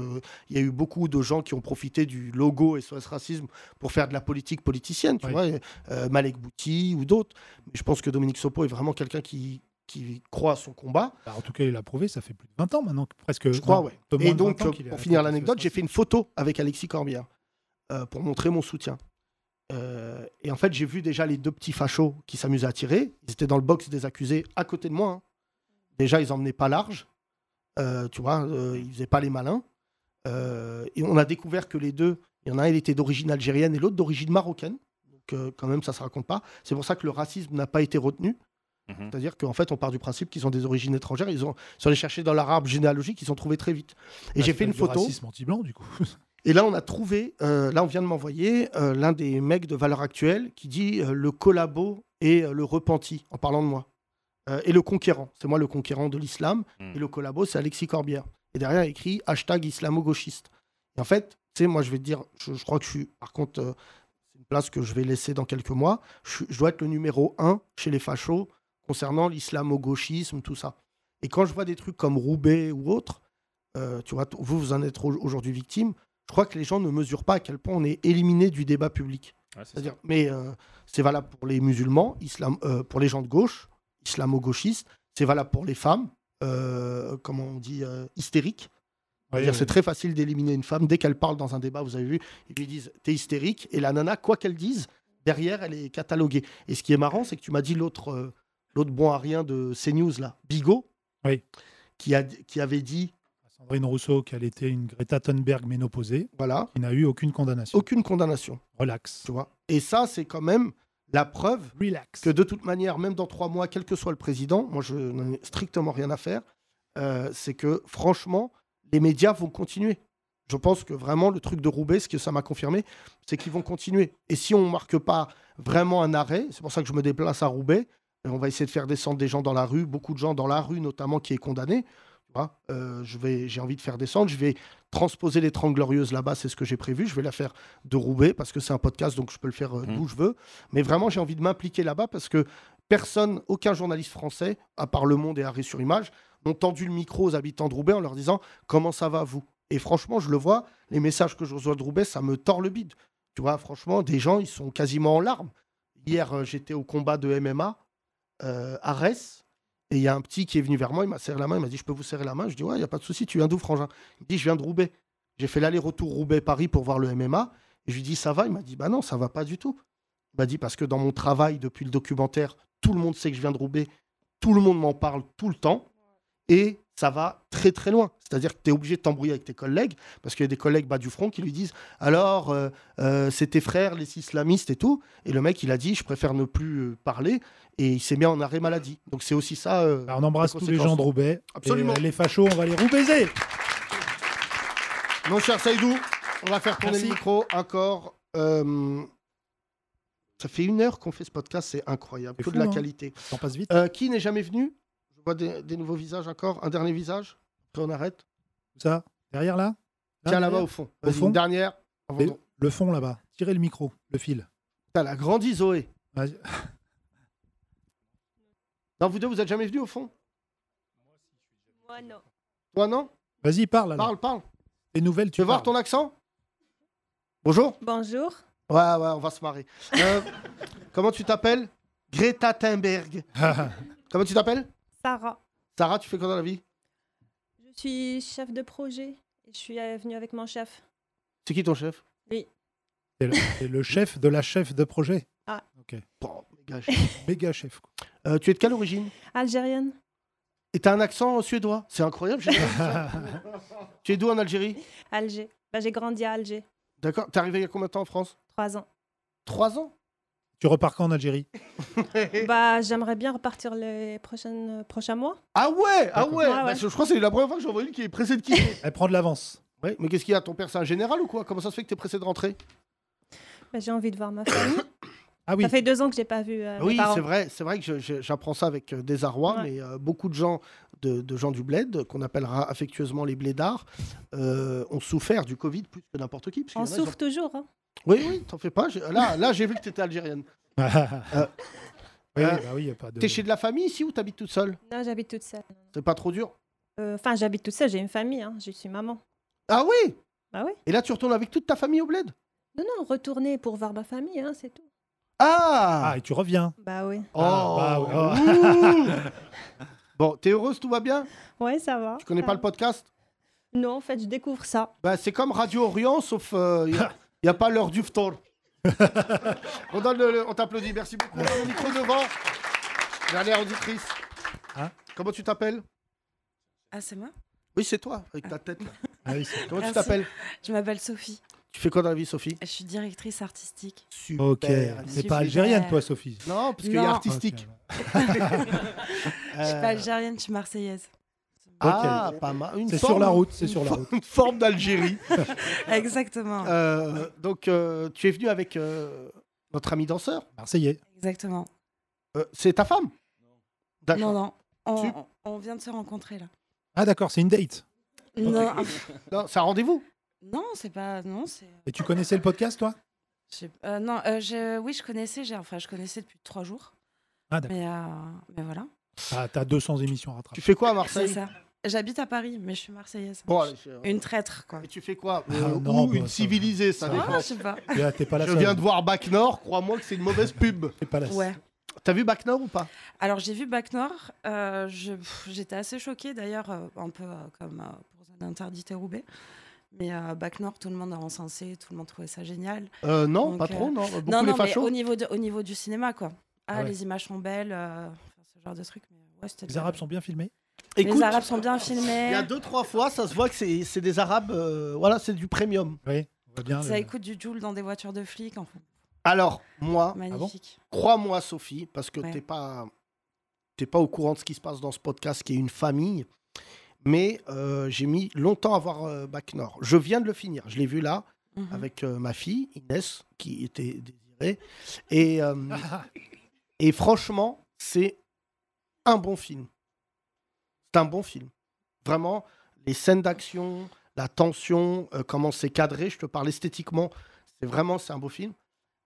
Speaker 3: y a eu beaucoup de gens qui ont profité du logo SOS Racisme pour faire de la politique politicienne, tu vois, euh, Malek Bouti ou d'autres. Mais je pense que Dominique Sopo est vraiment quelqu'un qui, qui croit à son combat.
Speaker 4: Bah, en tout cas, il a prouvé, ça fait plus de 20 ans maintenant, presque.
Speaker 3: Je crois,
Speaker 4: non,
Speaker 3: ouais.
Speaker 4: un peu moins
Speaker 3: Et
Speaker 4: de
Speaker 3: donc,
Speaker 4: 20 ans
Speaker 3: euh,
Speaker 4: qu'il est
Speaker 3: pour
Speaker 4: à
Speaker 3: finir
Speaker 4: Tokyo.
Speaker 3: l'anecdote, j'ai fait une photo avec Alexis Corbière euh, pour montrer mon soutien. Euh, et en fait, j'ai vu déjà les deux petits fachos qui s'amusaient à tirer. Ils étaient dans le box des accusés à côté de moi. hein. Déjà, ils emmenaient pas large. Euh, tu vois, euh, ils faisaient pas les malins. Euh, et on a découvert que les deux, il y en a un, il était d'origine algérienne et l'autre d'origine marocaine. Donc, euh, quand même, ça se raconte pas. C'est pour ça que le racisme n'a pas été retenu.
Speaker 4: Mhm.
Speaker 3: C'est-à-dire qu'en fait, on part du principe qu'ils ont des origines étrangères. Ils, ont, ils sont allés chercher dans l'arbre généalogique, ils sont trouvés très vite. Et
Speaker 4: Ah,
Speaker 3: j'ai
Speaker 4: c'est
Speaker 3: fait une
Speaker 4: du
Speaker 3: photo.
Speaker 4: racisme anti-blanc, du coup.
Speaker 3: Et là, on a trouvé, euh, là, on vient de m'envoyer euh, l'un des mecs de Valeurs Actuelles qui dit euh, le collabo et euh, le repenti, en parlant de moi. Euh, et le conquérant. C'est moi le conquérant de l'islam.
Speaker 14: Mm.
Speaker 3: Et le collabo, c'est Alexis Corbière. Et derrière, il y a écrit hashtag islamo-gauchiste. Et en fait, tu sais, moi, je vais te dire, je, je crois que je suis, par contre, euh, c'est une place que je vais laisser dans quelques mois. Je, suis- je dois être le numéro un chez les fachos concernant l'islamo-gauchisme, tout ça. Et quand je vois des trucs comme Roubaix ou autre, euh, tu vois, t- vous, vous en êtes au- aujourd'hui victime. Je crois que les gens ne mesurent pas à quel point on est éliminé du débat public.
Speaker 11: Ouais, c'est
Speaker 3: C'est-à-dire, mais euh, c'est valable pour les musulmans, islam, euh, pour les gens de gauche, islamo-gauchistes, c'est valable pour les femmes, euh, comment on dit, euh, hystériques.
Speaker 4: Ouais,
Speaker 3: C'est-à-dire,
Speaker 4: ouais.
Speaker 3: c'est très facile d'éliminer une femme. Dès qu'elle parle dans un débat, vous avez vu, ils lui disent T'es hystérique. Et la nana, quoi qu'elle dise, derrière, elle est cataloguée. Et ce qui est marrant, c'est que tu m'as dit l'autre euh, l'autre bon à rien de CNews, là, Bigot, [laughs] qui, a, qui avait dit
Speaker 4: Sandrine Rousseau, qu'elle était une Greta Thunberg ménopausée,
Speaker 3: voilà.
Speaker 4: qui n'a eu aucune condamnation.
Speaker 3: Aucune condamnation.
Speaker 4: Relax.
Speaker 3: Tu vois. Et ça, c'est quand même la preuve que de toute manière, même dans trois mois, quel que soit le président, moi je n'en ai strictement rien à faire, euh, c'est que franchement, les médias vont continuer. Je pense que vraiment, le truc de Roubaix, ce que ça m'a confirmé, c'est qu'ils vont continuer. Et si on ne marque pas vraiment un arrêt, c'est pour ça que je me déplace à Roubaix, et on va essayer de faire descendre des gens dans la rue, beaucoup de gens dans la rue notamment qui est condamné. Tu vois, euh, je vais, j'ai envie de faire descendre. Je vais transposer les 30 glorieuses là-bas, c'est ce que j'ai prévu. Je vais la faire de Roubaix parce que c'est un podcast, donc je peux le faire euh, d'où je veux. Mais vraiment, j'ai envie de m'impliquer là-bas parce que personne, aucun journaliste français, à part Le Monde et Arrêt sur Image, n'ont tendu le micro aux habitants de Roubaix en leur disant comment ça va vous. Et franchement, je le vois, les messages que je reçois de Roubaix, ça me tord le bide. Tu vois, franchement, des gens, ils sont quasiment en larmes. Hier, euh, j'étais au combat de MMA euh, à Reims. Et il y a un petit qui est venu vers moi, il m'a serré la main, il m'a dit Je peux vous serrer la main Je dis Ouais, il n'y a pas de souci, tu viens d'où, Frangin Il me dit Je viens de Roubaix. J'ai fait l'aller-retour Roubaix-Paris pour voir le MMA. Et je lui dis Ça va Il m'a dit Bah non, ça va pas du tout. Il m'a dit Parce que dans mon travail, depuis le documentaire, tout le monde sait que je viens de Roubaix, tout le monde m'en parle tout le temps. Et ça va très très loin. C'est-à-dire que tu es obligé de t'embrouiller avec tes collègues, parce qu'il y a des collègues bas du front qui lui disent Alors, euh, euh, c'est tes frères, les islamistes et tout. Et le mec, il a dit Je préfère ne plus euh, parler. Et il s'est mis en arrêt maladie. Donc c'est aussi ça. euh,
Speaker 4: Bah, On embrasse tous les gens de Roubaix.
Speaker 3: Absolument.
Speaker 4: Et, euh, les fachos, on va les roubaiser.
Speaker 3: Mon cher Saïdou, on va faire tourner
Speaker 4: Merci.
Speaker 3: le micro encore. Euh, Ça fait une heure qu'on fait ce podcast, c'est incroyable.
Speaker 4: C'est
Speaker 3: Que de
Speaker 4: fou,
Speaker 3: la
Speaker 4: hein.
Speaker 3: qualité.
Speaker 4: Ça passe vite.
Speaker 3: Euh, qui n'est jamais venu Je vois des, des nouveaux visages encore. Un dernier visage Après, on arrête.
Speaker 4: Ça, derrière là
Speaker 3: Tiens, là-bas,
Speaker 4: derrière
Speaker 3: au fond.
Speaker 4: Au
Speaker 3: Vas-y,
Speaker 4: fond
Speaker 3: une dernière.
Speaker 4: Et Le fond là-bas. Tirez le micro, le fil.
Speaker 3: T'as la grandi Zoé.
Speaker 4: Vas-y.
Speaker 3: Non, vous deux, vous êtes jamais venus au fond
Speaker 15: Moi, non.
Speaker 3: Toi, non
Speaker 4: Vas-y, parle. alors.
Speaker 3: Parle, parle.
Speaker 4: Les nouvelles, tu
Speaker 3: veux voir ton accent Bonjour.
Speaker 15: Bonjour.
Speaker 3: Ouais, ouais, on va se marrer.
Speaker 15: [laughs]
Speaker 3: Euh, comment tu t'appelles
Speaker 4: [laughs]
Speaker 3: Greta Thunberg. comment tu t'appelles
Speaker 15: Sarah,
Speaker 3: Sarah, tu fais quoi dans la vie
Speaker 15: je suis chef de projet. Je suis euh, venue avec mon chef.
Speaker 3: C'est qui ton chef
Speaker 15: Oui.
Speaker 4: C'est le, c'est le chef de la chef de projet.
Speaker 15: Ah.
Speaker 4: Ok.
Speaker 3: méga chef.
Speaker 4: quoi.
Speaker 3: Euh, tu es de quelle origine [laughs]
Speaker 15: Algérienne.
Speaker 3: Et t'as un accent suédois. C'est incroyable. j'ai jamais vu
Speaker 15: [laughs]
Speaker 3: ça. tu es d'où en Algérie
Speaker 15: Alger. Ben, j'ai grandi à Alger.
Speaker 3: D'accord. T'es arrivé il y a combien de temps en France
Speaker 15: Trois ans.
Speaker 3: Trois ans
Speaker 4: Tu repars quand en Algérie
Speaker 15: [laughs] bah, j'aimerais bien repartir les prochaines, euh, prochains mois.
Speaker 3: Ah ouais Ah
Speaker 15: D'accord.
Speaker 3: ouais,
Speaker 15: Ouais,
Speaker 3: Bah,
Speaker 15: ouais.
Speaker 3: Je je crois que c'est la première fois que j'en vois une qui est pressée de quitter.
Speaker 4: Elle prend de l'avance.
Speaker 3: Ouais, mais qu'est-ce qu'il y a Ton père, c'est un général ou quoi Comment ça se fait que t'es pressé de rentrer
Speaker 15: Ben, j'ai envie de voir ma famille.
Speaker 3: [coughs] Ah oui.
Speaker 15: Ça fait deux ans que j'ai pas vu. euh, mes
Speaker 3: Oui,
Speaker 15: parents.
Speaker 3: c'est vrai, c'est vrai que je- je- j'apprends ça avec euh, désarroi, mais euh, beaucoup de gens, de, de gens du bled, euh, qu'on appellera affectueusement les blédards, euh, ont souffert du Covid plus que n'importe qui. parce qu'il
Speaker 15: On
Speaker 3: y en a, ils ont-
Speaker 15: souffre toujours. hein.
Speaker 3: Oui, oui, t'en fais pas. j'ai- Là, là j'ai vu que
Speaker 4: [laughs]
Speaker 3: t'étais algérienne. Euh,
Speaker 4: Oui,
Speaker 3: euh,
Speaker 4: bah oui, y a pas de.
Speaker 3: T'es chez de la famille ici ou t'habites toute seule
Speaker 15: Non, j'habite toute seule.
Speaker 3: C'est pas trop dur
Speaker 15: Euh, Enfin, j'habite toute seule. J'ai une famille. hein, Je suis maman.
Speaker 3: Ah oui
Speaker 15: Bah oui.
Speaker 3: Et là, tu retournes avec toute ta famille au bled
Speaker 15: Non, non, retourner pour voir ma famille, hein, c'est tout.
Speaker 3: Ah
Speaker 4: Ah, et tu reviens.
Speaker 15: Bah oui.
Speaker 3: Oh.
Speaker 4: Ah, bah
Speaker 3: oui. Bon, t'es heureuse, tout va bien [laughs]
Speaker 15: Ouais, ça va.
Speaker 3: Tu connais pas le podcast
Speaker 15: Non, en fait, je découvre ça.
Speaker 3: Bah, c'est comme Radio Orient, sauf euh, il n'y a, pas l'heure
Speaker 4: [laughs]
Speaker 3: du phtor. on donne le- le- on t'applaudit, merci beaucoup. On donne le micro devant. Dernière auditrice.
Speaker 4: Hein
Speaker 3: Comment tu t'appelles
Speaker 14: Ah, c'est moi Ah.
Speaker 3: Oui, c'est toi, avec ta tête. là.
Speaker 4: Ah
Speaker 3: Comment tu
Speaker 14: Merci.
Speaker 3: t'appelles
Speaker 14: Je m'appelle Sophie.
Speaker 3: Tu fais quoi dans la vie, Sophie
Speaker 14: Je suis directrice artistique.
Speaker 3: Super.
Speaker 4: Ok, mais pas algérienne, toi, Sophie. bah,
Speaker 3: Non, parce qu'il y a
Speaker 14: Non.
Speaker 3: artistique.
Speaker 14: [laughs] Je suis pas algérienne, je suis marseillaise.
Speaker 3: Ah,
Speaker 14: Ok.
Speaker 3: pas mal. Une
Speaker 4: C'est
Speaker 3: forme-
Speaker 4: sur la route, c'est
Speaker 3: une
Speaker 4: sur la
Speaker 3: for-
Speaker 4: route.
Speaker 3: Une forme d'Algérie.
Speaker 14: [laughs] Exactement.
Speaker 3: Euh, donc, euh, tu es venu avec euh, notre ami danseur
Speaker 4: Marseillais.
Speaker 14: Exactement.
Speaker 3: Euh, c'est ta femme
Speaker 14: Non, non.
Speaker 3: Tu-
Speaker 14: On, on vient de se rencontrer là.
Speaker 4: Ah, d'accord, c'est une date.
Speaker 14: Non, [laughs]
Speaker 3: non c'est un rendez-vous.
Speaker 14: non c'est pas. Non, c'est.
Speaker 4: Et tu connaissais le podcast, toi
Speaker 14: je sais- euh, non, euh, je- oui, je connaissais. j'ai- Enfin, je connaissais depuis trois jours.
Speaker 4: Ah, d'accord.
Speaker 14: Mais, euh, mais voilà.
Speaker 4: Ah, t'as 200 émissions à rattraper.
Speaker 3: Tu fais quoi à
Speaker 14: C'est ça. J'habite à Paris, mais je suis marseillaise.
Speaker 3: Bon, allez,
Speaker 14: Une traître, quoi. Et
Speaker 3: tu fais quoi
Speaker 4: Ah,
Speaker 3: Euh,
Speaker 4: non,
Speaker 3: ou
Speaker 4: bah,
Speaker 3: une
Speaker 4: ça-
Speaker 3: civilisée, ça,
Speaker 14: ça-
Speaker 3: dépend.
Speaker 14: Ah, je sais pas.
Speaker 4: Là, t'es pas la
Speaker 3: Je
Speaker 4: seule.
Speaker 3: viens de voir Bac Nord, crois-moi que c'est une mauvaise pub.
Speaker 4: pas la
Speaker 14: Ouais.
Speaker 3: T'as vu Bac Nord ou pas
Speaker 14: Alors, j'ai vu Bac Nord. euh, je- pff, J'étais assez choquée, d'ailleurs, euh, un peu euh, comme euh, pour Zone Interdite et Roubaix. Mais euh, Bac Nord, tout le monde a encensé, tout le monde trouvait ça génial.
Speaker 3: Euh, non, pas trop, non, beaucoup les
Speaker 14: non, mais
Speaker 3: fachos.
Speaker 14: au niveau, de- au niveau du cinéma, quoi. Ah,
Speaker 4: Ah ouais.
Speaker 14: les images sont belles, euh, enfin, ce genre de truc. Mais ouais, c'était
Speaker 4: Les
Speaker 14: bien.
Speaker 4: Arabes sont bien filmés.
Speaker 14: les Arabes sont bien filmés.
Speaker 3: Il y a deux, trois fois, ça se voit que c'est c'est des Arabes, euh, voilà, c'est du premium.
Speaker 4: Oui, on voit bien.
Speaker 14: Ça écoute du Joule dans des voitures de flics. Enfin.
Speaker 3: Alors, moi,
Speaker 14: Magnifique.
Speaker 3: crois-moi, Sophie, parce que
Speaker 14: Ouais.
Speaker 3: t'es pas, t'es pas au courant de ce qui se passe dans ce podcast qui est une famille, mais euh, j'ai mis longtemps à voir euh, Bac Nord. Je viens de le finir. Je l'ai vu là,
Speaker 14: Mhm.
Speaker 3: avec euh, ma fille, Inès, qui était désirée. Et,
Speaker 14: [laughs]
Speaker 3: euh, et franchement, c'est un bon film. C'est un bon film. Vraiment, les scènes d'action, la tension, euh, comment c'est cadré, je te parle esthétiquement, c'est vraiment c'est un beau film.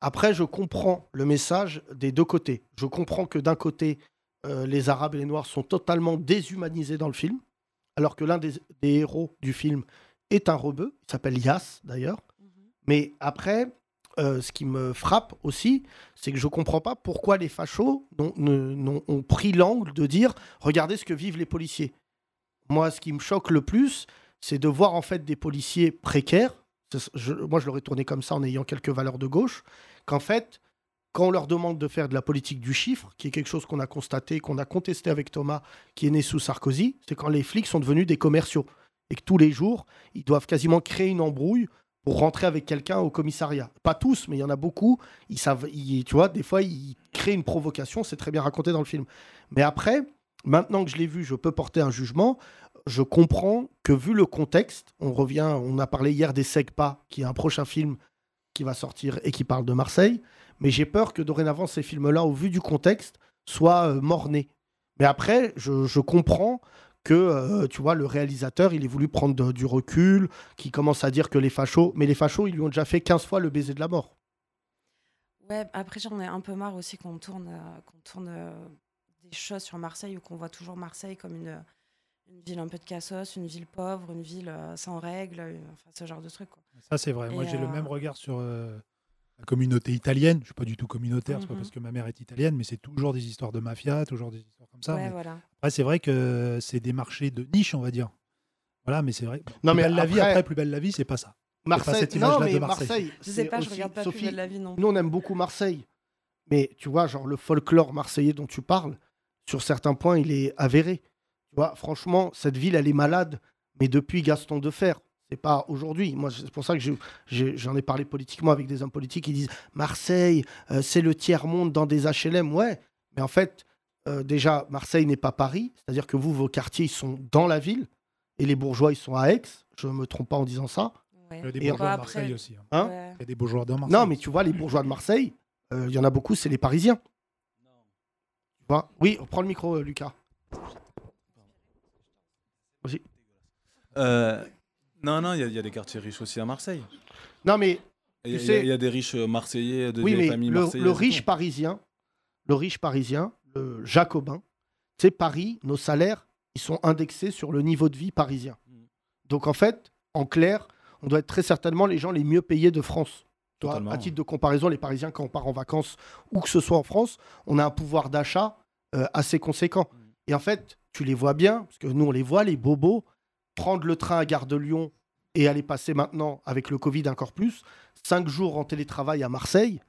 Speaker 3: Après, je comprends le message des deux côtés. Je comprends que d'un côté, euh, les Arabes et les Noirs sont totalement déshumanisés dans le film, alors que l'un des, des héros du film est un rebeu, il s'appelle Yass d'ailleurs. Mais après, euh, ce qui me frappe aussi, c'est que je comprends pas pourquoi les fachos n'ont- ne- n'ont- ont pris l'angle de dire regardez ce que vivent les policiers. Moi, ce qui me choque le plus, c'est de voir en fait des policiers précaires. Ce- je- moi, je l'aurais tourné comme ça en ayant quelques valeurs de gauche. Qu'en fait, quand on leur demande de faire de la politique du chiffre, qui est quelque chose qu'on a constaté, qu'on a contesté avec Thomas, qui est né sous Sarkozy, c'est quand les flics sont devenus des commerciaux et que tous les jours, ils doivent quasiment créer une embrouille pour rentrer avec quelqu'un au commissariat. Pas tous, mais il y en a beaucoup. Ils savent, ils- tu vois, des fois, ils créent une provocation. C'est très bien raconté dans le film. Mais après, maintenant que je l'ai vu, je peux porter un jugement. Je comprends que vu le contexte, on revient, on a parlé hier des Segpa, qui est un prochain film qui va sortir et qui parle de Marseille. Mais j'ai peur que dorénavant, ces films-là, au vu du contexte, soient euh, mornés. Mais après, je, je comprends que, euh, tu vois, le réalisateur, il ait voulu prendre de- du recul, qui commence à dire que les fachos... Mais les fachos, ils lui ont déjà fait 15 fois le baiser de la mort.
Speaker 14: Ouais, après, j'en ai un peu marre aussi qu'on tourne, euh, qu'on tourne euh, des choses sur Marseille ou qu'on voit toujours Marseille comme une, une ville un peu de cassos, une ville pauvre, une ville euh, sans règles, une- enfin, ce genre de truc. Quoi.
Speaker 4: Ça, c'est vrai. Moi,
Speaker 14: Et,
Speaker 4: j'ai le
Speaker 14: euh,
Speaker 4: même regard sur euh, la communauté italienne. Je suis pas du tout communautaire, c'est pas
Speaker 14: Mhm.
Speaker 4: parce que ma mère est italienne, mais c'est toujours des histoires de mafia, toujours des histoires comme ça.
Speaker 14: Ouais,
Speaker 4: mais
Speaker 14: voilà.
Speaker 4: Après, c'est vrai que c'est des marchés de niche, on va dire. Voilà, mais c'est vrai.
Speaker 3: Non,
Speaker 4: plus
Speaker 3: mais
Speaker 4: belle la vie,
Speaker 3: après-
Speaker 4: après, plus belle la vie, c'est pas ça. C'est pas
Speaker 3: Marseille,
Speaker 4: cette
Speaker 3: non,
Speaker 4: image-là
Speaker 3: mais
Speaker 4: de Marseille.
Speaker 14: Je sais
Speaker 3: c'est
Speaker 14: pas, je
Speaker 3: aussi-
Speaker 14: regarde pas Plus
Speaker 3: Sophie,
Speaker 14: belle la vie non
Speaker 3: Nous, on aime beaucoup Marseille. Mais tu vois, genre le folklore marseillais dont tu parles, sur certains points, il est avéré. Tu vois, franchement, cette ville, elle est malade. Mais depuis Gaston Defer, c'est pas aujourd'hui. Moi, c'est pour ça que je- j'ai- j'en ai parlé politiquement avec des hommes politiques qui disent Marseille, euh, c'est le tiers-monde dans des HLM. Ouais, mais en fait, euh, déjà, Marseille n'est pas Paris. C'est-à-dire que vous, vos quartiers, ils sont dans la ville. Et les bourgeois, ils sont à Aix. Je me trompe pas en disant ça.
Speaker 4: Il y a des
Speaker 3: Et-
Speaker 4: bourgeois de Marseille aussi. hein.
Speaker 3: Hein
Speaker 4: Il y a des bourgeois de Marseille.
Speaker 3: non, mais tu vois, les bourgeois de Marseille, euh, il y en a beaucoup, c'est les Parisiens. Tu vois Oui, prends le micro, euh, Lucas. Vas-y.
Speaker 16: Euh, non, non, il y a- il y, a des quartiers riches aussi à Marseille.
Speaker 3: Non, mais
Speaker 16: Et Il y,
Speaker 3: tu
Speaker 16: a-
Speaker 3: sais-
Speaker 16: il y a des riches euh, marseillais, de,
Speaker 3: oui,
Speaker 16: des
Speaker 3: mais
Speaker 16: familles
Speaker 3: le,
Speaker 16: marseillaises.
Speaker 3: le
Speaker 16: et tout.
Speaker 3: riche parisien, le riche parisien, le jacobin, tu sais, Paris, nos salaires, ils sont indexés sur le niveau de vie
Speaker 16: Mm.
Speaker 3: parisien. Donc en fait, en clair, on doit être très certainement les gens les mieux payés de France. Tu vois,
Speaker 16: Totalement.
Speaker 3: à titre de comparaison, les Parisiens, quand on part en vacances, où que ce soit en France, on a un pouvoir d'achat euh, assez conséquent.
Speaker 16: Mm.
Speaker 3: Et en fait, tu les vois bien, parce que nous, on les voit, les bobos, prendre le train à Gare de Lyon et aller passer maintenant, avec le Covid encore plus, cinq jours en télétravail à Marseille.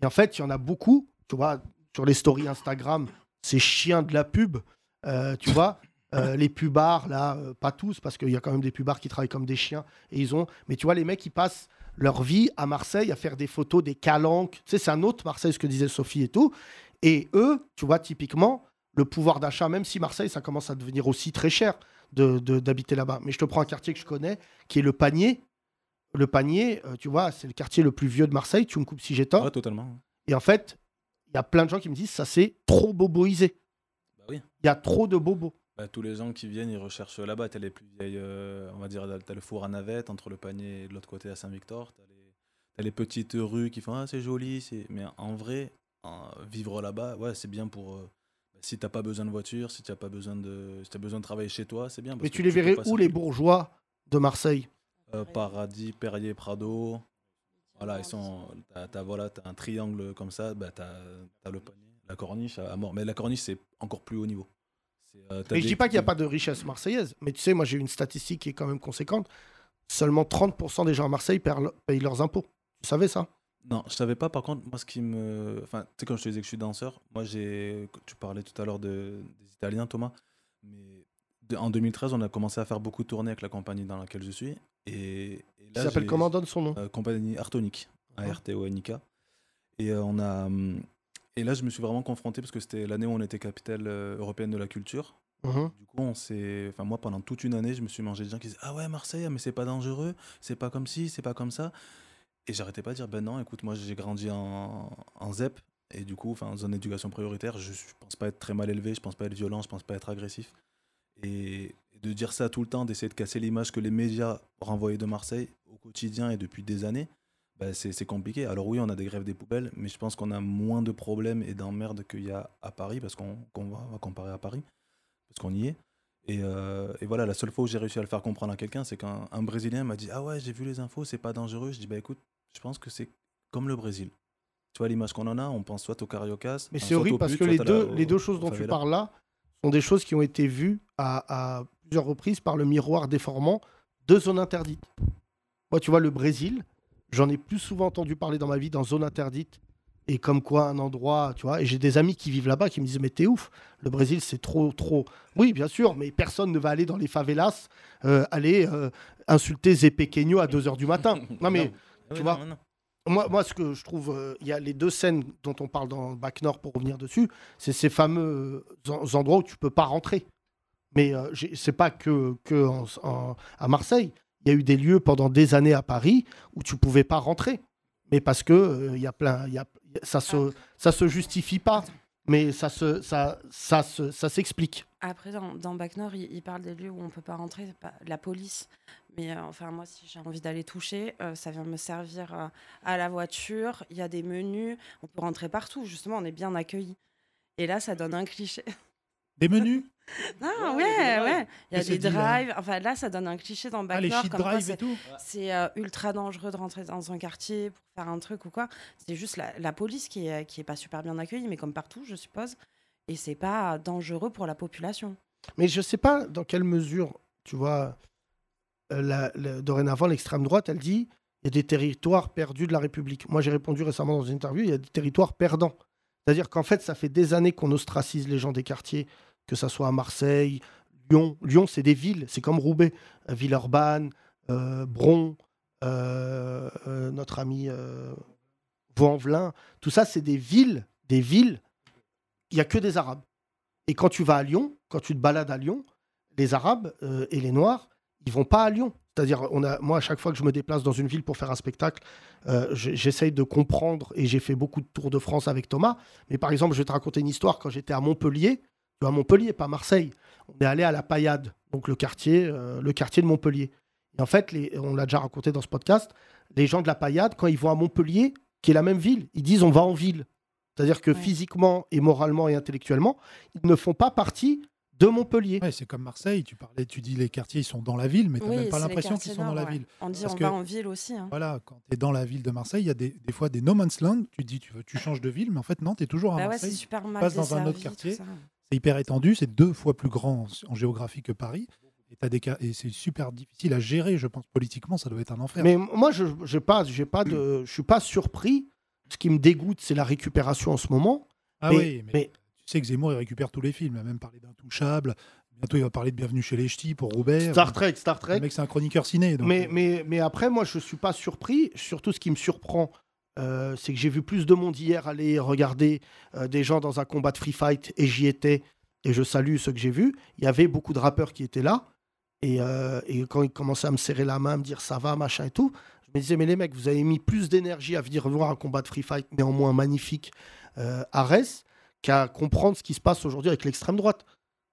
Speaker 3: Et en fait, il y en a beaucoup, tu vois, sur les stories Instagram, ces chiens de la pub, euh, tu vois, euh, les pubards, là, euh, pas tous, parce qu'il y a quand même des pubards qui travaillent comme des chiens, et ils ont, mais tu vois, les mecs, ils passent leur vie à Marseille à faire des photos, des calanques, tu sais, c'est un autre Marseille, ce que disait Sophie et tout, et eux, tu vois, typiquement, le pouvoir d'achat, même si Marseille, ça commence à devenir aussi très cher de- de- d'habiter là-bas, mais je te prends un quartier que je connais, qui est le panier, le panier, euh, tu vois, c'est le quartier le plus vieux de Marseille, tu me coupes si j'ai tort.
Speaker 16: totalement.
Speaker 3: Et en fait, il y a plein de gens qui me disent ça c'est trop boboisé.
Speaker 16: Bah oui.
Speaker 3: Il y a trop de bobos.
Speaker 16: Bah, tous les gens qui viennent, ils recherchent là-bas. T'as les plus vieilles, euh, on va dire, t'as le four à navette entre le panier et de l'autre côté à Saint-Victor. T'as les, t'as les petites rues qui font Ah, c'est joli. c'est- Mais en vrai, en- vivre là-bas, ouais, c'est bien pour. euh, si t'as pas besoin de voiture, si t'as pas besoin de, si t'as besoin de travailler chez toi, c'est bien. parce
Speaker 3: Mais
Speaker 16: que
Speaker 3: tu les
Speaker 16: peux
Speaker 3: verrais
Speaker 16: passer
Speaker 3: où
Speaker 16: un-
Speaker 3: les bourgeois de Marseille
Speaker 16: Euh, Paradis, Perrier, Prado. Voilà, ils sont. T'as, t'as- voilà, t'as un triangle comme ça, bah, t'as, t'as le panier, la corniche à à mort. Mais la corniche, c'est encore plus haut niveau. C'est, euh, t'as
Speaker 3: Et je
Speaker 16: des-
Speaker 3: dis pas qu'il n'y a
Speaker 16: des-
Speaker 3: pas de richesse marseillaise, mais tu sais, moi j'ai une statistique qui est quand même conséquente. Seulement 30% des gens à Marseille perdent- payent leurs impôts. Tu savais ça
Speaker 16: Non, je savais pas. Par contre, moi, ce qui me. Enfin, tu sais, quand je te disais que je suis danseur, moi, j'ai. Tu parlais tout à l'heure de... des Italiens, Thomas. Mais de- en 2013, on a commencé à faire beaucoup de tournées avec la compagnie dans laquelle je suis. Et, et là,
Speaker 3: s'appelle
Speaker 16: j'ai-
Speaker 3: comment, donne son nom
Speaker 16: Euh, Compagnie Artonic,
Speaker 3: Mhm.
Speaker 16: A-R-T-O-N-I-K. Et euh, on a. hum, Et là, je me suis vraiment confronté parce que c'était l'année où on était capitale euh, européenne de la culture.
Speaker 3: Mhm.
Speaker 16: Du coup, on s'est. Enfin, moi, pendant toute une année, je me suis mangé des gens qui disaient Ah ouais, Marseille, ah, mais c'est pas dangereux, c'est pas comme ci, c'est pas comme ça. Et j'arrêtais pas de dire Ben non, écoute, moi, j'ai grandi en, en ZEP. Et du coup, enfin, en zone d'éducation prioritaire, je, je pense pas être très mal élevé, je pense pas être violent, je pense pas être agressif. Et de dire ça tout le temps, d'essayer de casser l'image que les médias renvoyaient de Marseille au quotidien et depuis des années, bah, c'est c'est compliqué. Alors oui, on a des grèves des poubelles, mais je pense qu'on a moins de problèmes et d'emmerdes qu'il y a à Paris, parce qu'on qu'on va, on va comparer à Paris, parce qu'on y est. Et, euh, et voilà, la seule fois où j'ai réussi à le faire comprendre à quelqu'un, c'est qu'un un Brésilien m'a dit Ah ouais, j'ai vu les infos, c'est pas dangereux. Je dis Bah écoute, je pense que c'est comme le Brésil. Tu vois l'image qu'on en a, on pense soit au cariocas. enfin,
Speaker 3: Mais c'est
Speaker 16: soit
Speaker 3: horrible
Speaker 16: au
Speaker 3: parce
Speaker 16: pute,
Speaker 3: que les
Speaker 16: soit à la-
Speaker 3: deux, les
Speaker 16: au-
Speaker 3: deux choses
Speaker 16: au
Speaker 3: dont tu
Speaker 16: favela.
Speaker 3: parles là sont des choses qui ont été vues à, à plusieurs reprises par le miroir déformant de zones interdites. Moi, tu vois, le Brésil, j'en ai plus souvent entendu parler dans ma vie dans zone interdite et comme quoi un endroit, tu vois. Et j'ai des amis qui vivent là-bas qui me disent Mais t'es ouf, le Brésil, c'est trop, trop. Oui, bien sûr, mais personne ne va aller dans les favelas, euh, aller euh, insulter Zepequeño à 2 h
Speaker 16: [laughs]
Speaker 3: du matin. Non, mais
Speaker 16: Ah
Speaker 3: tu
Speaker 16: oui,
Speaker 3: vois.
Speaker 16: non, non.
Speaker 3: Moi, moi, ce que je trouve, euh, il y a les deux scènes dont on parle dans Bac Nord pour revenir dessus, c'est ces fameux euh, en- endroits où tu peux pas rentrer. Mais euh, j'ai- c'est pas que, que en- en- à Marseille. Il y a eu des lieux pendant des années à Paris où tu pouvais pas rentrer. Mais parce que euh, il y a plein, il y a- ça se, ça se justifie pas, mais ça se, ça, ça se- ça s'explique.
Speaker 14: Après, dans, dans Bac Nord, ils il parlent des lieux où on peut pas rentrer, c'est pas la police. Mais euh, enfin, moi, si j'ai envie d'aller toucher, euh, ça vient me servir euh, à la voiture. Il y a des menus, on peut rentrer partout. Justement, on est bien accueillis. Et là, ça donne un cliché.
Speaker 4: Des menus
Speaker 14: Ah
Speaker 4: Ouais,
Speaker 14: ouais,
Speaker 4: il
Speaker 14: ouais. Il y a
Speaker 4: y a des drives. Et c'est
Speaker 14: des
Speaker 4: dit, euh,
Speaker 14: drives. Enfin, là, ça donne un cliché dans Bac
Speaker 4: les
Speaker 14: Nord.
Speaker 4: shit
Speaker 14: comme quoi
Speaker 4: drives et
Speaker 14: c'est-
Speaker 4: tout.
Speaker 14: C'est euh, ultra dangereux de rentrer dans un quartier pour faire un truc ou quoi. C'est juste la, la police qui est, euh, qui est pas super bien accueillie, mais comme partout, je suppose. Et c'est pas dangereux pour la population.
Speaker 3: Mais je sais pas dans quelle mesure, tu vois, euh, la- la- dorénavant, l'extrême droite, elle dit il y a des territoires perdus de la République. Moi, j'ai répondu récemment dans une interview il y a des territoires perdants. C'est-à-dire qu'en fait, ça fait des années qu'on ostracise les gens des quartiers, que ça soit à Marseille, Lyon. Lyon, c'est des villes, c'est comme Roubaix, Euh, Villeurbanne, euh, Bron, euh, euh, notre ami euh, Vaux-en-Velin. Tout ça, c'est des villes, des villes il n'y a que des Arabes. Et quand tu vas à Lyon, quand tu te balades à Lyon, les Arabes euh, et les Noirs, ils vont pas à Lyon. C'est-à-dire, on a, moi, à chaque fois que je me déplace dans une ville pour faire un spectacle, euh, j- j'essaye de comprendre, et j'ai fait beaucoup de tours de France avec Thomas, mais par exemple, je vais te raconter une histoire, quand j'étais à Montpellier, à Montpellier, pas Marseille, on est allé à la Paillade, donc le quartier, euh, le quartier de Montpellier. Et en fait, les- on l'a déjà raconté dans ce podcast, les gens de la Paillade, quand ils vont à Montpellier, qui est la même ville, ils disent on va en ville. C'est-à-dire que physiquement et moralement et intellectuellement, ils ne font pas partie de Montpellier.
Speaker 4: Ouais, c'est comme Marseille, tu parlais, tu dis les quartiers, ils sont dans la ville, mais tu n'as
Speaker 14: Oui,
Speaker 4: même pas
Speaker 14: c'est les
Speaker 4: l'impression qu'ils
Speaker 14: quartiers
Speaker 4: sont dans
Speaker 14: nord,
Speaker 4: la
Speaker 14: ouais.
Speaker 4: ville.
Speaker 14: On dit
Speaker 4: Parce
Speaker 14: on
Speaker 4: que-
Speaker 14: va en ville aussi. hein.
Speaker 4: Voilà, quand tu es dans la ville de Marseille, il y a des, des fois des no man's land, tu te dis tu, veux, tu changes de ville, mais en fait non, tu es toujours à
Speaker 14: Bah ouais,
Speaker 4: Marseille,
Speaker 14: c'est super
Speaker 4: tu
Speaker 14: mal
Speaker 4: passes dans un autre
Speaker 14: desservi,
Speaker 4: quartier,
Speaker 14: tout ça.
Speaker 4: c'est hyper étendu, c'est deux fois plus grand en- en géographie que Paris, et, t'as des cas- et c'est super difficile à gérer, je pense, politiquement, ça doit être un enfer.
Speaker 3: Mais moi, je j'ai pas, j'ai pas de, je suis pas surpris. Ce qui me dégoûte, c'est la récupération en ce moment.
Speaker 4: Ah
Speaker 3: Mais-
Speaker 4: oui, mais, tu sais que Zemmour, il récupère tous les films. Il a même parlé d'Intouchable. Bientôt, il va parler de Bienvenue chez les Ch'tis pour Robert.
Speaker 3: Star Trek, Star Trek.
Speaker 4: Le mec, c'est un chroniqueur ciné. donc- euh,
Speaker 3: mais, mais, mais après, moi, je suis pas surpris. Surtout, ce qui me surprend, euh, c'est que j'ai vu plus de monde hier aller regarder euh, des gens dans un combat de free fight, et j'y étais, et je salue ceux que j'ai vus. Il y avait beaucoup de rappeurs qui étaient là, et, euh, et quand ils commençaient à me serrer la main, à me dire ça va, machin et tout, je me disais, mais les mecs, vous avez mis plus d'énergie à venir voir un combat de free fight, néanmoins magnifique, euh, à Reims, qu'à comprendre ce qui se passe aujourd'hui avec l'extrême droite.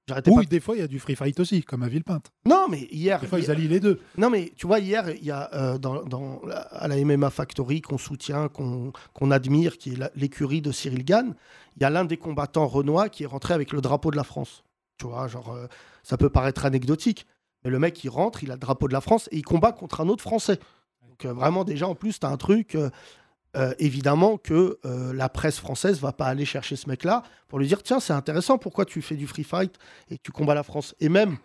Speaker 3: J'arrêtais
Speaker 4: Oui,
Speaker 3: pas de-
Speaker 4: des fois, il y a du free fight aussi, comme à Villepinte.
Speaker 3: non, mais hier.
Speaker 4: Des fois, ils
Speaker 3: hier-
Speaker 4: allient les deux.
Speaker 3: Non, mais tu vois, hier, il y a euh, dans, dans la- à la MMA Factory qu'on soutient, qu'on qu'on admire, qui est la- l'écurie de Cyril Gann, il y a l'un des combattants renois qui est rentré avec le drapeau de la France. Tu vois, genre, euh, ça peut paraître anecdotique, mais le mec, il rentre, il a le drapeau de la France et il combat contre un autre Français. Donc, euh, vraiment, déjà, en plus, tu as un truc. euh, euh, évidemment que euh, la presse française va pas aller chercher ce mec-là pour lui dire tiens c'est intéressant pourquoi tu fais du free fight et que tu combats la France et même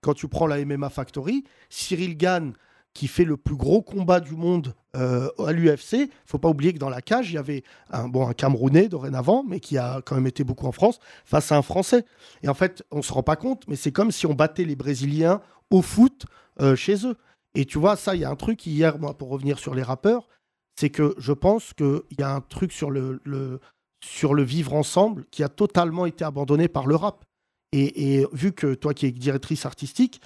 Speaker 3: quand tu prends la MMA Factory Cyril Gann qui fait le plus gros combat du monde euh, à l'UFC faut pas oublier que dans la cage il y avait un bon un Camerounais dorénavant mais qui a quand même été beaucoup en France face à un Français et en fait on se rend pas compte mais c'est comme si on battait les Brésiliens au foot euh, chez eux et tu vois ça il y a un truc hier moi pour revenir sur les rappeurs c'est que je pense qu'il y a un truc sur le, le- sur le vivre ensemble qui a totalement été abandonné par le rap. Et, et vu que toi qui es directrice artistique,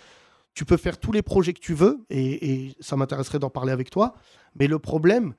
Speaker 3: tu peux faire tous les projets que tu veux, et, et ça m'intéresserait d'en parler avec toi, mais le problème,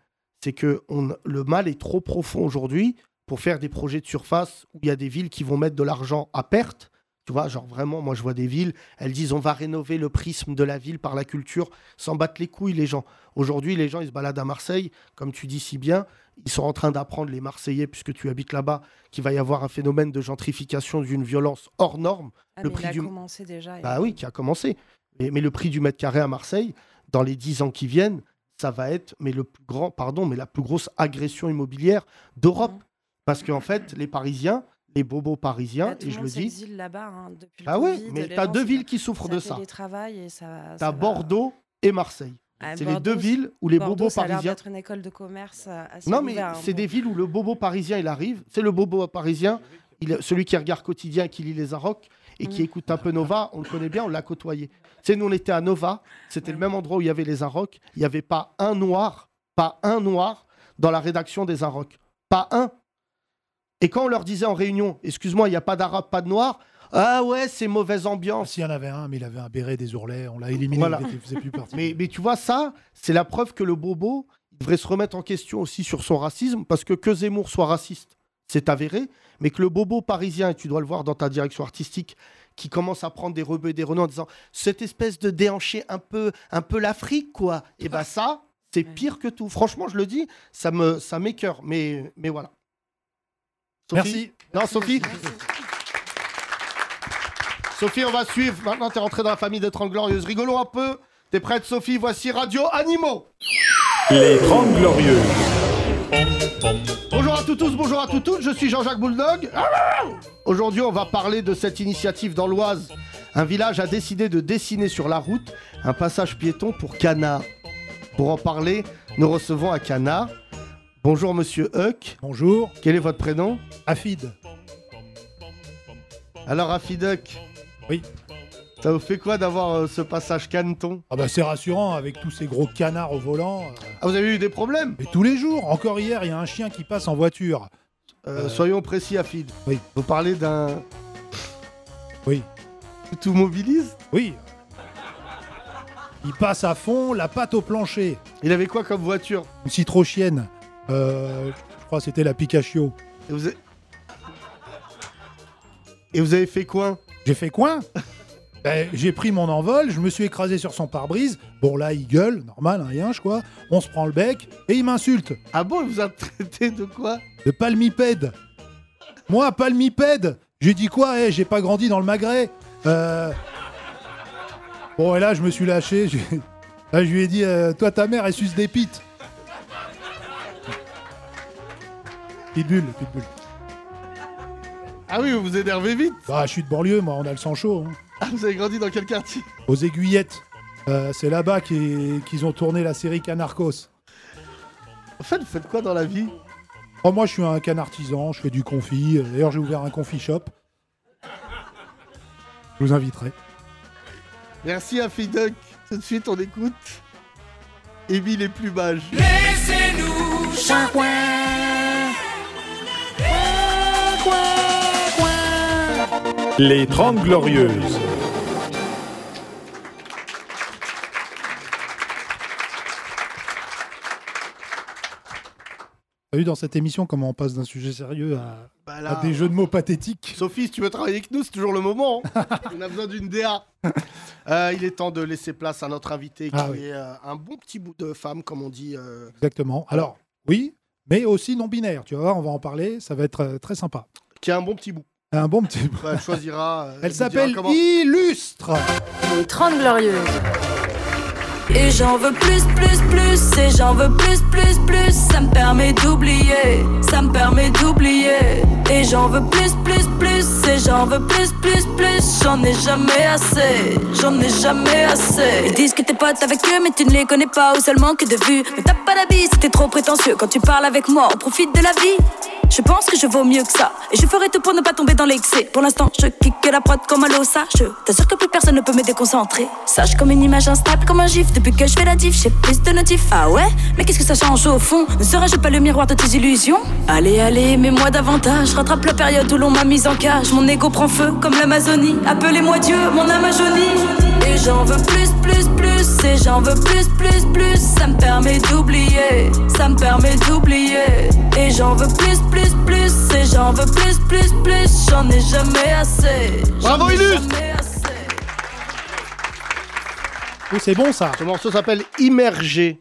Speaker 3: c'est que on- le mal est trop profond aujourd'hui pour faire des projets de surface où il y a des villes qui vont mettre de l'argent à perte. Tu vois, genre vraiment, moi je vois des villes, elles disent on va rénover le prisme de la ville par la culture, s'en battent les couilles les gens. Aujourd'hui, les gens ils se baladent à Marseille, comme tu dis si bien, ils sont en train d'apprendre les Marseillais, puisque tu habites là-bas, qu'il va y avoir un phénomène de gentrification d'une violence hors norme.
Speaker 14: Ah, mais il a commencé déjà. il-
Speaker 3: Bah oui, qui a commencé. Mais, mais le prix du mètre carré à Marseille, dans les 10 ans qui viennent, ça va être mais le plus grand, pardon, mais la plus grosse agression immobilière
Speaker 14: Mhm.
Speaker 3: d'Europe. Parce qu'en fait, les Parisiens, les bobos parisiens,
Speaker 14: Bah, tout
Speaker 3: et
Speaker 14: le
Speaker 3: je
Speaker 14: monde
Speaker 3: le dis,
Speaker 14: s'exile là-bas hein, depuis le
Speaker 3: Ah oui,
Speaker 14: Covid,
Speaker 3: mais
Speaker 14: les
Speaker 3: t'as
Speaker 14: gens,
Speaker 3: deux
Speaker 14: ça-
Speaker 3: villes qui souffrent de ça.
Speaker 14: Ça fait des travail et ça.
Speaker 3: t'as
Speaker 14: ça va-
Speaker 3: Bordeaux et Marseille.
Speaker 14: Ah,
Speaker 3: c'est les
Speaker 14: Bordeaux,
Speaker 3: deux villes où les
Speaker 14: Bordeaux,
Speaker 3: bobos
Speaker 14: ça a l'air
Speaker 3: parisiens.
Speaker 14: d'être une école de commerce euh, assez
Speaker 3: Non, mais
Speaker 14: ouvert, hein,
Speaker 3: c'est
Speaker 14: bon.
Speaker 3: des villes où le bobo parisien, il arrive. C'est le bobo parisien, il, celui qui regarde quotidien, qui lit les Arocs et qui écoute un peu Nova. On le connaît bien, on l'a côtoyé. C'est nous, on était à Nova. C'était le même endroit où il y avait les Arocs. Il n'y avait pas un noir, pas un noir dans la rédaction des Arocs. Pas un. Et quand on leur disait en réunion, excuse-moi, il n'y a pas d'arabe, pas de noir, ah ouais, c'est mauvaise ambiance.
Speaker 4: Ah, S'il y en avait un, mais il avait un béret des ourlets, on l'a éliminé,
Speaker 3: Voilà.
Speaker 4: il était- faisait plus partie.
Speaker 3: Mais, mais tu vois, ça, c'est la preuve que le bobo il devrait se remettre en question aussi sur son racisme, parce que que Zemmour soit raciste, c'est avéré, mais que le bobo parisien, et tu dois le voir dans ta direction artistique, qui commence à prendre des rebeux et des renards en disant cette espèce de déhanché un peu, un peu l'Afrique, quoi, et ben ça, c'est pire que tout. Franchement, je le dis, ça me ça m'écœure, mais, mais voilà. Sophie Non, Sophie Sophie, on va suivre. Maintenant, t'es rentrée dans la famille des 30 Glorieuses. Rigolons un peu. T'es prête, Sophie Voici Radio Animaux.
Speaker 11: Les 30 Glorieux.
Speaker 3: Bonjour à tous, tous, bonjour à toutes, toutes, je suis Jean-Jacques Bulldog. Aujourd'hui, on va parler de cette initiative dans l'Oise. Un village a décidé de dessiner sur la route un passage piéton pour canards. Pour en parler, nous recevons un canard. Bonjour monsieur Huck.
Speaker 4: Bonjour.
Speaker 3: Quel est votre prénom
Speaker 4: Afid.
Speaker 3: Alors Afid Huck.
Speaker 4: Oui.
Speaker 3: Ça vous fait quoi d'avoir euh, ce passage caneton
Speaker 4: Ah bah c'est rassurant avec tous ces gros canards au volant.
Speaker 3: Ah vous avez eu des problèmes
Speaker 4: Mais tous les jours, encore hier, il y a un chien qui passe en voiture.
Speaker 3: Euh, Soyons précis, Afid.
Speaker 4: Oui.
Speaker 3: Vous parlez d'un.
Speaker 4: Oui.
Speaker 3: Tout mobilise
Speaker 4: Oui. Il passe à fond, la patte au plancher.
Speaker 3: Il avait quoi comme voiture
Speaker 4: Une citrochienne. Euh, je crois que c'était la Picachio.
Speaker 3: Et vous, avez... [laughs] Et vous avez fait coin
Speaker 4: J'ai fait coin Ben, J'ai pris mon envol, je me suis écrasé sur son pare-brise. Bon, là, il gueule, normal, hein, un yinche, quoi. On se prend le bec et il m'insulte.
Speaker 3: Ah bon, il vous a traité de quoi
Speaker 4: De palmipède. Moi, palmipède J'ai dit quoi Eh, j'ai pas grandi dans le magret Euh, Bon, et là, je me suis lâché. je- Là, je lui ai dit euh, Toi, ta mère, elle suce des pites. Pitbull, pitbull.
Speaker 3: Ah oui, vous vous énervez vite
Speaker 4: Bah, je suis de banlieue, moi, on a le sang chaud. hein.
Speaker 3: Ah, vous avez grandi dans quel quartier
Speaker 4: Aux aiguillettes. Euh, c'est là-bas qu'est- qu'ils ont tourné la série Canarcos.
Speaker 3: En fait, vous faites quoi dans la vie
Speaker 4: Oh, moi, je suis un canard artisan, je fais du confit. Euh, D'ailleurs, j'ai ouvert un confit shop. Je vous inviterai.
Speaker 3: Merci à Fiduck. Tout de suite, on écoute Émile les plumages.
Speaker 2: Laissez-nous chanter.
Speaker 1: Les 30 Glorieuses.
Speaker 4: T'as vu dans cette émission comment on passe d'un sujet sérieux à,
Speaker 3: Bah là,
Speaker 4: à des jeux de mots pathétiques
Speaker 3: Sophie, si tu veux travailler avec nous, c'est toujours le moment. hein. on a besoin d'une DA. Euh, il est temps de laisser place à notre invité
Speaker 4: Ah
Speaker 3: qui
Speaker 4: oui.
Speaker 3: est euh, un bon petit bout de femme, comme on dit. euh,
Speaker 4: Exactement. Alors, oui, mais aussi non-binaire. Tu vas voir, on va en parler. Ça va être euh, très sympa.
Speaker 3: qui a un bon petit bout.
Speaker 4: Un bon petit.
Speaker 3: Bah, elle choisira. euh,
Speaker 4: Elle
Speaker 3: nous dira
Speaker 4: s'appelle
Speaker 3: comment-
Speaker 4: Illustre.
Speaker 17: Les 30 Glorieuses.
Speaker 2: Et j'en veux plus, plus, plus, et j'en veux plus, plus, plus, ça me permet d'oublier, ça me permet d'oublier. Et j'en veux plus, plus, plus, et j'en veux plus, plus, plus, j'en ai jamais assez, j'en ai jamais assez. Ils disent que t'es pote avec eux, mais tu ne les connais pas ou seulement que de vue. Mais t'as pas la bise, t'es trop prétentieux quand tu parles avec moi, on profite de la vie. Je pense que je vaux mieux que ça, et je ferai tout pour ne pas tomber dans l'excès. Pour l'instant, je kick la prod comme un lot, sache. T'assure que plus personne ne peut me déconcentrer. Sache comme une image instable, comme un gif. Depuis que je fais la diff, j'ai plus de notifs. Ah ouais Mais qu'est-ce que ça change au fond Ne serais-je pas le miroir de tes illusions Allez, allez, mets-moi davantage. Rattrape la période où l'on m'a mise en cage. Mon ego prend feu comme l'Amazonie. Appelez-moi Dieu, mon âme a jauni. Et j'en veux plus, plus, plus, et j'en veux plus, plus, plus. Ça me permet d'oublier, ça me permet d'oublier. Et j'en veux plus, plus, plus, et j'en veux plus, plus, plus. J'en ai jamais assez.
Speaker 3: Bravo, Illustre
Speaker 4: Oui, c'est bon ça.
Speaker 3: Ce morceau s'appelle Immergé.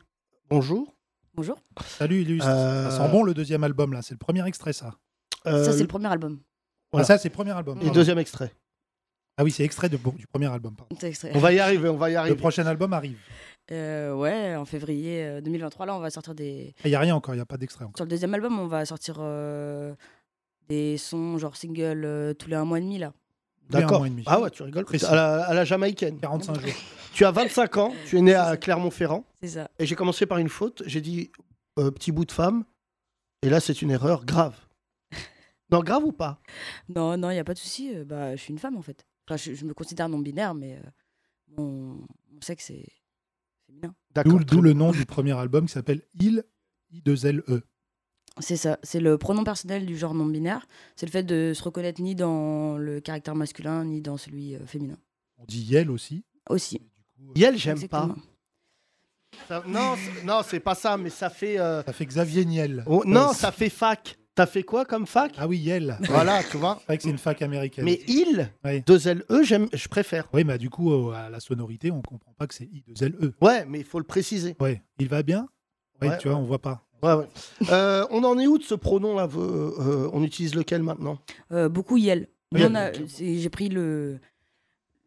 Speaker 3: Bonjour.
Speaker 18: Bonjour.
Speaker 4: Salut Illustre.
Speaker 3: Euh,
Speaker 4: Ça sent bon le deuxième album là. C'est le premier extrait ça.
Speaker 18: ça, c'est le premier album.
Speaker 4: Ah, ça, c'est le premier album.
Speaker 3: Et deuxième extrait.
Speaker 4: Ah oui, c'est extrait de- du premier album. pardon.
Speaker 18: C'est extrait.
Speaker 3: On va y arriver, on va y
Speaker 4: Le
Speaker 3: arriver.
Speaker 4: prochain album arrive.
Speaker 18: Euh, ouais, en février euh, 2023, là, on va sortir des.
Speaker 4: Ah, Il n'y a rien encore, il n'y a pas d'extrait encore.
Speaker 18: Sur le deuxième album, on va sortir euh, des sons genre single euh, tous les un mois et demi là.
Speaker 3: D'accord. Ah ouais, tu rigoles.
Speaker 18: Précis.
Speaker 3: À la, à la Jamaïcaine.
Speaker 4: 45 jours.
Speaker 3: Tu as 25 ans, tu es né à Clermont-Ferrand.
Speaker 18: C'est ça.
Speaker 3: Et j'ai commencé par une faute. J'ai dit euh, petit bout de femme. Et là, c'est une erreur
Speaker 18: [laughs]
Speaker 3: grave. Non, grave ou pas
Speaker 18: Non, non, il n'y a pas de souci. euh, bah, je suis une femme en fait. Enfin, je, je me considère non binaire, mais euh, on, on sait que c'est féminin.
Speaker 4: D'où d'où le nom du premier album qui s'appelle Il, I2LE.
Speaker 18: C'est ça, c'est le pronom personnel du genre non binaire. C'est le fait de se reconnaître ni dans le caractère masculin ni dans celui euh, féminin.
Speaker 4: On dit Yel aussi.
Speaker 18: Aussi.
Speaker 4: euh,
Speaker 3: Yel, j'aime pas.
Speaker 18: Exactement.
Speaker 3: Ça- non, c'est- non, c'est pas ça, mais ça fait. euh,
Speaker 4: Ça fait Xavier Niel.
Speaker 3: oh, non, ça fait fac. T'as fait quoi comme fac
Speaker 4: Ah oui, Yel.
Speaker 3: Voilà, tu vois.
Speaker 4: C'est vrai que c'est une fac américaine.
Speaker 3: Mais il,
Speaker 4: Ouais.
Speaker 3: deux LE, j'aime, je préfère.
Speaker 4: Oui, mais du coup, euh, à la sonorité, on comprend pas que c'est I2LE.
Speaker 3: Ouais, mais il faut le préciser.
Speaker 4: E. Ouais. Il va bien Ouais,
Speaker 3: Ouais,
Speaker 4: tu vois, on voit pas.
Speaker 3: Ouais, ouais. Euh, on en est où de ce pronom-là vous- euh, euh, On utilise lequel maintenant
Speaker 18: Euh, beaucoup Yel. Nous,
Speaker 3: Yel,
Speaker 18: on a-
Speaker 3: ok.
Speaker 18: c'est- J'ai pris le,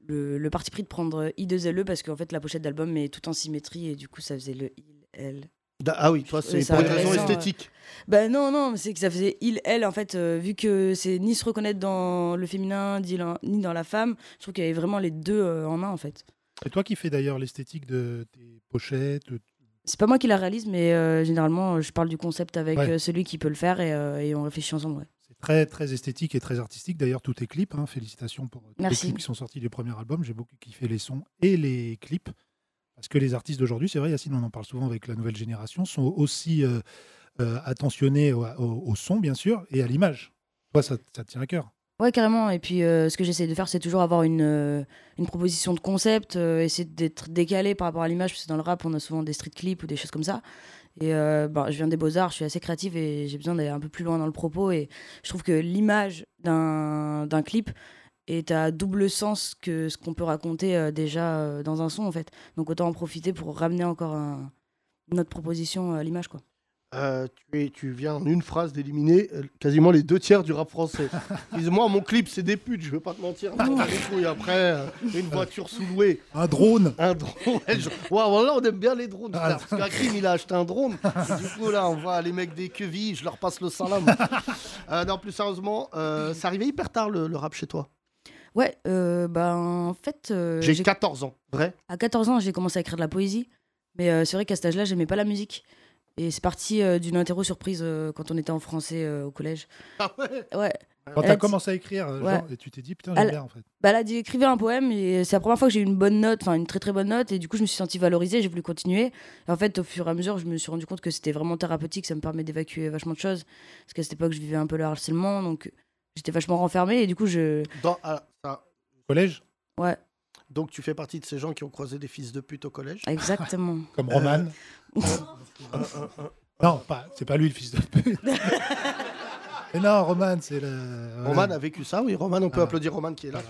Speaker 18: le, le parti pris de prendre I2LE E parce qu'en fait, la pochette d'album est tout en symétrie et du coup, ça faisait le il, elle.
Speaker 3: Da- Ah oui, toi, c'est
Speaker 18: Oui,
Speaker 3: pour une
Speaker 18: intéressant,
Speaker 3: raison
Speaker 18: ouais.
Speaker 3: esthétique.
Speaker 18: Bah non, non, mais c'est que ça faisait il, elle, en fait, euh, vu que c'est ni se reconnaître dans le féminin, ni la- ni dans la femme, je trouve qu'il y avait vraiment les deux euh, en un, en fait.
Speaker 4: C'est toi qui fais d'ailleurs l'esthétique de tes pochettes. de-
Speaker 18: C'est pas moi qui la réalise, mais euh, généralement, euh, je parle du concept avec
Speaker 4: Ouais.
Speaker 18: euh, celui qui peut le faire et, euh, et on réfléchit ensemble. ouais.
Speaker 4: C'est très, très esthétique et très artistique. D'ailleurs, tous tes clips, hein, félicitations pour euh, tous
Speaker 18: Merci.
Speaker 4: les clips qui sont sortis du premier album. J'ai beaucoup kiffé les sons et les clips. Parce que les artistes d'aujourd'hui, c'est vrai, Yacine, on en parle souvent avec la nouvelle génération, sont aussi euh, euh, attentionnés au, au- au son, bien sûr, et à l'image. Toi, ça, ça te tient à cœur.
Speaker 18: Ouais, carrément. Et puis, euh, ce que j'essaie de faire, c'est toujours avoir une, euh, une proposition de concept, euh, essayer d'être décalé par rapport à l'image, parce que dans le rap, on a souvent des street clips ou des choses comme ça. Et euh, bah, je viens des beaux-arts, je suis assez créative et j'ai besoin d'aller un peu plus loin dans le propos. Et je trouve que l'image d'un d'un clip est à double sens que ce qu'on peut raconter euh, déjà euh, dans un son, en fait. Donc, autant en profiter pour ramener encore un- notre proposition à l'image, quoi.
Speaker 3: euh, tu, es- tu viens en une phrase d'éliminer euh, quasiment les deux tiers du
Speaker 4: [laughs]
Speaker 3: rap français. Dis-moi, mon clip, c'est des putes, je veux pas te mentir. mais on s'en débrouille. après, euh, une voiture sous louée.
Speaker 4: Un drone. Ah,
Speaker 3: Un drone. ouais, je- Waouh, voilà, on aime bien les drones. putain,
Speaker 4: [laughs]
Speaker 3: Parce qu'un crime, il a acheté un drone. du coup, là, on voit les mecs des quevilles, je leur passe le salam.
Speaker 4: [laughs]
Speaker 3: Euh, non, plus sérieusement, euh, c'est arrivé hyper tard le, le rap chez toi.
Speaker 18: Ouais, euh, ben en fait. euh,
Speaker 3: J'ai 14 ans, vrai
Speaker 18: À 14 ans, j'ai commencé à écrire de la poésie. Mais euh, c'est vrai qu'à cet âge-là, j'aimais pas la musique. Et c'est parti euh, d'une interro surprise euh, quand on était en français euh, au collège.
Speaker 3: [laughs] Ah ouais
Speaker 18: Ouais.
Speaker 4: Quand
Speaker 18: Elle a
Speaker 4: t'as
Speaker 18: dit-
Speaker 4: commencé à écrire, euh,
Speaker 18: Ouais.
Speaker 4: genre, et tu t'es dit, putain, j'aime
Speaker 18: Elle-
Speaker 4: bien, en fait.
Speaker 18: Bah, elle a dit écrivez un poème et c'est la première fois que j'ai eu une bonne note, enfin une très très bonne note et du coup je me suis sentie valorisée, j'ai voulu continuer. Et en fait au fur et à mesure je me suis rendu compte que c'était vraiment thérapeutique, ça me permet d'évacuer vachement de choses parce qu'à cette époque je vivais un peu le harcèlement donc j'étais vachement renfermée et du coup je...
Speaker 3: Dans, ah, à- à-
Speaker 4: Collège
Speaker 18: Ouais.
Speaker 3: Donc tu fais partie de ces gens qui ont croisé des fils de pute au collège Euh,
Speaker 18: Exactement.
Speaker 4: [laughs]
Speaker 18: Euh,
Speaker 4: Comme Roman. Non, pas, c'est pas lui le fils
Speaker 18: [laughs]
Speaker 4: de pute. Mais non, Roman, c'est le.
Speaker 3: euh,
Speaker 4: Ah.
Speaker 3: Roman a vécu ça, oui. Roman, on peut applaudir Roman qui est là.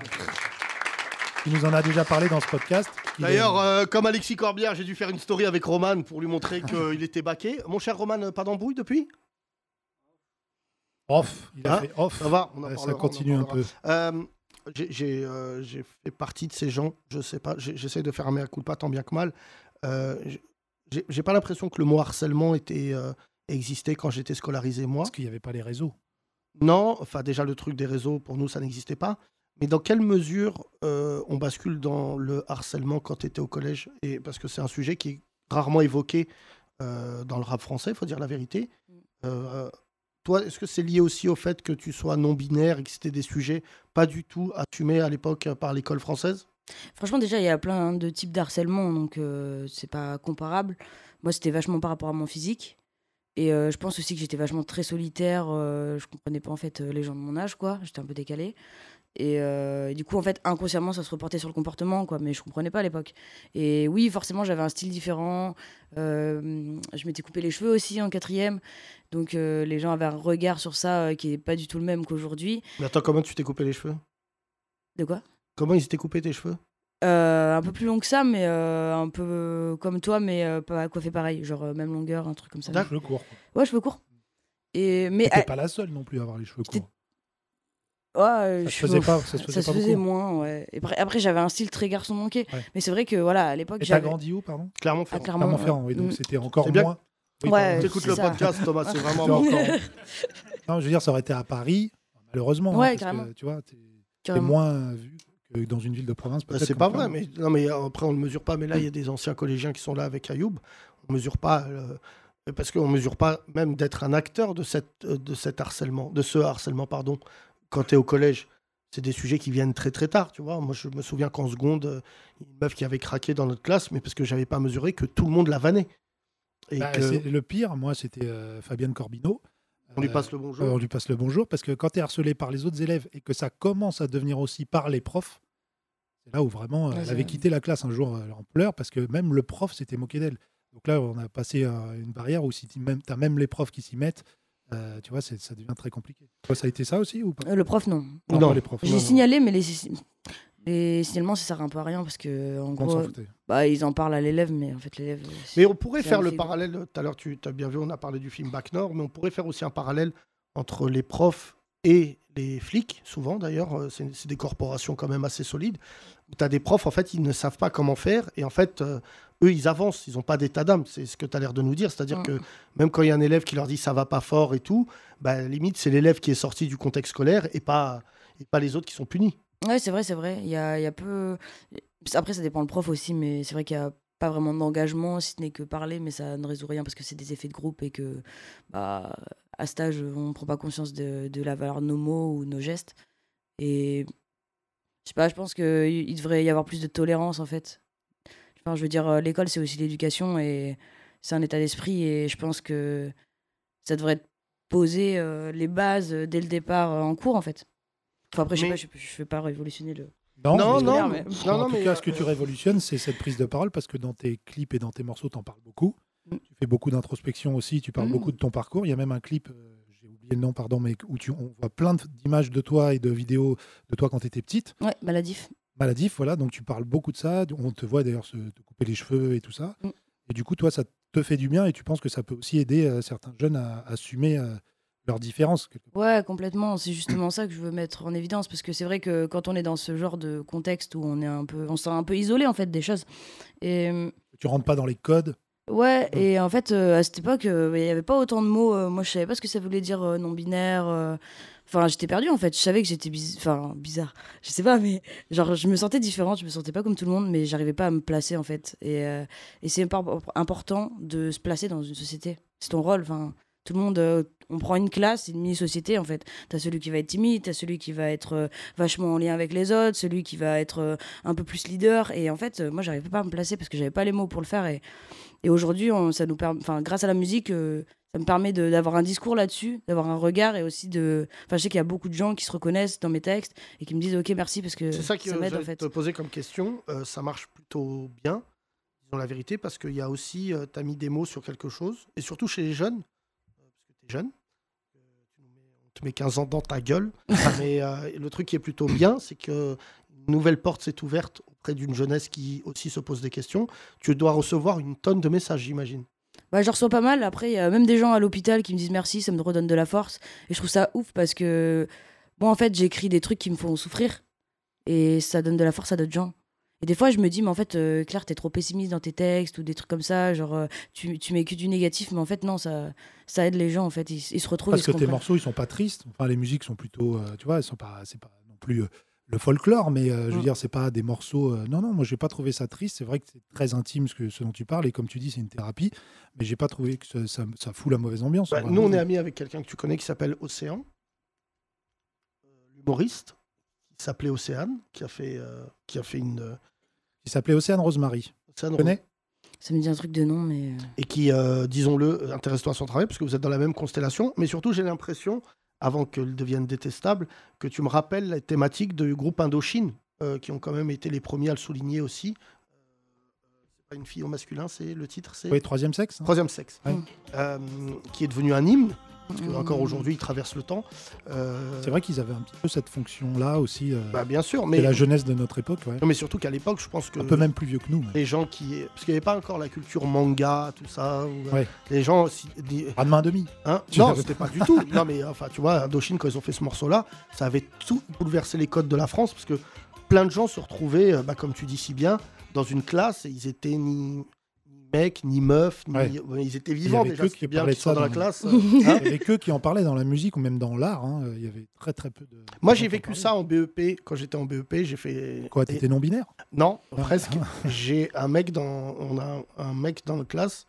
Speaker 4: Il nous en a déjà parlé dans ce podcast. Il est-
Speaker 3: D'ailleurs, euh, comme Alexis Corbière, j'ai dû faire une story avec Roman pour lui montrer qu'il était baqué. Mon cher Roman, euh, pas d'embrouille depuis
Speaker 4: off. Il a
Speaker 3: Hein
Speaker 4: fait off.
Speaker 3: Ça va, on en
Speaker 4: Ouais,
Speaker 3: parlera,
Speaker 4: Ça
Speaker 3: on en
Speaker 4: continue un peu.
Speaker 3: parlera. Euh, j'ai- J'ai euh, j'ai fait partie de ces gens, je sais pas, j'ai- j'essaie de faire un mea culpa tant bien que mal. Euh, j'ai- j'ai- j'ai pas l'impression que le mot harcèlement était, euh, existait quand j'étais scolarisé, moi. Parce
Speaker 4: qu'il n'y avait pas les réseaux.
Speaker 3: Non, enfin déjà le truc des réseaux, pour nous, ça n'existait pas. Mais dans quelle mesure euh, on bascule dans le harcèlement quand tu étais au collège Et Parce que c'est un sujet qui est rarement évoqué euh, dans le rap français, il faut dire la vérité. Euh, toi, est-ce que c'est lié aussi au fait que tu sois non-binaire et que c'était des sujets pas du tout assumés à l'époque par l'école française
Speaker 18: Franchement, déjà, il y a plein de types d'harcèlement, donc euh, c'est pas comparable. Moi, c'était vachement par rapport à mon physique. Et euh, je pense aussi que j'étais vachement très solitaire. euh, je comprenais pas, en fait, euh, les gens de mon âge, quoi. J'étais un peu décalée. Et, euh, et du coup, en fait, inconsciemment, ça se reportait sur le comportement, quoi. Mais je comprenais pas à l'époque. Et oui, forcément, j'avais un style différent. Euh, je m'étais coupé les cheveux aussi en quatrième. Donc, euh, les gens avaient un regard sur ça euh, qui est pas du tout le même qu'aujourd'hui.
Speaker 3: Mais attends, comment tu t'es coupé les cheveux
Speaker 18: De quoi
Speaker 3: Comment ils s'étaient coupés tes cheveux Ben,
Speaker 18: Euh, un peu plus long que ça, mais euh, un peu euh, comme toi, mais euh, pas coiffé pareil, genre euh, même longueur, un truc comme ça.
Speaker 4: D'accord. Cheveux courts.
Speaker 18: Ouais, cheveux courts. Et mais
Speaker 4: Mais t'es
Speaker 18: euh,
Speaker 4: pas la seule non plus à avoir les cheveux courts.
Speaker 18: ouais, euh,
Speaker 4: ça se
Speaker 18: je-
Speaker 4: faisait
Speaker 18: [laughs]
Speaker 4: pas- ça se faisait pas beaucoup.
Speaker 18: moins. ouais. Et après, après, j'avais un style très garçon manqué,
Speaker 4: Ouais.
Speaker 18: mais c'est vrai que voilà, à l'époque
Speaker 4: Et t'as
Speaker 18: j'avais.
Speaker 4: grandi où, pardon
Speaker 3: Ah, Clermont-Ferrand.
Speaker 18: À Clermont,
Speaker 4: Clermont-Ferrand,
Speaker 18: ouais.
Speaker 4: oui, donc
Speaker 18: Mm.
Speaker 4: c'était encore
Speaker 18: C'est bien-
Speaker 4: moins. Oui,
Speaker 18: ouais,
Speaker 4: pardon.
Speaker 18: T'écoutes
Speaker 4: c'est
Speaker 18: le
Speaker 4: ça.
Speaker 18: podcast, Thomas, c'est vraiment-
Speaker 4: C'était encore- non, je veux dire, ça aurait été à Paris, malheureusement. hein,
Speaker 18: Ouais,
Speaker 4: parce
Speaker 18: carrément.
Speaker 4: Que, tu vois, t'es- t'es
Speaker 18: Carrément.
Speaker 4: moins euh, vu que dans une ville de province.
Speaker 3: Bah,
Speaker 4: peut-être,
Speaker 3: c'est
Speaker 4: comme
Speaker 3: pas
Speaker 4: Clermont.
Speaker 3: vrai, mais, non, mais euh, après on ne le mesure pas. Mais là, il y a des anciens collégiens qui sont là avec Ayoub. On mesure pas, euh, parce qu'on mesure pas même d'être un acteur de, cette, euh, de cet harcèlement, de ce harcèlement, pardon, quand tu es au collège. C'est des sujets qui viennent très très tard, tu vois. Moi, je me souviens qu'en seconde, euh, une meuf qui avait craqué dans notre classe, mais parce que j'avais pas mesuré que tout le monde la vannait. Et
Speaker 4: Bah,
Speaker 3: que-
Speaker 4: c'est- Le pire, moi, c'était euh, Fabienne Corbino.
Speaker 3: On lui passe le bonjour.
Speaker 4: euh, on lui passe le bonjour parce que quand tu es harcelé par les autres élèves et que ça commence à devenir aussi par les profs, c'est là où vraiment euh,
Speaker 16: Ouais,
Speaker 4: elle
Speaker 16: c'est
Speaker 4: avait
Speaker 16: vrai.
Speaker 4: quitté la classe un jour euh, en pleurs parce que même le prof s'était moqué d'elle. Donc là, on a passé euh, une barrière où si tu as même les profs qui s'y mettent, euh, tu vois, c'est- ça devient très compliqué. Toi, ça a été ça aussi ou pas
Speaker 18: Euh, [laughs] le prof, non.
Speaker 4: Non, pas les profs.
Speaker 18: J'ai
Speaker 4: Non, non.
Speaker 18: signalé, mais les, les signalements, ça sert un peu à rien parce que, en
Speaker 4: s'en
Speaker 18: gros,
Speaker 4: foutait.
Speaker 18: bah, ils en parlent à l'élève, mais en fait, l'élève. euh,
Speaker 3: Mais on pourrait
Speaker 18: c'est
Speaker 3: faire
Speaker 18: un
Speaker 3: le
Speaker 18: fait.
Speaker 3: parallèle, tout à l'heure tu as bien vu, on a parlé du film Back Nord, mais on pourrait faire aussi un parallèle entre les profs et les flics, souvent d'ailleurs, euh, c'est c'est des corporations quand même assez solides, où tu as des profs, en fait, ils ne savent pas comment faire, et en fait, euh, eux, ils avancent, ils n'ont pas d'état d'âme, c'est ce que tu as l'air de nous dire, c'est-à-dire
Speaker 18: Mm.
Speaker 3: que même quand il y a un élève qui leur dit ça va pas fort et tout, bah, limite, c'est l'élève qui est sorti du contexte scolaire et pas, et pas les autres qui sont punis.
Speaker 18: Ouais, c'est vrai, c'est vrai. Il y a, il y a peu. Après, ça dépend le prof aussi, mais c'est vrai qu'il n'y a pas vraiment d'engagement, si ce n'est que parler, mais ça ne résout rien parce que c'est des effets de groupe et que, bah, à cet âge, on ne prend pas conscience de, de la valeur de nos mots ou nos gestes. Et je sais pas, je pense qu'il devrait y avoir plus de tolérance en fait. Enfin, je veux dire, euh, l'école, c'est aussi l'éducation et c'est un état d'esprit et je pense que ça devrait être posé euh, les bases euh, dès le départ euh, en cours en fait. Enfin, après, je sais
Speaker 3: Mais-
Speaker 18: pas, je, je vais pas révolutionner le.
Speaker 4: Non,
Speaker 18: le
Speaker 4: non,
Speaker 18: scolaire,
Speaker 4: non, euh,
Speaker 18: mais- euh,
Speaker 4: en tout cas, ce que tu révolutionnes, c'est cette prise de parole parce que dans tes clips et dans tes morceaux, t'en parles beaucoup. Tu fais beaucoup d'introspection aussi, tu parles
Speaker 16: Mm.
Speaker 4: beaucoup de ton parcours. Il y a même un clip, euh, j'ai oublié le nom, pardon, mais où tu, on voit plein de- d'images de toi et de vidéos de toi quand tu étais petite.
Speaker 18: Ouais, maladif.
Speaker 4: Maladif, voilà, donc tu parles beaucoup de ça. On te voit d'ailleurs se te couper les cheveux et tout ça. Et du coup, toi, ça, te fait du bien et tu penses que ça peut aussi aider euh, certains jeunes à, assumer euh, leurs différences. quelque-
Speaker 18: Ouais, complètement. C'est justement ça que je veux mettre en évidence parce que c'est vrai que quand on est dans ce genre de contexte où on est un peu, on se sent un peu isolé en fait des choses. Et euh,
Speaker 4: Tu rentres pas dans les codes.
Speaker 18: ouais, et en fait euh, à cette époque, euh, il n'y avait pas autant de mots. euh, moi, je savais pas ce que ça voulait dire euh, non binaire. euh. Enfin, j'étais perdue en fait. Je savais que j'étais biz- enfin bizarre. Je sais pas, mais genre je me sentais différente. Je me sentais pas comme tout le monde, mais j'arrivais pas à me placer en fait. Et, euh, et c'est impor- important de se placer dans une société. C'est ton rôle. Enfin, tout le monde, euh, on prend une classe, c'est une mini-société en fait. T'as celui qui va être timide, t'as celui qui va être euh, vachement en lien avec les autres, celui qui va être euh, un peu plus leader. Et en fait, euh, moi, j'arrivais pas à me placer parce que j'avais pas les mots pour le faire. Et, et aujourd'hui, on- ça nous permet, enfin, grâce à la musique, euh, ça me permet de- d'avoir un discours là-dessus, d'avoir un regard et aussi de. Enfin, je sais qu'il y a beaucoup de gens qui se reconnaissent dans mes textes et qui me disent OK, merci parce que
Speaker 3: C'est ça qui
Speaker 18: m'aide euh, en
Speaker 3: j'allais
Speaker 18: fait.
Speaker 3: te poser comme question. Euh, ça marche plutôt bien, disons la vérité, parce qu'il y a aussi, tu as mis des mots sur quelque chose, et surtout chez les jeunes, euh, parce que tu es jeune, euh, tu nous mets- on te met 15 ans dans
Speaker 18: [laughs]
Speaker 3: ta gueule. mais euh, le truc qui est plutôt bien, c'est que une nouvelle porte s'est ouverte auprès d'une jeunesse qui aussi se pose des questions. Tu dois recevoir une tonne de messages, j'imagine.
Speaker 18: Ouais, je Bah, reçois pas mal. Après, il y a même des gens à l'hôpital qui me disent merci, ça me redonne de la force. Et je trouve ça ouf parce que moi, en fait, j'écris des trucs qui me font souffrir. Et ça donne de la force à d'autres gens. Et des fois, je me dis, mais en fait, euh, Claire, t'es trop pessimiste dans tes textes ou des trucs comme ça. Genre, euh, tu, tu mets que du négatif. Mais en fait, non, ça, ça aide les gens, en fait. Ils, ils se retrouvent.
Speaker 4: Parce
Speaker 18: ils se
Speaker 4: que tes
Speaker 18: comprennent.
Speaker 4: morceaux, ils sont pas tristes. Enfin, les musiques sont plutôt, euh, tu vois, elles sont pas, c'est pas non plus euh, le folklore, mais euh, je veux
Speaker 18: Mm.
Speaker 4: dire, c'est pas des morceaux. euh, non, non, moi, j'ai pas trouvé ça triste. C'est vrai que c'est très intime ce, que, ce dont tu parles, et comme tu dis, c'est une thérapie. Mais j'ai pas trouvé que ce- ça, ça fout la mauvaise ambiance.
Speaker 3: Bah,
Speaker 4: vraiment.
Speaker 3: nous, on est amis avec quelqu'un que tu connais qui s'appelle Océan, euh, l'humoriste, qui s'appelait Océane, qui a fait, euh, qui a fait une. euh,
Speaker 4: Il s'appelait Océane Rosemary.
Speaker 3: Océane
Speaker 4: Tu connais
Speaker 18: Ça me dit un truc de nom, mais. euh,
Speaker 3: et qui, euh, disons-le, euh, intéresse-toi à son travail, parce que vous êtes dans la même constellation. Mais surtout, j'ai l'impression, avant qu'elle devienne détestable, que tu me rappelles la thématique du groupe Indochine, euh, qui ont quand même été les premiers à le souligner aussi. Euh, c'est pas une fille au masculin, c'est le titre, c'est
Speaker 4: Oui, Troisième Sexe, hein.
Speaker 3: Troisième sexe,
Speaker 4: Ouais.
Speaker 3: Euh, qui est devenu un hymne. Parce que
Speaker 18: Mmh.
Speaker 4: Mm.
Speaker 3: encore aujourd'hui, il traverse le temps. Euh,
Speaker 4: C'est vrai qu'ils avaient un petit peu cette fonction-là aussi. euh,
Speaker 3: Bah, bien sûr,
Speaker 4: c'est
Speaker 3: mais-
Speaker 4: la jeunesse de notre époque, ouais.
Speaker 3: Non, mais surtout qu'à l'époque, je pense que.
Speaker 4: Un peu même plus vieux que nous. mais-
Speaker 3: Les gens qui. Parce qu'il n'y avait pas encore la culture manga, tout ça. ou, euh,
Speaker 4: Ouais.
Speaker 3: Les gens. aussi- di-
Speaker 4: À demain demi.
Speaker 3: Hein
Speaker 4: Tu
Speaker 3: non,
Speaker 4: l'avais
Speaker 3: c'était
Speaker 4: pas.
Speaker 3: pas du
Speaker 4: [laughs]
Speaker 3: tout. Non, mais enfin, tu vois, Indochine, quand ils ont fait ce morceau-là, ça avait tout bouleversé les codes de la France parce que plein de gens se retrouvaient, euh, bah, comme tu dis si bien, dans une classe et ils étaient ni, ni mec, ni meuf, ni-
Speaker 4: Ouais.
Speaker 3: ouais, ils étaient
Speaker 4: Il y
Speaker 3: vivants
Speaker 4: avait
Speaker 3: déjà.
Speaker 4: que
Speaker 3: c'était
Speaker 4: qui
Speaker 3: bien
Speaker 4: parlaient
Speaker 3: qu'ils
Speaker 4: de
Speaker 3: soient
Speaker 4: ça
Speaker 3: dans la
Speaker 4: dans- [laughs]
Speaker 3: classe. [laughs]
Speaker 4: Il y
Speaker 3: Hein
Speaker 4: avait que qui en parlaient dans la musique ou même dans l'art. hein. Il y avait très très peu de.
Speaker 3: Moi, j'ai vécu ça en BEP. Quand j'étais en BEP, j'ai fait.
Speaker 4: Quoi, t'étais
Speaker 3: et-
Speaker 4: non-binaire
Speaker 3: Non, presque. j'ai un mec dans, on a un mec dans notre classe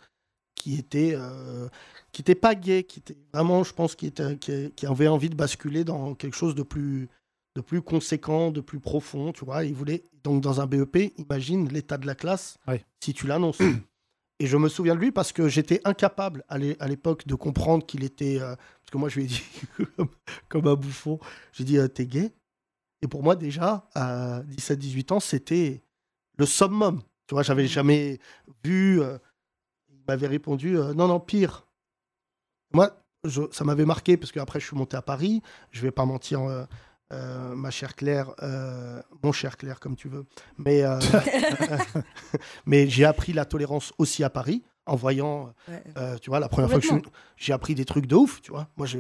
Speaker 3: qui était, euh, qui était pas gay, qui était vraiment, je pense, qui était, qui, qui avait envie de basculer dans quelque chose de plus, de plus conséquent, de plus profond, tu vois. Il voulait donc dans un BEP, imagine l'état de la classe
Speaker 4: Ouais.
Speaker 3: si tu l'annonces. Et je me souviens de lui parce que j'étais incapable à l'é- à l'époque de comprendre qu'il était. euh, parce que moi, je lui ai dit, [laughs] comme- comme un bouffon, j'ai dit euh, T'es gay Et pour moi, déjà, à 17-18 ans, c'était le summum. Tu vois,
Speaker 18: Mmh.
Speaker 3: j'avais jamais vu. euh, il m'avait répondu euh, Non, non, pire. Moi, je- ça m'avait marqué parce qu'après, je suis monté à Paris. Je vais pas mentir, euh, euh, ma chère Claire, euh, mon cher Claire, comme tu veux.
Speaker 18: [laughs]
Speaker 3: Mais, euh, [laughs] mais j'ai appris la tolérance aussi à Paris en voyant,
Speaker 18: Ouais.
Speaker 3: euh, tu vois, la première fois que je suis-
Speaker 18: Complètement.
Speaker 3: j'ai appris des trucs de ouf, tu vois. Moi, je,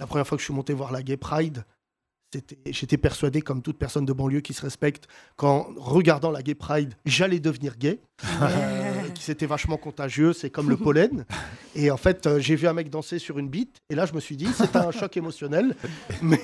Speaker 3: la première fois que je suis monté voir la Gay Pride, c'était- j'étais persuadé, comme toute personne de banlieue qui se respecte, qu'en regardant la Gay Pride, j'allais devenir gay. Euh, qui c'était vachement contagieux, c'est comme le pollen. Et en fait, euh, j'ai vu un mec danser sur une bite, et là, je me suis dit, c'est un choc émotionnel, mais,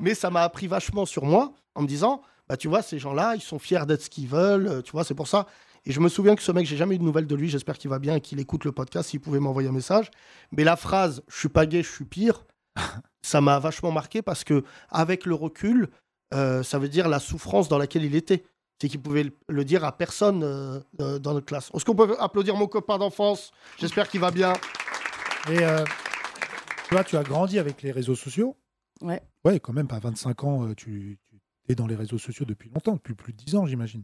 Speaker 3: mais ça m'a appris vachement sur moi en me disant, bah tu vois, ces gens-là, ils sont fiers d'être ce qu'ils veulent, euh, tu vois, c'est pour ça. Et je me souviens que ce mec, j'ai jamais eu de nouvelles de lui, j'espère qu'il va bien et qu'il écoute le podcast, s'il pouvait m'envoyer un message. Mais la phrase, je suis pas gay, je suis pire, [laughs] ça m'a vachement marqué parce que avec le recul, euh, ça veut dire la souffrance dans laquelle il était. C'est qu'il pouvait le- le dire à personne euh, euh, dans notre classe. Est-ce qu'on peut applaudir mon copain d'enfance J'espère qu'il va bien.
Speaker 4: Et euh, tu vois, tu as grandi avec les réseaux sociaux.
Speaker 18: Ouais.
Speaker 4: Ouais, quand même, à 25 ans, euh, tu, tu es dans les réseaux sociaux depuis longtemps, depuis plus de 10 ans, j'imagine.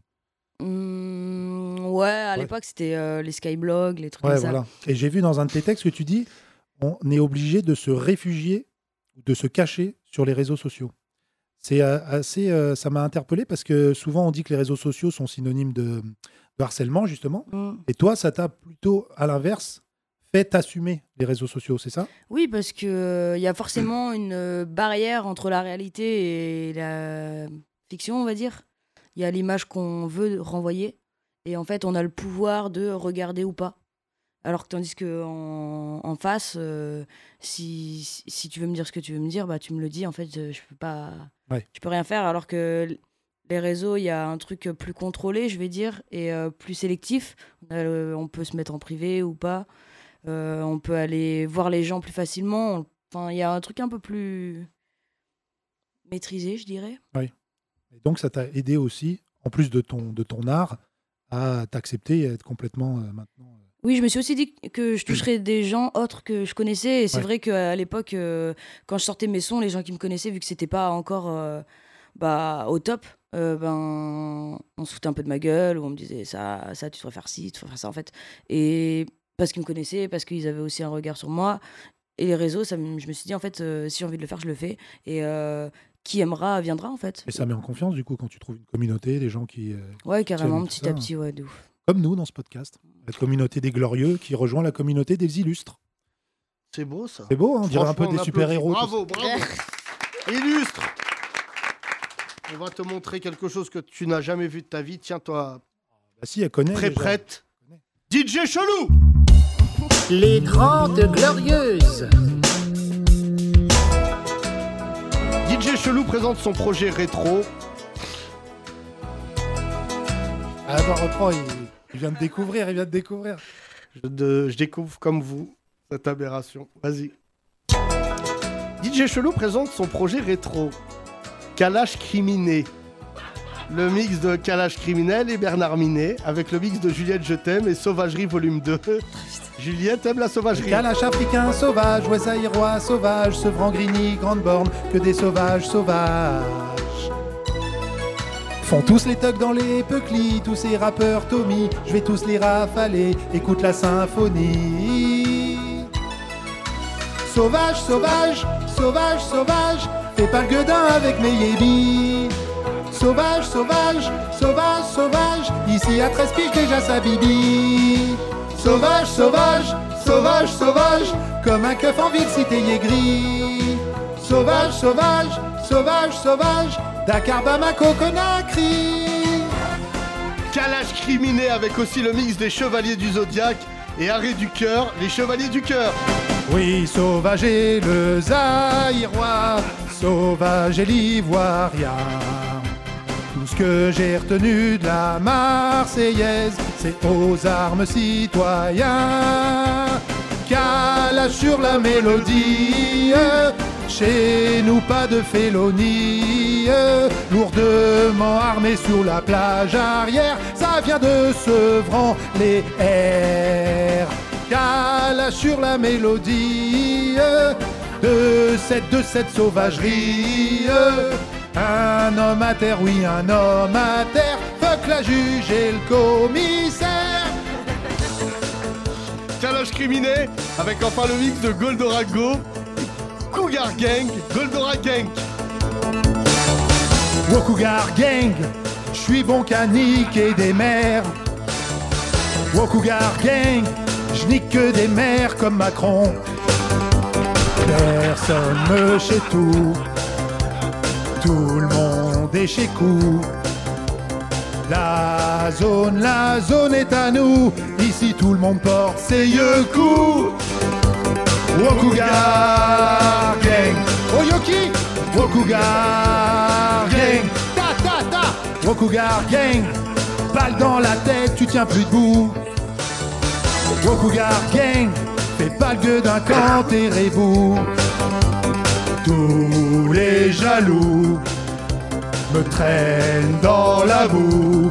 Speaker 18: Hum, ouais, à l'époque, c'était euh, les skyblogs, les trucs
Speaker 4: Ouais,
Speaker 18: comme ça.
Speaker 4: voilà. Et j'ai vu dans un de tes textes que tu dis on est obligé de se réfugier, de se cacher sur les réseaux sociaux. C'est euh, assez, euh, ça m'a interpellé parce que souvent on dit que les réseaux sociaux sont synonymes de, de harcèlement, justement.
Speaker 18: Mm.
Speaker 4: Et toi, ça t'a plutôt, à l'inverse, fait assumer les réseaux sociaux, c'est ça
Speaker 18: Oui, parce qu'il il y a forcément une euh, barrière entre la réalité et la fiction, on va dire. Il y a l'image qu'on veut renvoyer. Et en fait, on a le pouvoir de regarder ou pas. Alors que tandis que en, en face, euh, si, si- si tu veux me dire ce que tu veux me dire, bah tu me le dis. En fait, euh, je peux pas,
Speaker 4: Ouais.
Speaker 18: je peux rien faire. Alors que l- les réseaux, il y a un truc euh, plus contrôlé, je vais dire, et euh, plus sélectif. On, a le- on peut se mettre en privé ou pas. Euh, on peut aller voir les gens plus facilement. Enfin, il y a un truc un peu plus maîtrisé, je dirais.
Speaker 4: Oui. Et donc, ça t'a aidé aussi, en plus de ton, de ton art, à t'accepter et à être complètement euh, maintenant.
Speaker 18: Oui, je me suis aussi dit que je toucherais des gens autres que je connaissais. Et c'est
Speaker 4: Ouais.
Speaker 18: vrai qu'à l'époque, euh, quand je sortais mes sons, les gens qui me connaissaient, vu que c'était pas encore euh, bah, au top, euh, ben, on se foutait un peu de ma gueule, ou on me disait ça, ça, tu devrais faire ci, tu devrais faire ça, en fait. Et parce qu'ils me connaissaient, parce qu'ils avaient aussi un regard sur moi. Et les réseaux, ça, me- je me suis dit, en fait, euh, si j'ai envie de le faire, je le fais. Et euh, qui aimera, viendra, en fait.
Speaker 4: Et ça met en confiance, du coup, quand tu trouves une communauté, des gens qui. euh,
Speaker 18: Ouais,
Speaker 4: qui
Speaker 18: carrément,
Speaker 4: tiennent tout
Speaker 18: petit
Speaker 4: ça. hein.
Speaker 18: à petit, ouais, de ouf.
Speaker 4: Comme nous dans ce podcast. La communauté des glorieux qui rejoint la communauté des illustres.
Speaker 3: C'est beau ça.
Speaker 4: C'est beau, hein, on dirait un peu
Speaker 3: Franchement,
Speaker 4: des
Speaker 3: on applaudit.
Speaker 4: super-héros,
Speaker 3: Bravo,
Speaker 4: tout
Speaker 18: [laughs]
Speaker 3: bravo. Illustre. On va te montrer quelque chose que tu n'as jamais vu de ta vie. Tiens-toi
Speaker 4: Bah si, elle connaît.
Speaker 3: très
Speaker 4: déjà.
Speaker 3: prête. DJ Chelou
Speaker 1: Les Grandes Glorieuses.
Speaker 3: DJ Chelou présente son projet rétro.
Speaker 4: Ah bah reprends, il, il vient de découvrir, il vient de découvrir.
Speaker 3: Je, de- je découvre comme vous cette aberration. Vas-y. DJ Chelou présente son projet rétro. Kalash Criminé. Le mix de Kalash Criminel et Bernard Minet avec le mix de Juliette Je t'aime et Sauvagerie volume 2. Juliette aime la sauvagerie.
Speaker 4: Kalash africain sauvage, Ouessaïrois sauvage, Sevran-Grigny, Grande Borne, que des sauvages sauvages. Font tous les tugs dans les peuclis, tous ces rappeurs Tommy, je vais tous les rafaler, écoute la symphonie. Sauvage, sauvage, sauvage, sauvage, fais pas le gueudin avec mes yébis. Sauvage, sauvage, sauvage, sauvage, ici à 13 piges déjà sa bibi. Sauvage, sauvage, sauvage, sauvage, comme un keuf en ville si t'es gris. Sauvage, sauvage, sauvage, sauvage, Dakar, Bamako, Conakry.
Speaker 3: Kalash Criminé avec aussi le mix des Chevaliers du Zodiaque et Arrêt du Cœur, les Chevaliers du Cœur.
Speaker 4: Oui, sauvage est le zaïrois, sauvage est l'ivoirien. Tout ce que j'ai retenu de la Marseillaise, c'est aux armes citoyens. Calage sur la mélodie, chez nous pas de félonie. Lourdement armés sur la plage arrière, ça vient de Sevran, les airs. Cala sur la mélodie euh, de cette, de cette sauvagerie. euh. Un homme à terre, oui, un homme à terre. Fuck la juge et le commissaire.
Speaker 3: Challenge criminé avec enfin le mix de Goldorak Go, Cougar Gang, Goldorak Gang.
Speaker 4: Wokugar Gang, je suis bon qu'à niquer des mères. Wokugar Gang, je nique que des mères comme Macron. Personne me chez tout, tout le monde est chez coup. La zone, la zone est à nous, ici tout le monde porte ses yeux coups. Wokugar Gang, Oyoki, Wokugar Gang, ta ta ta, Wokugar Gang, balle dans la tête, tu tiens plus debout. Wokugar Gang, fais pas le gueux d'un camp, t'es rebou. Tous les jaloux me traînent dans la boue.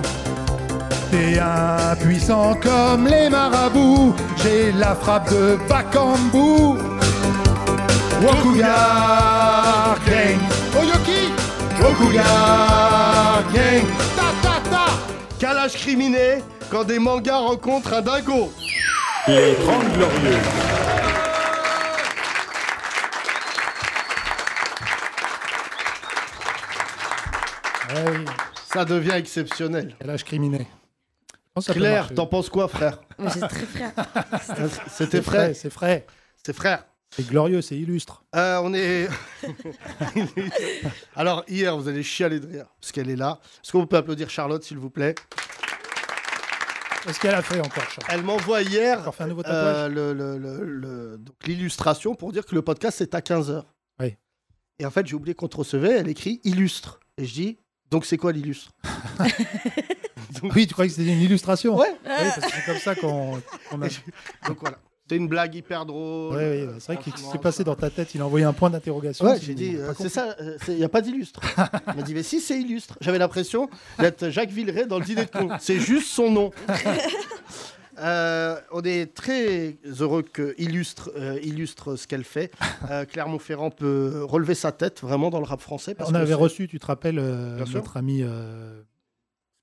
Speaker 4: T'es impuissant comme les marabouts, j'ai la frappe de Bakambu. Wokugar Gang,
Speaker 1: Oh,
Speaker 4: Oyoki,
Speaker 3: Cougar Gang, ta ta ta. Calage criminé quand des mangas rencontrent un dingo.
Speaker 19: Les 30 Glorieux.
Speaker 3: Ça devient exceptionnel. Eh
Speaker 4: Calage criminé. pense que ça peut
Speaker 3: Claire,
Speaker 4: marcher.
Speaker 3: t'en penses quoi, frère
Speaker 4: Ouais, c'est
Speaker 1: [laughs]
Speaker 4: très frère.
Speaker 3: [laughs] C'était
Speaker 4: C'est
Speaker 3: frère.
Speaker 4: frais, c'est frais.
Speaker 3: C'est frère.
Speaker 4: C'est glorieux, c'est illustre.
Speaker 3: Euh, on est. [laughs] Alors, hier, vous allez chialer de rire, parce qu'elle est là. Est-ce qu'on peut applaudir Charlotte, s'il vous plaît
Speaker 4: Qu'est-ce qu'elle a fait encore, Charles
Speaker 3: Elle m'envoie hier euh,
Speaker 4: tatouage
Speaker 3: le- le- le- le- donc, l'illustration pour dire que le podcast est à 15h.
Speaker 4: Oui.
Speaker 3: Et en fait, j'ai oublié qu'on te recevait, elle écrit illustre. Et je dis, donc c'est quoi l'illustre
Speaker 4: [laughs] Oui, tu croyais que c'était une illustration
Speaker 3: Ouais.
Speaker 4: Oui, parce que c'est comme ça qu'on qu'on a.
Speaker 3: Donc voilà. C'est une blague hyper drôle.
Speaker 4: Ouais, ouais, bah, c'est vrai que ce qui
Speaker 3: Franchement,
Speaker 4: s'est passé dans ta tête, il a envoyé un point d'interrogation.
Speaker 3: Ouais,
Speaker 4: tu
Speaker 3: j'ai
Speaker 4: dis,
Speaker 3: dit,
Speaker 4: on a
Speaker 3: euh,
Speaker 4: pas
Speaker 3: c'est ça, il n'y a pas d'illustre. Il m'a dit, mais si, c'est illustre. J'avais l'impression d'être Jacques Villeray dans le dîner de con. C'est juste son nom. Euh, on est très heureux que Illustre euh, illustre ce qu'elle fait. Euh, Claire Monferrand peut relever sa tête vraiment dans le rap français. parce
Speaker 4: On
Speaker 3: que
Speaker 4: avait
Speaker 3: c'est-
Speaker 4: reçu, tu te rappelles, euh,
Speaker 3: Bien sûr.
Speaker 4: notre ami euh,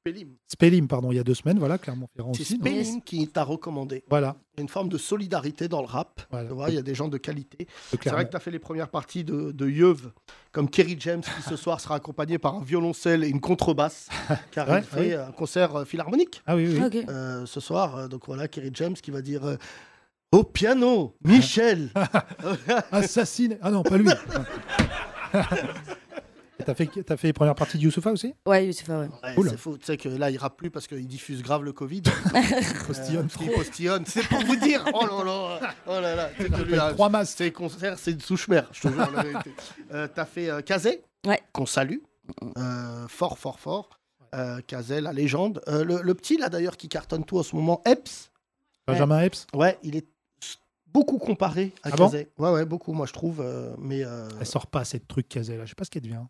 Speaker 3: Spellim.
Speaker 4: Spellim, pardon, il y a deux semaines, voilà, Clermont-Ferrand
Speaker 3: C'est
Speaker 4: aussi. donc-
Speaker 3: Spellim qui t'a recommandé.
Speaker 4: Voilà.
Speaker 3: Il y a une forme de solidarité dans le rap. Tu vois, il y a des gens de qualité. C'est
Speaker 4: clairement.
Speaker 3: vrai que tu as fait les premières parties de, de Yeuve, comme Kerry James, qui ce soir sera accompagné par un violoncelle et
Speaker 4: [laughs]
Speaker 3: une contrebasse, car
Speaker 4: Ouais,
Speaker 3: il fait
Speaker 4: ouais.
Speaker 3: un concert euh, philharmonique
Speaker 4: Ah oui, oui. oui.
Speaker 3: Euh, ce soir. euh, donc voilà, Kerry James qui va dire euh, Au piano,
Speaker 4: [laughs]
Speaker 3: Michel
Speaker 4: Assassiné Ah non, pas
Speaker 3: [laughs]
Speaker 4: lui Et T'as fait, t'as fait les premières parties de Youssoufa aussi
Speaker 18: Ouais, Youssoufa, ouais.
Speaker 3: Ouais,
Speaker 4: Cool.
Speaker 3: c'est fou. Tu sais que là, il rappe plus parce qu'il diffuse grave le Covid.
Speaker 4: Postillonne
Speaker 3: trop. Postillonne. C'est pour vous dire. Oh
Speaker 4: [laughs]
Speaker 3: là là. Oh là là. C'est
Speaker 4: rappelle trois masses.
Speaker 3: Ces concerts, c'est une souche-mère. Je te jure la vérité. Euh, T'as fait euh, Kazé Qu'on salue. Euh, fort, fort, fort. Euh, Kazé, la légende. Euh, le, le petit, là, d'ailleurs, qui cartonne tout en ce moment, Epps.
Speaker 4: Benjamin Epps
Speaker 3: Ouais, il est beaucoup comparé à
Speaker 4: Ah bon
Speaker 3: Kazé. ouais, ouais, beaucoup, moi, je trouve. euh, mais euh,
Speaker 4: Elle sort pas assez de trucs Cazel, là. Je sais pas ce qu'elle devient.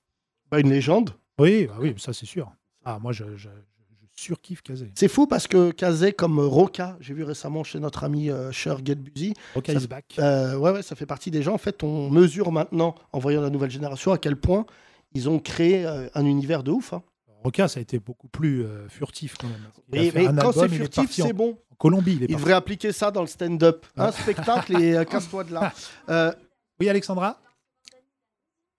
Speaker 3: bah, une légende.
Speaker 4: Oui, bah oui, ça c'est sûr. Ah, moi je, je, je surkiffe Cazel.
Speaker 3: C'est fou parce que Kazé, comme euh, Roca, j'ai vu récemment chez notre ami euh, Cher Getbuzi.
Speaker 4: Roca
Speaker 3: ça-
Speaker 4: is back.
Speaker 3: euh, ouais, ouais, ça fait partie des gens. En fait, on mesure maintenant, en voyant la nouvelle génération, à quel point ils ont créé euh, un univers de ouf. hein.
Speaker 4: Roca, ça a été beaucoup plus euh, furtif quand même. Il a
Speaker 3: Mais,
Speaker 4: fait
Speaker 3: mais
Speaker 4: un
Speaker 3: quand c'est
Speaker 4: album, il est
Speaker 3: furtif,
Speaker 4: parti en-
Speaker 3: c'est bon.
Speaker 4: En Colombie, il est
Speaker 3: Ils
Speaker 4: parti.
Speaker 3: devraient appliquer ça dans le stand-up. Un spectacle et
Speaker 4: [laughs]
Speaker 3: euh, casse-toi de là.
Speaker 4: Ah.
Speaker 3: Euh,
Speaker 4: Oui, Alexandra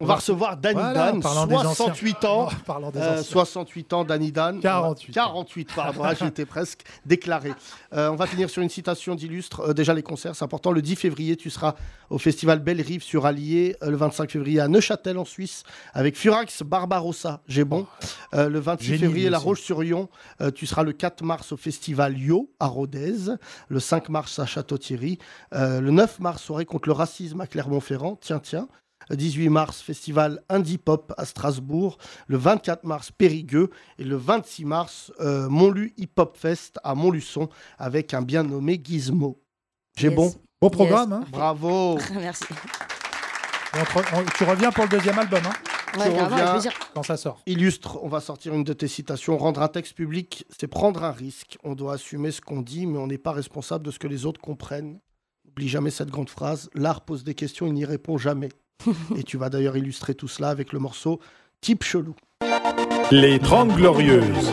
Speaker 3: On va recevoir Danny
Speaker 4: Voilà, en
Speaker 3: Dan,
Speaker 4: parlant des anciens.
Speaker 3: 68 ans.
Speaker 4: En parlant des
Speaker 3: Euh,
Speaker 4: anciens.
Speaker 3: 68 ans, Danny Dan. 48. 48, pardon, ah,
Speaker 4: [laughs]
Speaker 3: j'étais presque déclaré. Euh, on va finir sur une citation d'illustre. Euh, déjà, les concerts, c'est important. Le 10 février, tu seras au festival Belle Rive sur Allier. Euh, le 25 février, à Neuchâtel, en Suisse, avec Furax Barbarossa. J'ai bon.
Speaker 4: Oh,
Speaker 3: Euh, le 26
Speaker 4: Génie,
Speaker 3: février,
Speaker 4: lui
Speaker 3: La
Speaker 4: aussi.
Speaker 3: Roche-sur-Yon. Euh, tu seras le 4 mars au festival Yo, à Rodez. Le 5 mars, à Château-Thierry. Euh, le 9 mars, soirée contre le racisme à Clermont-Ferrand. Tiens, tiens. 18 mars, festival Indie Pop à Strasbourg. Le 24 mars, Périgueux. Et le 26 mars, euh, Montlu Hip Hop Fest à Montluçon avec un bien nommé Gizmo. J'ai
Speaker 4: Yes.
Speaker 3: bon
Speaker 4: Beau programme, Yes. hein. [laughs]
Speaker 3: Bravo.
Speaker 18: [laughs] Merci.
Speaker 4: Et on te- on- tu reviens pour le deuxième album, hein
Speaker 3: Ouais, Tu grave, reviens. avec plaisir.
Speaker 4: Quand ça sort.
Speaker 3: Illustre, on va sortir une de tes citations. Rendre un texte public, c'est prendre un risque. On doit assumer ce qu'on dit, mais on n'est pas responsable de ce que les autres comprennent. N'oublie jamais cette grande phrase. L'art pose des questions, il n'y répond [laughs] jamais. Et tu vas d'ailleurs illustrer tout cela avec le morceau Type chelou.
Speaker 19: Les 30 Glorieuses.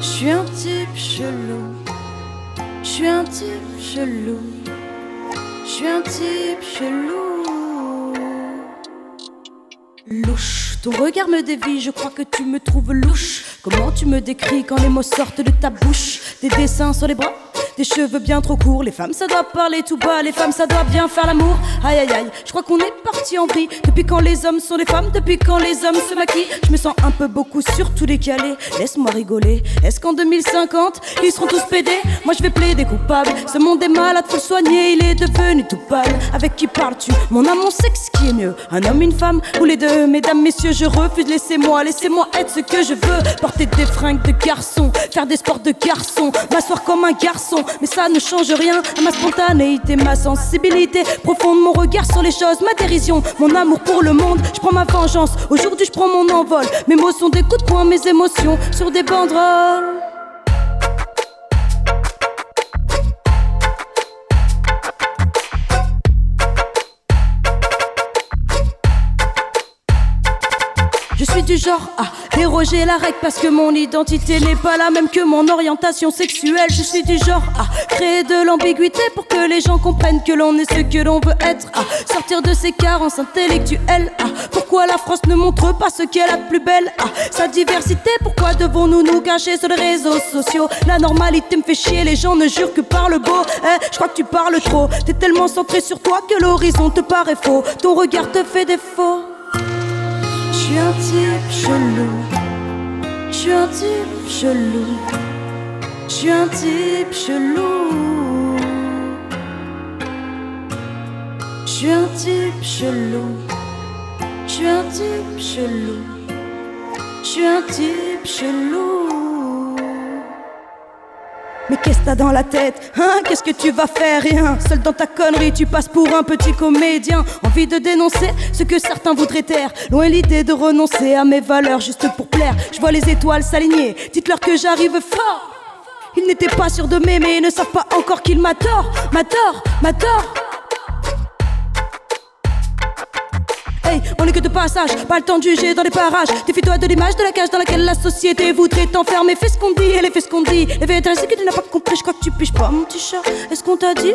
Speaker 20: Je suis un type chelou. Je suis un type chelou. Je suis un type chelou. Louche, ton regard me dévie, je crois que tu me trouves louche. Comment tu me décris quand les mots sortent de ta bouche Des dessins sur les bras, des cheveux bien trop courts. Les femmes, ça doit parler tout bas, les femmes, ça doit bien faire l'amour. Aïe aïe aïe, je crois qu'on est parti en vrille. Depuis quand les hommes sont des femmes, depuis quand les hommes se maquillent, je me sens un peu beaucoup surtout décalé. Laisse-moi rigoler, est-ce qu'en 2050 ils seront tous pédés Moi je vais plaider coupable, ce monde est malade, faut le soigner, il est devenu tout pâle. Avec qui parles-tu Mon âme, mon sexe, qui est mieux Un homme, une femme, ou les deux Mesdames, messieurs, je refuse, laissez-moi, laissez-moi être ce que je veux. Porter des fringues de garçon, faire des sports de garçon, m'asseoir comme un garçon, mais ça ne change rien à ma spontanéité, ma sensibilité profonde, mon regard sur les choses, ma dérision, mon amour pour le monde. Je prends ma vengeance, aujourd'hui je prends mon envol. Mes mots sont des coups de poing, mes émotions sur des banderoles. Je suis suis du genre à déroger la règle parce que mon identité n'est pas la même que mon orientation sexuelle. Je suis du genre à créer de l'ambiguïté pour que les gens comprennent que l'on est ce que l'on veut être. À sortir de ses carences intellectuelles. À pourquoi la France ne montre pas ce qu'elle a de plus belle à Sa diversité, pourquoi devons-nous nous cacher sur les réseaux sociaux La normalité me fait chier, les gens ne jurent que par le beau. Eh, je crois que tu parles trop. T'es tellement centré sur toi que l'horizon te paraît faux. Ton regard te fait défaut. Je suis un type chelou. Je suis un type chelou. Je suis un type chelou. Je suis un type chelou. Je suis un type chelou. Je suis un type chelou. Mais qu'est-ce que t'as dans la tête Hein Qu'est-ce que tu vas faire Rien. Seul dans ta connerie, tu passes pour un petit comédien. Envie de dénoncer ce que certains voudraient taire. Loin l'idée de renoncer à mes valeurs juste pour plaire. Je vois les étoiles s'aligner. Dites-leur que j'arrive fort. Ils n'étaient pas sûrs de m'aimer, ils ne savent pas encore qu'ils m'adorent. M'adorent, m'adorent. Hey, on est que de passage, pas le temps de juger dans les parages. Défie-toi de l'image de la cage dans laquelle la société voudrait t'enfermer. Fais ce qu'on dit, elle fait ce qu'on dit. Les véritables, c'est que tu n'as pas compris, je crois que tu piges pas, mon petit chat. Est-ce qu'on t'a dit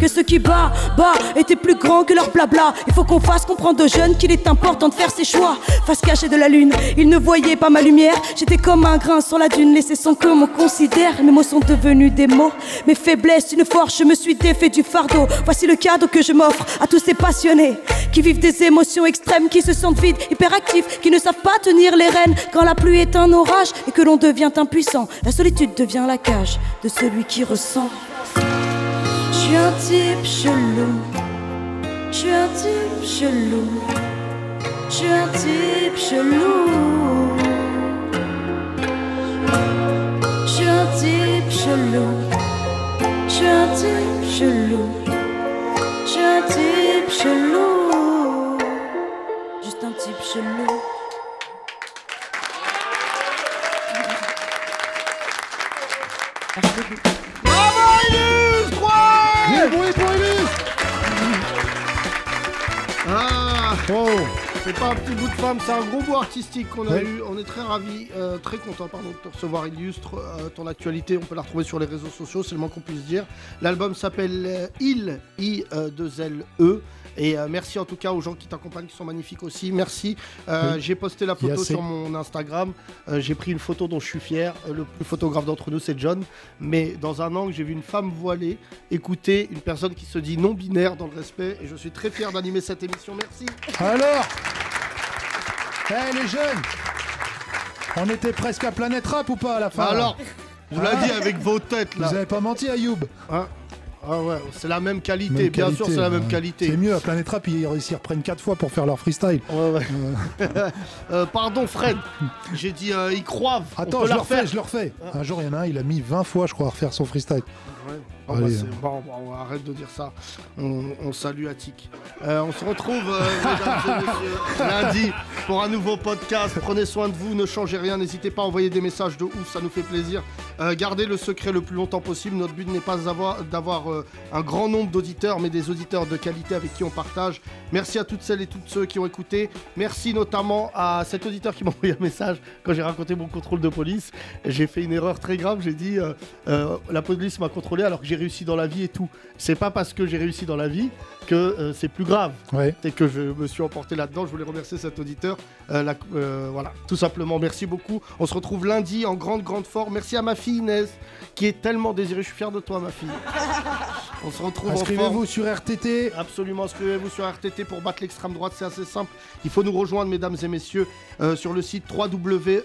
Speaker 20: que ceux qui bat, bat étaient plus grands que leur blabla. Il faut qu'on fasse comprendre aux jeunes qu'il est important de faire ses choix. Face cachée de la lune, ils ne voyaient pas ma lumière. J'étais comme un grain sur la dune, laissé sans que m'on considère. Mes mots sont devenus des mots, mes faiblesses, une force. Je me suis défait du fardeau. Voici le cadeau que je m'offre à tous ces passionnés qui vivent des émotions extrêmes, qui se sentent vides, hyperactifs, qui ne savent pas tenir les rênes quand la pluie est un orage et que l'on devient impuissant. La solitude devient la cage de celui qui ressent. Je suis un type chelou. Je suis un type chelou. Je suis un type chelou. Je suis un type chelou. Je suis un type chelou. Je suis un type chelou. Juste un type chelou.
Speaker 3: Bravo Illustre Ouais bruit pour Illustre Ah C'est pas un petit bout de femme, c'est un gros bout artistique qu'on a
Speaker 4: Ouais.
Speaker 3: eu. On est très ravis, euh, très contents pardon, de te recevoir Illustre. Euh, ton actualité, on peut la retrouver sur les réseaux sociaux, c'est le moins qu'on puisse dire. L'album s'appelle euh, Il, E, I-2-L-E. Et euh, merci en tout cas aux gens qui t'accompagnent, qui sont magnifiques aussi. Merci. Euh,
Speaker 4: Oui.
Speaker 3: J'ai posté la photo
Speaker 4: Yassé.
Speaker 3: sur mon Instagram. Euh, j'ai pris une photo dont je suis fier. Euh, le plus photographe d'entre nous, c'est John. Mais dans un angle, j'ai vu une femme voilée écouter une personne qui se dit non-binaire dans le respect. Et je suis très fier d'animer cette émission. Merci.
Speaker 4: Alors Eh les jeunes On était presque à Planète Rap ou pas à la fin
Speaker 3: Bah
Speaker 4: là
Speaker 3: alors, je vous l'ai
Speaker 4: Ah.
Speaker 3: dit avec vos têtes là.
Speaker 4: Vous avez pas menti à Youb
Speaker 3: Ah ouais, c'est la même qualité,
Speaker 4: Même
Speaker 3: bien sûr,
Speaker 4: qualité,
Speaker 3: c'est la même
Speaker 4: ouais.
Speaker 3: qualité.
Speaker 4: C'est mieux, à Planète Rap, ils, ils s'y reprennent 4 fois pour faire leur freestyle.
Speaker 3: [laughs] Euh, pardon Fred, j'ai dit euh, ils croient. on
Speaker 4: Attends,
Speaker 3: peut
Speaker 4: je
Speaker 3: la
Speaker 4: le refais,
Speaker 3: refaire.
Speaker 4: je le refais.
Speaker 3: Ah.
Speaker 4: Un jour, il y en a un, il a mis 20 fois, je crois, à refaire son freestyle.
Speaker 3: Ouais. Bon, bah,
Speaker 4: Allez.
Speaker 3: c'est- bon, bon, on arrête de dire ça. On, on salue Attic. Euh, on se retrouve euh, mesdames et messieurs, lundi pour un nouveau podcast. Prenez soin de vous, ne changez rien, n'hésitez pas à envoyer des messages de ouf, ça nous fait plaisir. Euh, gardez le secret le plus longtemps possible. Notre but n'est pas d'avoir- d'avoir euh, un grand nombre d'auditeurs, mais des auditeurs de qualité avec qui on partage. Merci à toutes celles et tous ceux qui ont écouté. Merci notamment à cet auditeur qui m'a envoyé un message quand j'ai raconté mon contrôle de police. J'ai fait une erreur très grave. J'ai dit euh, euh, la police m'a contrôlé alors que j'ai réussi dans la vie et tout. C'est pas parce que j'ai réussi dans la vie que euh, c'est plus grave.
Speaker 4: Ouais.
Speaker 3: C'est que je me suis emporté là-dedans. Je voulais remercier cet auditeur. Euh, la- euh, voilà, tout simplement. Merci beaucoup. On se retrouve lundi en grande, grande forme. Merci à ma fille Inès qui est tellement désirée. Je suis fier de toi, ma
Speaker 4: [laughs]
Speaker 3: fille. On se retrouve en forme.
Speaker 4: Inscrivez-vous sur RTT.
Speaker 3: Absolument, inscrivez-vous sur RTT pour battre l'extrême droite, c'est assez simple. Il faut nous rejoindre, mesdames et messieurs, euh, sur le site www,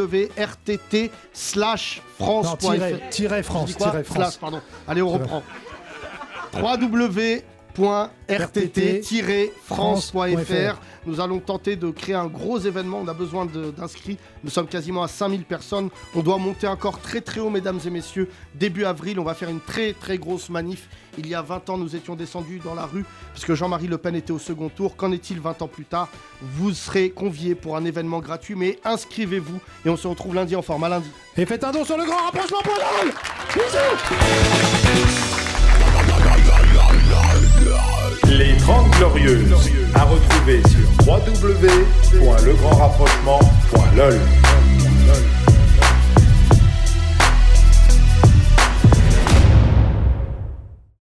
Speaker 3: www.rtt slash
Speaker 4: Non,
Speaker 3: France.
Speaker 4: tiret, tiret France, tiret France.
Speaker 3: pardon. Allez, on reprend. www.rtt-france.fr Nous allons tenter de créer un gros événement. On a besoin de- d'inscrits. Nous sommes quasiment à 5000 personnes. On doit monter encore très très haut, mesdames et messieurs. Début avril, on va faire une très très grosse manif. Il y a 20 ans, nous étions descendus dans la rue puisque Jean-Marie Le Pen était au second tour. Qu'en est-il 20 ans plus tard Vous serez conviés pour un événement gratuit, mais inscrivez-vous et on se retrouve lundi en forme. À lundi.
Speaker 4: Et faites un don sur le grand rapprochement pour la
Speaker 19: Les 30 Glorieuses. À retrouver sur www.le
Speaker 4: legrandrapprochement.lol.